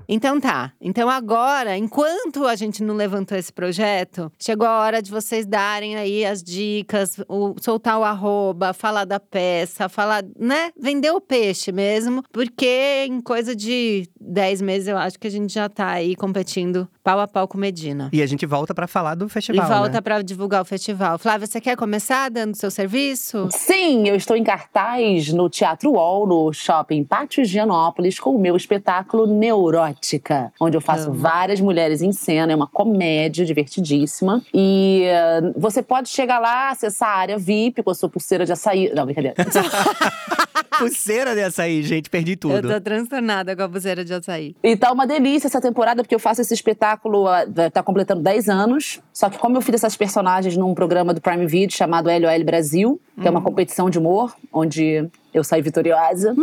S1: Então tá. Então agora, enquanto a gente não levantou esse projeto, chegou a hora de vocês darem aí as dicas, o- soltar o arroba, falar da peça, falar, né? Vender o peixe mesmo. Porque em coisa de 10 meses eu acho que a gente já tá aí competindo pau a pau com Medina.
S3: E a gente volta pra falar do
S1: E
S3: festival.
S1: volta
S3: né?
S1: pra divulgar o festival. Flávia, você quer começar dando seu serviço?
S4: Sim, eu estou em cartaz no Teatro UOL, no Shopping Pátio Higienópolis, com o meu espetáculo Neurótica, onde eu faço
S1: Amo.
S4: várias mulheres em cena, é uma comédia divertidíssima. E eh, você pode chegar lá, acessar a área VIP com a sua pulseira de açaí. Não, brincadeira.
S3: Pulseira dessa aí, gente, perdi
S1: Eu
S3: tudo.
S1: tô transtornada com a buzeira de açaí.
S4: E tá uma delícia essa temporada, porque eu faço esse espetáculo, ah, tá completando 10 anos. Só que como eu fiz essas personagens num programa do Prime Video chamado LOL Brasil, que é uma competição de humor, onde eu saí vitoriosa.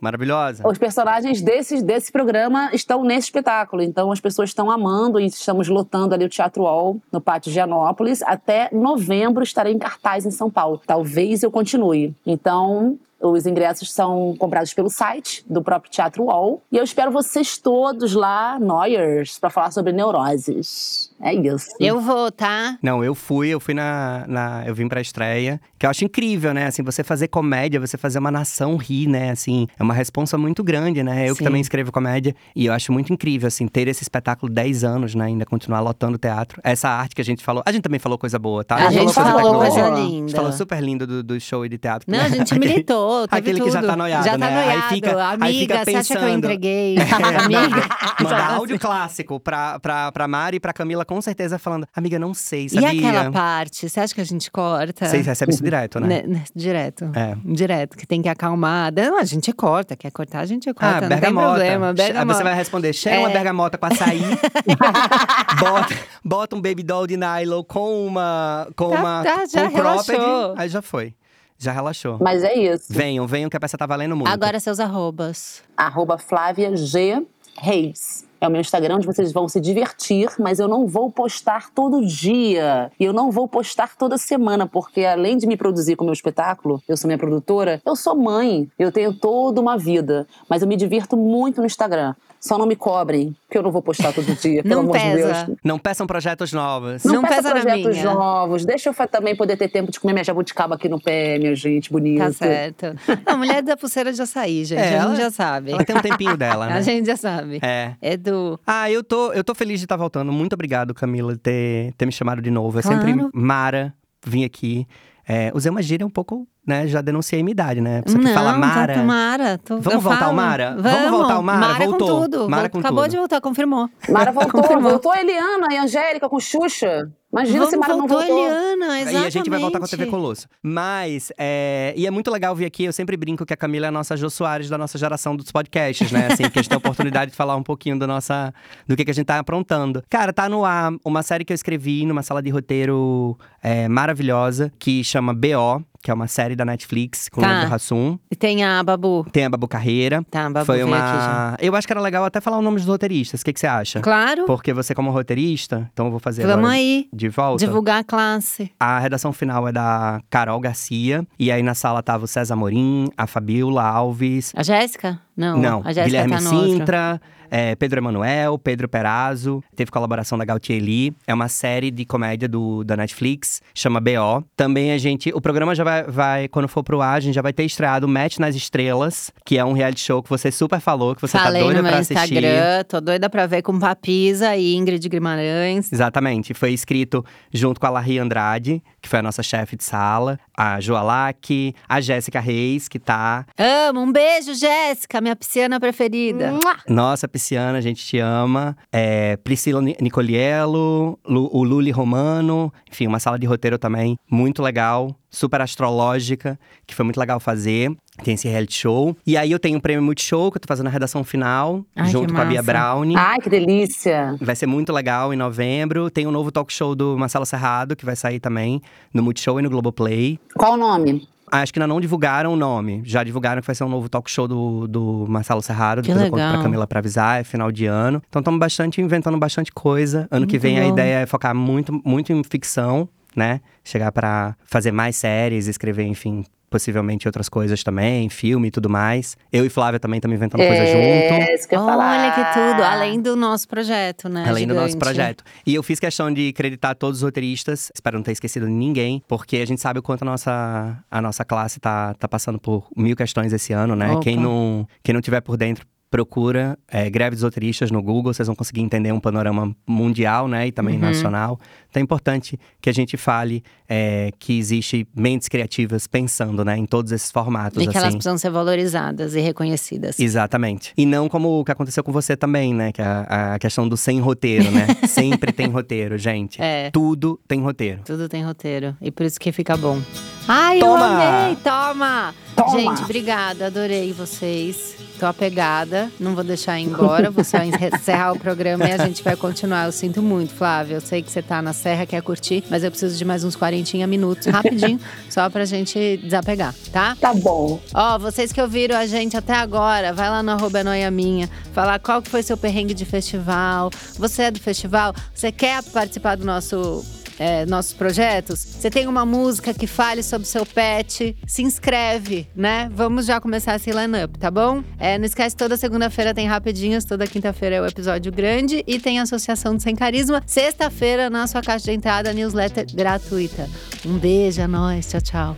S3: Maravilhosa.
S4: Os personagens desses, desse programa estão nesse espetáculo. Então as pessoas estão amando e estamos lotando ali o Teatro UOL no Pátio Gianópolis. Até novembro estarei em cartaz em São Paulo. Talvez eu continue. Então. Os ingressos são comprados pelo site do próprio Teatro UOL. E eu espero vocês todos lá, Noyers, para falar sobre neuroses. É isso.
S1: Eu vou, tá?
S3: Não, eu fui, eu fui na, na- Eu vim pra estreia. Que eu acho incrível, né? Assim, você fazer comédia, você fazer uma nação rir, né? Assim, é uma responsa muito grande, né? Eu
S1: Sim.
S3: que também escrevo comédia. E eu acho muito incrível, assim, ter esse espetáculo 10 anos, né? Ainda continuar lotando o teatro. Essa arte que a gente falou. A gente também falou coisa boa, tá?
S1: A, gente
S4: coisa
S1: falou
S4: boa.
S1: coisa
S3: boa. A gente
S1: linda.
S3: falou super lindo do, do show e de teatro.
S1: Não, a gente
S3: *laughs* Aquele-
S1: militou, teve
S3: Aquele que já
S1: tudo.
S3: tá noiado,
S1: Já tá
S3: né?
S1: noiado.
S3: Aí fica,
S1: Amiga,
S3: aí fica
S1: você
S3: pensando.
S1: acha que eu
S3: *laughs*
S1: entreguei? Amiga.
S3: É, Mandar áudio clássico pra, pra, pra Mari e pra Camila, com certeza, falando: Amiga, não sei,
S1: E
S3: sabia?
S1: aquela parte, você acha que a gente corta?
S3: Vocês recebem isso direto, né?
S1: Né, né, direto.
S3: É.
S1: Direto, que tem que acalmar. Não, a gente corta. Quer cortar, a gente corta.
S3: Ah,
S1: não tem
S3: bergamota.
S1: problema.
S3: Che- Aí
S1: Bergamota.
S3: Ah, Você vai responder: cheira uma
S1: É.
S3: bergamota com açaí.
S1: *laughs*
S3: bota, bota um baby doll de nylon com uma. Com
S1: Tá-
S3: uma
S1: tá, já
S3: com própede.
S1: relaxou.
S3: Aí já foi. Já relaxou.
S4: Mas é isso.
S3: Venham, venham, que a peça tá valendo muito.
S1: Agora seus arrobas.
S4: arroba Flávia G. Reis. É o meu Instagram onde vocês vão se divertir, mas eu não vou postar todo dia. E eu não vou postar toda semana, porque além de me produzir com o meu espetáculo, eu sou minha produtora, eu sou mãe, eu tenho toda uma vida. Mas eu me divirto muito no Instagram. Só não me cobrem, porque eu não vou postar todo dia,
S1: *laughs*
S4: pelo
S1: Não
S4: amor
S1: pesa.
S4: de Deus.
S3: Não peçam projetos novos.
S1: Não
S4: peça
S1: pesa na
S4: projetos
S1: minha.
S4: novos. Deixa eu fa- também poder ter tempo de comer minha jabuticaba aqui no pé, minha gente bonita.
S1: Tá
S3: *laughs*
S1: certo. Não, mulher da pulseira de açaí, gente.
S3: É,
S1: a
S3: ela-
S1: gente já sabe.
S3: Ela tem um
S1: *laughs*
S3: tempinho dela, né?
S1: A gente já sabe.
S3: É.
S1: Edu.
S3: Ah, eu tô, eu tô feliz de tá estar voltando. Muito obrigado, Camila, de ter, ter me chamado de novo. É
S1: Claro.
S3: sempre mara vir aqui. É, usei uma gíria um pouco, né? Já denunciei minha idade, né? A pessoa que fala
S1: tá-
S3: Mara.
S1: tá Mara. tô-
S3: Vamos
S1: eu
S3: voltar ao
S1: falo.
S3: Mara?
S1: Vamos,
S3: Vamos voltar ao Mara? Voltou.
S1: com tudo.
S3: Mara
S1: Vol-
S3: com
S1: Acabou
S3: tudo.
S1: de voltar, confirmou.
S4: Mara
S1: *laughs*
S4: voltou,
S1: Confirmou.
S4: voltou a Eliana e a Angélica com Xuxa. Imagina se Mara não
S1: voltou a
S4: voltou.
S1: Eliana, exatamente.
S3: E a gente vai voltar com a TV Colosso. Mas, é, e é muito legal vir aqui. Eu sempre brinco que a Camila é a nossa Jô Soares da nossa geração dos podcasts, né? Assim, que a gente tem a oportunidade de falar um pouquinho da nossa, do que, que a gente tá aprontando. Cara, tá no ar uma série que eu escrevi numa sala de roteiro é, maravilhosa, que chama B.O., que é uma série da Netflix com o
S1: Tá.
S3: Leandro Hassum.
S1: E tem a Babu.
S3: Tem a Babu Carreira.
S1: Tá, a Babu
S3: Foi
S1: veio aqui já.
S3: uma. Eu acho que era legal até falar o nome dos roteiristas. O que, que você acha?
S1: Claro,
S3: Porque você, como roteirista, então eu vou fazer
S1: vamos
S3: agora
S1: aí.
S3: de volta.
S1: Divulgar a classe.
S3: A redação final é da Carol Garcia. E aí na sala tava o César Morim, a Fabiola Alves.
S1: A Jéssica? Não,
S3: Não,
S1: a Jéssica
S3: Guilherme
S1: tá no outro.
S3: Sintra, é, Pedro Emanuel, Pedro Perazzo. Teve colaboração da Gautier Lee. É uma série de comédia do, da Netflix, chama B.O. Também a gente… O programa já vai, vai- quando for pro ar, a gente já vai ter estreado Match nas Estrelas. Que é um reality show que você super falou, que você
S1: Falei
S3: tá doida
S1: no meu
S3: pra assistir.
S1: Instagram, tô doida pra ver com Papisa e Ingrid Guimarães.
S3: Exatamente. Foi escrito junto com a Larry Andrade, que foi a nossa chefe de sala, a Joalac, a Jéssica Reis, que tá.
S1: Amo, um beijo, Jéssica, minha pisciana
S4: Hum,
S1: preferida.
S3: Nossa, Pisciana, a gente te ama. É, Priscila Ni- Nicoliello, Lu- o Luli Romano, enfim, uma sala de roteiro também muito legal, super astrológica, que foi muito legal fazer. Tem esse reality show. E aí eu tenho o prêmio Multishow, que eu tô fazendo a redação final,
S1: Ai, que
S3: junto com a Bia
S1: massa.
S3: Brown.
S4: Ai, que delícia.
S3: Vai ser muito legal em novembro. Tem um novo talk show do Marcelo Serrado, que vai sair também no Multishow e no Globoplay. Ah,
S4: Qual o nome?
S3: Acho que ainda não divulgaram o nome. Já divulgaram que vai ser um novo talk show do, do Marcelo Serrado.
S1: Que
S3: Depois eu conto
S1: legal.
S3: pra Camila pra avisar, é final de ano. Então estamos bastante inventando bastante coisa. Ano que
S1: Muito
S3: vem a
S1: bom.
S3: ideia é focar muito, muito em ficção, né? Chegar pra fazer mais séries, escrever, enfim, possivelmente outras coisas também, filme e tudo mais. Eu e Flávia também estamos inventando Tá coisa junto.
S4: É, isso que eu ia falar.
S1: Olha que tudo, além do nosso projeto, né?
S3: Além do é nosso
S1: gigante.
S3: projeto. E eu fiz questão de creditar todos os roteiristas, espero não ter esquecido ninguém, porque a gente sabe o quanto a nossa, a nossa classe tá, tá passando por mil questões esse ano, né?
S1: Opa.
S3: Quem não, quem não tiver por dentro. Procura é, greve dos roteiristas no Google, vocês vão conseguir entender um panorama mundial, né? E também
S1: Uhum.
S3: nacional. Então é importante que a gente fale é, que existe mentes criativas pensando, né? Em todos esses formatos.
S1: E que elas
S3: assim.
S1: precisam ser valorizadas e reconhecidas.
S3: Exatamente. E não como o que aconteceu com você também, né? Que a, a questão do sem roteiro, né? Sempre tem roteiro, gente.
S1: É.
S3: Tudo tem roteiro.
S1: Tudo tem roteiro. E por isso que fica bom. Ai, eu
S3: Toma!
S1: amei! Toma!
S4: Toma!
S1: Gente, obrigada. Adorei vocês. Tô apegada. Não vou deixar ir embora. Vou
S4: *laughs*
S1: só encerrar o programa e a gente vai continuar. Eu sinto muito, Flávia. Eu sei que você tá na serra, quer curtir. Mas eu preciso de mais uns 40 minutos,
S4: *laughs*
S1: rapidinho. só pra gente desapegar, tá?
S4: Tá bom.
S1: Ó, vocês que ouviram a gente até agora, vai lá no arroba é Noia Minha, falar qual que foi seu perrengue de festival. Você é do festival? Você quer participar do nosso… é, nossos projetos. Você tem uma música que fale sobre seu pet, se inscreve, né? Vamos já começar esse line-up, tá bom? É, não esquece, toda segunda-feira tem Rapidinhas, toda quinta-feira é o episódio grande e tem a Associação do Sem Carisma. Sexta-feira, na sua caixa de entrada, newsletter gratuita. Um beijo, é nóis, tchau, tchau.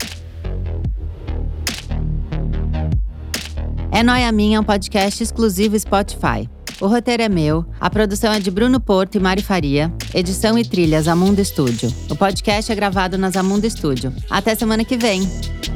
S1: É Noia Minha é um podcast exclusivo Spotify. O roteiro é meu, a produção é de Bruno Porto e Mari Faria, edição e trilhas Amundo Estúdio. O podcast é gravado nas Amundo Estúdio. Até semana que vem!